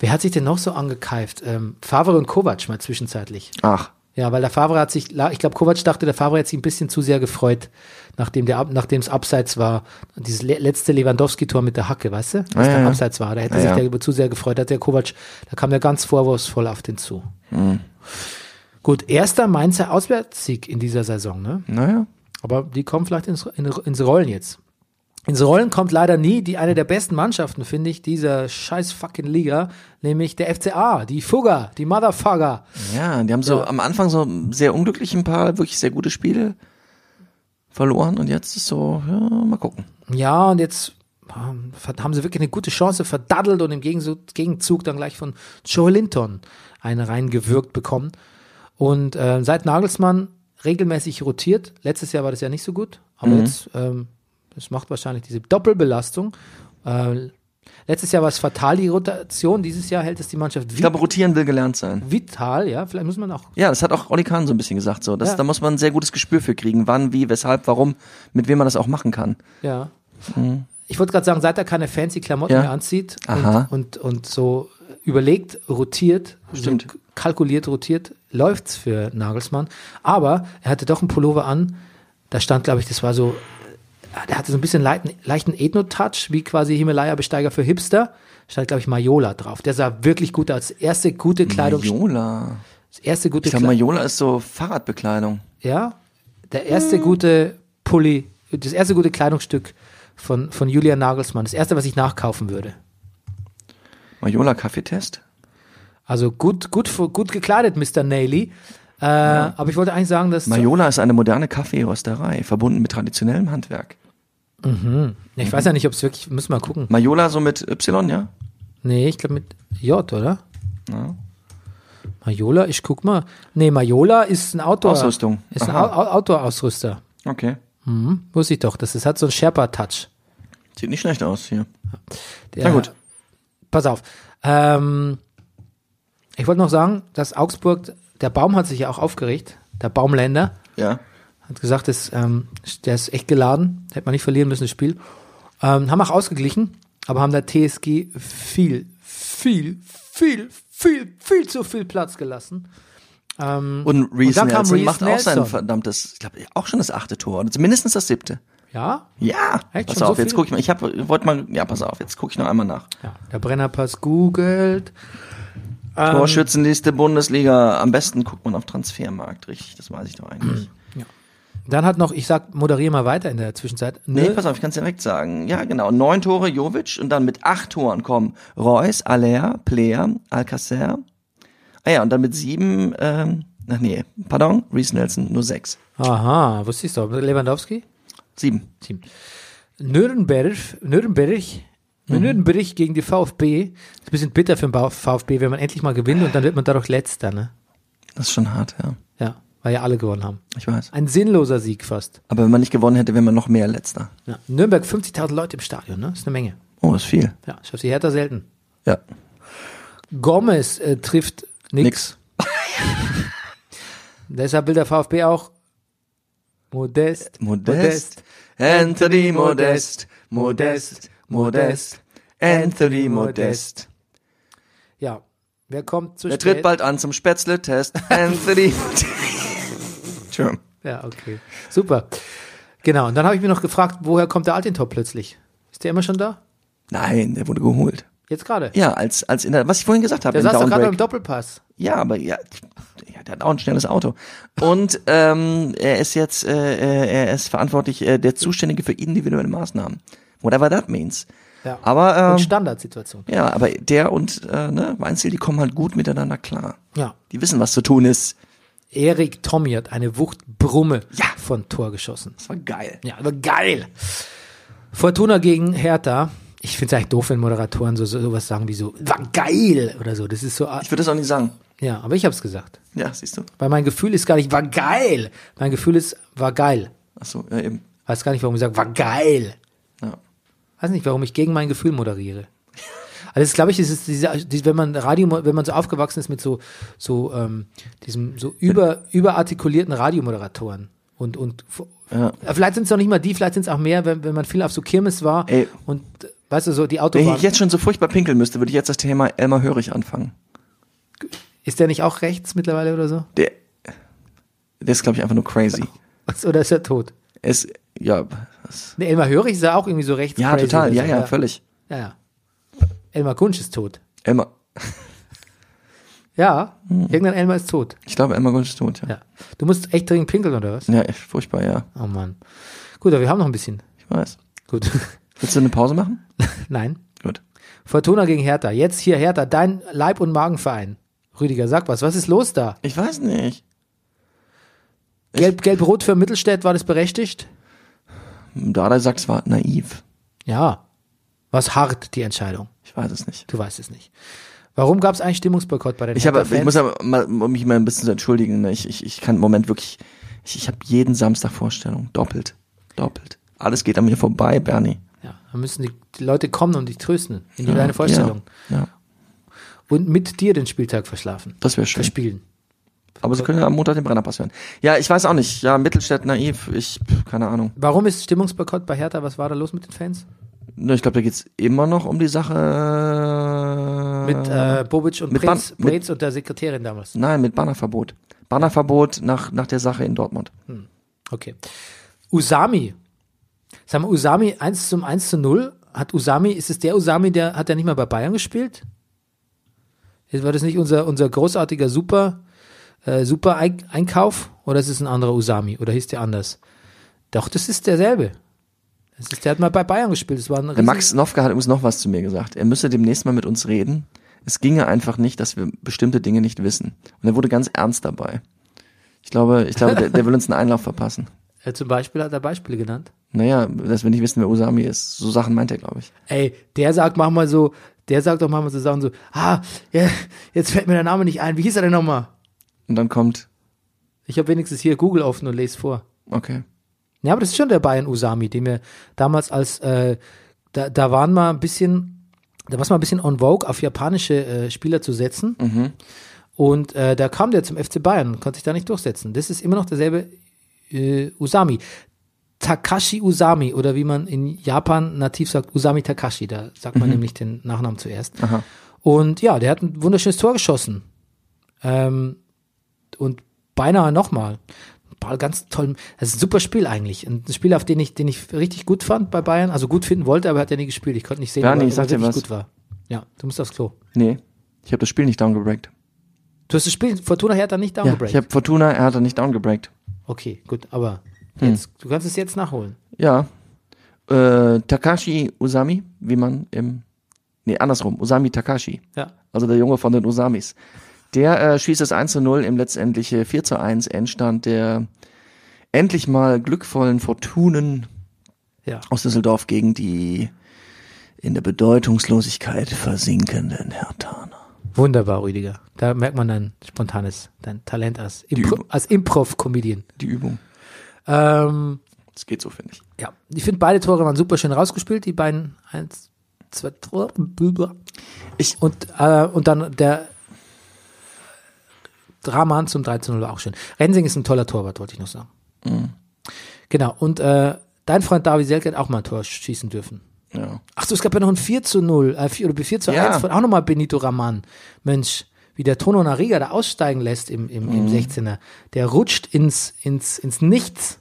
Speaker 2: wer hat sich denn noch so angekeift? Ähm, Favre und Kovac mal zwischenzeitlich.
Speaker 1: ach,
Speaker 2: Ja, weil der Favre hat sich, ich glaube, Kovac dachte, der Favre hat sich ein bisschen zu sehr gefreut, nachdem der, Ab- nachdem es abseits war. Und Dieses le- letzte Lewandowski-Tor mit der Hacke, weißt du? Was
Speaker 1: Ja,
Speaker 2: dann
Speaker 1: ja.
Speaker 2: abseits war. Da hätte
Speaker 1: Ja,
Speaker 2: sich
Speaker 1: ja.
Speaker 2: der zu sehr gefreut, hat der Kovac, da kam der ganz vorwurfsvoll auf den zu.
Speaker 1: Mhm.
Speaker 2: Gut, erster Mainzer Auswärtssieg in dieser Saison, ne?
Speaker 1: naja.
Speaker 2: Aber die kommen vielleicht ins, in, ins Rollen jetzt. Ins Rollen kommt leider nie die eine der besten Mannschaften, finde ich, dieser scheiß fucking Liga, nämlich der FCA, die Fugger, die Motherfucker.
Speaker 1: Ja, die haben so am Anfang so sehr unglücklich ein paar wirklich sehr gute Spiele verloren und jetzt ist so, ja, mal gucken.
Speaker 2: Ja, und jetzt ähm, verd- haben sie wirklich eine gute Chance verdaddelt und im Gegenzug, Gegenzug dann gleich von Joe Linton einen reingewürgt bekommen. Und äh, seit Nagelsmann regelmäßig rotiert, letztes Jahr war das ja nicht so gut, aber jetzt, ähm, das macht wahrscheinlich diese Doppelbelastung. Äh, letztes Jahr war es fatal, die Rotation, dieses Jahr hält es die Mannschaft
Speaker 1: Ich glaube, rotieren will gelernt sein.
Speaker 2: vital, ja, vielleicht muss man auch
Speaker 1: Ja, das hat auch Olli Kahn so ein bisschen gesagt, so. Das,
Speaker 2: Ja.
Speaker 1: Da muss man ein sehr gutes Gespür für kriegen, wann, wie, weshalb, warum, mit wem man das auch machen kann.
Speaker 2: Ja. Ich wollte gerade sagen, seit er keine fancy Klamotten
Speaker 1: Hm. Ja.
Speaker 2: mehr anzieht
Speaker 1: Aha.
Speaker 2: und, und, und so überlegt, rotiert,
Speaker 1: Stimmt.
Speaker 2: so kalkuliert, rotiert, läuft's für Nagelsmann. Aber er hatte doch einen Pullover an, da stand, glaube ich, das war so, äh, der hatte so ein bisschen leiten, leichten Ethno-Touch, wie quasi Himalaya-Besteiger für Hipster. Stand, glaube ich, Majola drauf. Der sah wirklich gut aus. Erste gute Kleidung.
Speaker 1: Majola.
Speaker 2: Erste gute
Speaker 1: Ich glaube,
Speaker 2: Kleidung.
Speaker 1: Majola ist so Fahrradbekleidung.
Speaker 2: Ja, der
Speaker 1: Hm.
Speaker 2: erste gute Pulli, das erste gute Kleidungsstück von, von Julian Nagelsmann. Das erste, was ich nachkaufen würde.
Speaker 1: Majola Kaffeetest?
Speaker 2: Also gut, gut, gut gekleidet, Mr. Naley. Äh, Aber ich wollte eigentlich sagen, dass.
Speaker 1: Majola ist eine moderne Kaffeerösterei, verbunden mit traditionellem Handwerk.
Speaker 2: ich weiß ja nicht, ob es wirklich. Müssen wir mal gucken.
Speaker 1: Majola so mit Y, ja?
Speaker 2: Nee, ich glaube mit J, oder?
Speaker 1: Ja.
Speaker 2: Majola, ich guck mal. Nee, Majola ist ein Outdoor.
Speaker 1: Ausrüstung.
Speaker 2: Ist ein
Speaker 1: Aha.
Speaker 2: Au- Au- Outdoor-Ausrüster. Mhm,
Speaker 1: Okay.
Speaker 2: Wusste ich doch. Das ist, hat so einen Sherpa-Touch.
Speaker 1: Sieht nicht schlecht aus hier.
Speaker 2: Der-
Speaker 1: Na gut.
Speaker 2: Pass auf. Ähm, ich wollte noch sagen, dass Augsburg, der Baum hat sich ja auch aufgeregt, der Baumländer,
Speaker 1: Ja.
Speaker 2: Hat gesagt, das, ähm, der ist echt geladen. Hätte man nicht verlieren müssen, das Spiel. Ähm, haben auch ausgeglichen, aber haben der TSG viel, viel, viel, viel, viel zu viel Platz gelassen.
Speaker 1: Und Reese
Speaker 2: Mhm. dann kam
Speaker 1: Nelson
Speaker 2: Reece
Speaker 1: macht
Speaker 2: Nelson.
Speaker 1: auch sein verdammtes, ich glaube, auch schon das achte Tor. Und mindestens das siebte.
Speaker 2: Ja,
Speaker 1: Ja.
Speaker 2: Echt?
Speaker 1: pass
Speaker 2: Schon so
Speaker 1: auf, jetzt
Speaker 2: viel?
Speaker 1: guck ich mal. Ich hab, wollte mal, ja, pass auf, jetzt gucke ich noch einmal nach.
Speaker 2: ja. der Brennerpass googelt. Ähm.
Speaker 1: Torschützenliste Bundesliga. Am besten guckt man auf Transfermarkt, richtig? Das weiß ich doch eigentlich.
Speaker 2: Dann hat noch, ich sag, moderiere mal weiter in der Zwischenzeit. Ne?
Speaker 1: Nee,
Speaker 2: Nö.
Speaker 1: pass auf, ich kann es direkt sagen. Ja, genau. Neun Tore Jovic und dann mit acht Toren kommen Reus, Aller, Player, Alcacer. Ah ja, und dann mit sieben, ähm, ach nee, pardon, Reese Nelson nur sechs.
Speaker 2: Aha, wusste ich doch. Lewandowski?
Speaker 1: Sieben.
Speaker 2: Nürnberg, Nürnberg,
Speaker 1: Mhm.
Speaker 2: Nürnberg gegen die VfB. Ist ein bisschen bitter für den Bau- VfB, wenn man endlich mal gewinnt und dann wird man dadurch Letzter, ne?
Speaker 1: Das ist schon hart, ja.
Speaker 2: Ja, weil ja alle gewonnen haben.
Speaker 1: Ich weiß.
Speaker 2: Ein sinnloser Sieg fast.
Speaker 1: Aber wenn man nicht gewonnen hätte, wäre man noch mehr Letzter.
Speaker 2: Ja. Nürnberg 50.000 Leute im Stadion, ne? Ist eine Menge.
Speaker 1: Oh, das ist viel.
Speaker 2: Ja, schafft die Hertha selten.
Speaker 1: Ja.
Speaker 2: Gomez äh, trifft nix.
Speaker 1: Nix.
Speaker 2: Deshalb will der VfB auch modest.
Speaker 1: Modest. Anthony Modest. Modest. Modest. Anthony Modest.
Speaker 2: Ja. Wer kommt zu
Speaker 1: Er
Speaker 2: spät?
Speaker 1: tritt bald an zum Spätzle-Test. Anthony Modest. Entschuldigung.
Speaker 2: Ja, okay. Super. Genau. Und dann habe ich mir noch gefragt, woher kommt der Altintop plötzlich? Ist der immer schon da?
Speaker 1: Nein, der wurde geholt.
Speaker 2: Jetzt gerade.
Speaker 1: Ja, als, als in der, was ich vorhin gesagt habe,
Speaker 2: der
Speaker 1: im
Speaker 2: saß doch gerade im
Speaker 1: Downbreak.
Speaker 2: Doppelpass.
Speaker 1: Ja, aber ja, ja, der hat auch ein schnelles Auto. Und ähm, er ist jetzt, äh, äh, er ist verantwortlich, äh, der Zuständige für individuelle Maßnahmen. Whatever that means.
Speaker 2: Ja.
Speaker 1: Aber
Speaker 2: Und
Speaker 1: ähm,
Speaker 2: Standardsituation.
Speaker 1: ja, aber der und äh, ne, Weinzel, die kommen halt gut miteinander klar.
Speaker 2: Ja.
Speaker 1: Die wissen, was zu tun ist.
Speaker 2: Erik Tommy hat eine Wuchtbrumme
Speaker 1: Ja.
Speaker 2: von Tor geschossen.
Speaker 1: Das war geil.
Speaker 2: Ja, aber geil. Fortuna gegen Hertha. Ich finde es eigentlich doof, wenn Moderatoren so, so sowas sagen wie so, war geil oder so. Das ist so,
Speaker 1: Ich würde das auch nicht sagen.
Speaker 2: ja, aber ich habe es gesagt.
Speaker 1: Ja, siehst du?
Speaker 2: Weil mein Gefühl ist gar nicht, war geil. Mein Gefühl ist, war geil.
Speaker 1: Ach so, ja eben.
Speaker 2: Weiß gar nicht, warum ich sage, war geil.
Speaker 1: Ja.
Speaker 2: Weiß nicht, warum ich gegen mein Gefühl moderiere. Also das glaube ich, das ist diese, die, wenn man Radio, wenn man so aufgewachsen ist mit so so ähm, diesem so über überartikulierten Radiomoderatoren und und äh,
Speaker 1: Ja.
Speaker 2: vielleicht sind es noch nicht mal die, vielleicht sind es auch mehr, wenn, wenn man viel auf so Kirmes war
Speaker 1: Ey.
Speaker 2: und äh, weißt du so die
Speaker 1: Wenn
Speaker 2: Autobahn.
Speaker 1: ich jetzt schon so furchtbar pinkeln müsste, würde ich jetzt das Thema Elmar Hörig anfangen.
Speaker 2: Ist der nicht auch rechts mittlerweile oder so?
Speaker 1: Der, der ist, glaube ich, einfach nur crazy.
Speaker 2: Was- Oder ist er tot?
Speaker 1: Es, ja, das,
Speaker 2: Nee, Elmar Hörig sah auch irgendwie so rechts.
Speaker 1: ja,
Speaker 2: crazy
Speaker 1: total,
Speaker 2: oder
Speaker 1: ja,
Speaker 2: so.
Speaker 1: ja, völlig.
Speaker 2: ja, ja. Elmar Kunsch ist tot.
Speaker 1: Elmar,
Speaker 2: Ja,
Speaker 1: Hm.
Speaker 2: irgendein Elmar ist tot.
Speaker 1: ich glaube, Elmar Gunsch ist tot, ja.
Speaker 2: Ja. Du musst echt dringend pinkeln oder was?
Speaker 1: Ja, echt furchtbar, ja.
Speaker 2: Oh Mann. Gut, aber wir haben noch ein bisschen.
Speaker 1: Ich weiß.
Speaker 2: Gut.
Speaker 1: Willst du eine Pause machen?
Speaker 2: Nein.
Speaker 1: Gut.
Speaker 2: Fortuna gegen Hertha. Jetzt hier Hertha, dein Leib- und Magenverein. Rüdiger, sag was. Was ist los da?
Speaker 1: Ich weiß nicht.
Speaker 2: Gelb- Gelb-Rot für Mittelstädt, war das berechtigt?
Speaker 1: Dada sagt, es war naiv.
Speaker 2: Ja. Was hart, die Entscheidung.
Speaker 1: Ich weiß es nicht.
Speaker 2: Du weißt es nicht. Warum gab es eigentlich Stimmungsboykott bei den
Speaker 1: Ich, habe, ich
Speaker 2: Hertha-Fans?
Speaker 1: muss aber mal, um mich mal ein bisschen zu entschuldigen, ne? ich, ich, ich kann im Moment wirklich, ich, ich habe jeden Samstag Vorstellung. Doppelt. Doppelt. Alles geht an mir vorbei, Bernie.
Speaker 2: ja, da müssen die, die Leute kommen und dich trösten in deine Vorstellung.
Speaker 1: Ja, ja.
Speaker 2: Und mit dir den Spieltag verschlafen.
Speaker 1: Das wäre schön.
Speaker 2: Verspielen.
Speaker 1: Aber sie können ja am Montag den Brennerpass hören. Ja, ich weiß auch nicht. Ja, Mittelstädt naiv. Ich, pf, keine Ahnung.
Speaker 2: Warum ist Stimmungsboykott bei Hertha? Was war da los mit den Fans?
Speaker 1: Ne, Ich glaube, da geht's immer noch um die Sache.
Speaker 2: Mit äh, Bobic und
Speaker 1: mit
Speaker 2: Preetz,
Speaker 1: Ban- mit-
Speaker 2: Preetz und der Sekretärin damals.
Speaker 1: Nein, mit Bannerverbot. Bannerverbot nach, nach der Sache in Dortmund.
Speaker 2: Okay. Usami. Sag mal, Usami 1 zum 1 zu 0. Hat Usami, ist es der Usami, der hat ja nicht mal bei Bayern gespielt? Jetzt war das nicht unser, unser großartiger Super, äh, Super Ein- Einkauf? Oder ist es ein anderer Usami? Oder hieß der anders? Doch, das ist derselbe. Das ist, der hat mal bei Bayern gespielt. Das war ein
Speaker 1: Der
Speaker 2: riesen-
Speaker 1: Max Nofka hat übrigens noch was zu mir gesagt. Er müsse demnächst mal mit uns reden. Es ginge einfach nicht, dass wir bestimmte Dinge nicht wissen. Und er wurde ganz ernst dabei. Ich glaube, ich glaube, der, der will uns einen Einlauf verpassen.
Speaker 2: Äh, zum Beispiel hat er Beispiele genannt.
Speaker 1: Naja, dass wir nicht wissen, wer Usami ist. So Sachen meint er, glaube ich.
Speaker 2: Ey, der sagt manchmal so, der sagt doch manchmal so Sachen so, ah, ja, jetzt fällt mir der Name nicht ein. Wie hieß er denn nochmal?
Speaker 1: Und dann kommt,
Speaker 2: Ich habe wenigstens hier Google offen und lese vor.
Speaker 1: okay.
Speaker 2: Ja, aber das ist schon der Bayern Usami, den wir damals als äh, da, da waren mal ein bisschen, da war es mal ein bisschen on vogue, auf japanische äh, Spieler zu setzen. Und äh, da kam der zum FC Bayern und konnte sich da nicht durchsetzen. Das ist immer noch derselbe äh, Usami. Takashi Usami oder wie man in Japan nativ sagt, Usami Takashi, da sagt man nämlich den Nachnamen zuerst. Und ja, der hat ein wunderschönes Tor geschossen. Ähm, und beinahe nochmal. Ball ganz toll. Das ist ein super Spiel eigentlich. Ein Spiel, auf den ich, den ich richtig gut fand bei Bayern. Also gut finden wollte, aber hat er nie gespielt. Ich konnte nicht sehen,
Speaker 1: Bernie,
Speaker 2: ob er-
Speaker 1: ich
Speaker 2: ob
Speaker 1: sag
Speaker 2: er
Speaker 1: dir
Speaker 2: wirklich
Speaker 1: was.
Speaker 2: gut war. Ja, du musst aufs Klo.
Speaker 1: Nee, ich habe das Spiel nicht downgebreakt.
Speaker 2: Du hast das Spiel Fortuna Hertha nicht
Speaker 1: Ja,
Speaker 2: downgebreakt.
Speaker 1: ich habe Fortuna, er hat er nicht downgebreakt.
Speaker 2: okay, gut, aber
Speaker 1: Hm.
Speaker 2: jetzt, du kannst es jetzt nachholen.
Speaker 1: Ja. Äh, Takashi Usami, wie man im. Nee, andersrum. Usami Takashi.
Speaker 2: Ja.
Speaker 1: Also der Junge von den Usamis. Der äh, schießt das 1 zu 0 im letztendliche 4 zu 1 Endstand der endlich mal glückvollen Fortunen
Speaker 2: Ja.
Speaker 1: aus Düsseldorf gegen die in der Bedeutungslosigkeit versinkenden Hertaner.
Speaker 2: Wunderbar, Rüdiger. Da merkt man dein spontanes, dein Talent als, Impro
Speaker 1: Übung.
Speaker 2: als Improv-Comedian.
Speaker 1: Die Übung.
Speaker 2: Ähm,
Speaker 1: Das geht so, finde ich.
Speaker 2: ja, ich finde beide Tore waren super schön rausgespielt, die beiden eins, zwei Tore.
Speaker 1: Ich-
Speaker 2: und, äh, und dann der Rahman zum 13-0 war auch schön. Rensing ist ein toller Torwart, wollte ich noch sagen.
Speaker 1: Mhm.
Speaker 2: Genau, und äh, dein Freund Davi Selke hat auch mal ein Tor schießen dürfen.
Speaker 1: Ja.
Speaker 2: Ach so, es gab ja noch ein 4 zu 0, äh, 4, oder 4 zu 1
Speaker 1: Ja.
Speaker 2: von auch nochmal Benito Raman. Mensch, wie der Tono Nariga da aussteigen lässt im, im,
Speaker 1: Mhm.
Speaker 2: im 16er. Der rutscht ins, ins, ins Nichts.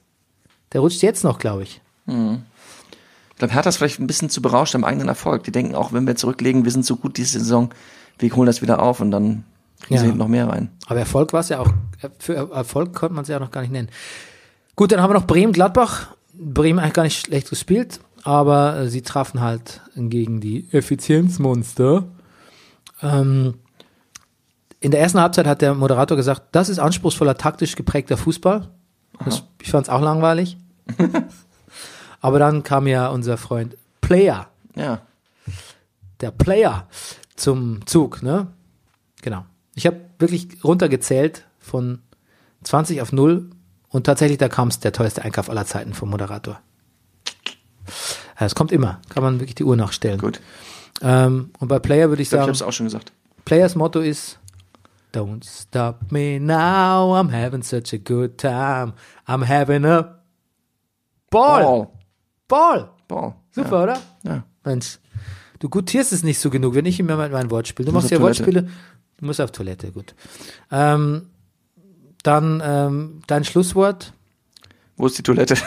Speaker 2: Der rutscht jetzt noch, glaube ich.
Speaker 1: Ich glaube, Hertha ist vielleicht ein bisschen zu berauscht am eigenen Erfolg. Die denken auch, wenn wir zurücklegen, wir sind so gut diese Saison, wir holen das wieder auf und dann kriegen sie
Speaker 2: Ja.
Speaker 1: eben noch mehr rein.
Speaker 2: Aber Erfolg war es ja auch. äh, Für Erfolg konnte man es ja noch gar nicht nennen. Gut, dann haben wir noch Bremen-Gladbach. Bremen eigentlich gar nicht schlecht gespielt, aber äh, sie trafen halt gegen die Effizienzmonster. Ähm, in der ersten Halbzeit hat der Moderator gesagt, das ist anspruchsvoller, taktisch geprägter Fußball. Das, ich fand es auch langweilig. aber dann kam ja unser Freund Player,
Speaker 1: Ja.
Speaker 2: der Player zum Zug, ne? Genau. Ich habe wirklich runtergezählt von 20 auf 0 und tatsächlich da kam es der teuerste Einkauf aller Zeiten vom Moderator. Ja, Es kommt immer, kann man wirklich die Uhr nachstellen.
Speaker 1: Gut.
Speaker 2: Ähm, und bei Player würde ich,
Speaker 1: Ich glaube, ich habe
Speaker 2: sagen,
Speaker 1: es auch schon gesagt.
Speaker 2: Players Motto ist Don't stop me now, I'm having such a good time. I'm having a Ball.
Speaker 1: Ball.
Speaker 2: Ball.
Speaker 1: Ball.
Speaker 2: Super, oder?
Speaker 1: Ja. ja.
Speaker 2: Mensch, du gutierst es nicht so genug, wenn ich immer mein, mein Wort spiele. Du, machst
Speaker 1: auf
Speaker 2: ja
Speaker 1: Toilette.
Speaker 2: Wortspiele. Du musst auf Toilette, gut. Ähm, dann ähm, dein Schlusswort.
Speaker 1: Wo ist die Toilette?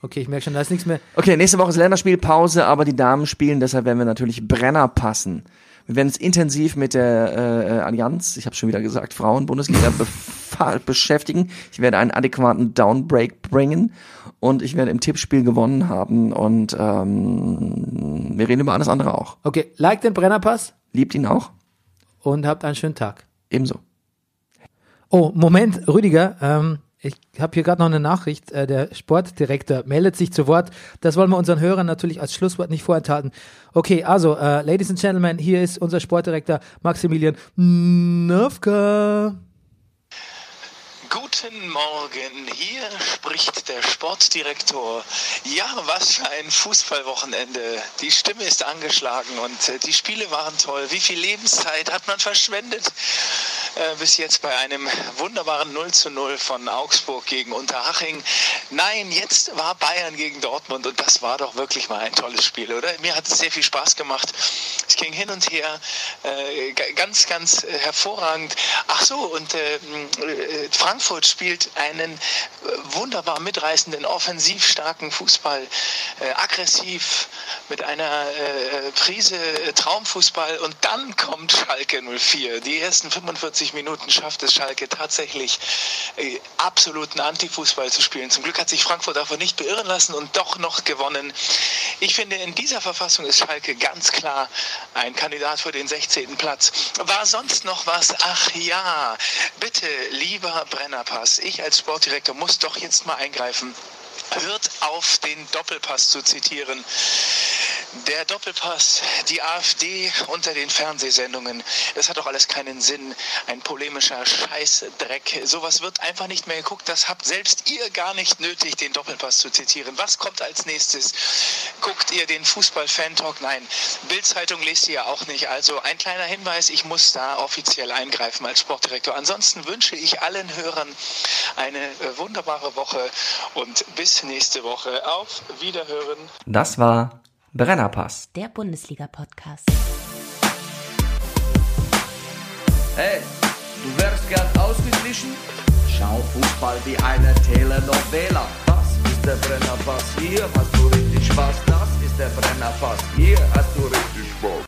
Speaker 2: Okay, ich merke schon, da ist nichts mehr.
Speaker 1: Okay, nächste Woche ist Länderspielpause, aber die Damen spielen, deshalb werden wir natürlich Brenner passen. Wir werden uns intensiv mit der äh, Allianz, ich habe schon wieder gesagt, Frauen-Bundesliga befa- beschäftigen. Ich werde einen adäquaten Downbreak bringen und ich werde im Tippspiel gewonnen haben und ähm, wir reden über alles andere auch.
Speaker 2: Okay, like den Brennerpass
Speaker 1: Liebt ihn auch?
Speaker 2: und habt einen schönen Tag.
Speaker 1: Ebenso.
Speaker 2: Oh, Moment, Rüdiger, ähm, ich habe hier gerade noch eine Nachricht. Äh, der Sportdirektor meldet sich zu Wort. Das wollen wir unseren Hörern natürlich als Schlusswort nicht vorenthalten. Okay, also, äh, Ladies and Gentlemen, hier ist unser Sportdirektor Maximilian Nöfke.
Speaker 7: Guten Morgen, hier spricht der Sportdirektor. Ja, was für ein Fußballwochenende. Die Stimme ist angeschlagen und äh, die Spiele waren toll. Wie viel Lebenszeit hat man verschwendet? Äh, bis jetzt bei einem wunderbaren 0 zu 0 von Augsburg gegen Unterhaching. Nein, jetzt war Bayern gegen Dortmund und das war doch wirklich mal ein tolles Spiel, oder? Mir hat es sehr viel Spaß gemacht. Es ging hin und her, äh, g- ganz, ganz äh, hervorragend. Ach so, und äh, äh, Frankfurt spielt einen äh, wunderbar mitreißenden, offensiv starken Fußball, äh, aggressiv, mit einer äh, Prise äh, Traumfußball. Und dann kommt Schalke 04. Die ersten 45 Minuten schafft es Schalke tatsächlich, äh, absoluten Antifußball zu spielen. Zum Glück hat sich Frankfurt davon nicht beirren lassen und doch noch gewonnen. Ich finde, in dieser Verfassung ist Schalke ganz klar ein Kandidat für den 16. Platz. War sonst noch was? Ach ja, bitte, lieber Brennerpass, ich als Sportdirektor muss doch jetzt mal eingreifen. Hört auf, den Doppelpass zu zitieren. Der Doppelpass, die AfD unter den Fernsehsendungen, das hat doch alles keinen Sinn. Ein polemischer Scheißdreck. Sowas wird einfach nicht mehr geguckt. Das habt selbst ihr gar nicht nötig, den Doppelpass zu zitieren. Was kommt als nächstes? Guckt ihr den Fußball-Fan-Talk? Nein. Bild-Zeitung lest ihr ja auch nicht. Also ein kleiner Hinweis, ich muss da offiziell eingreifen als Sportdirektor. Ansonsten wünsche ich allen Hörern eine äh, wunderbare Woche und bis nächste Woche. Auf Wiederhören.
Speaker 3: Das war Brennerpass.
Speaker 4: Der Bundesliga-Podcast.
Speaker 5: Hey, du wärst gern ausgeglichen? Schau Fußball wie eine Telenovela. Das ist der Brennerpass, hier hast du richtig Spaß. Das ist der Brennerpass, hier hast du richtig Spaß.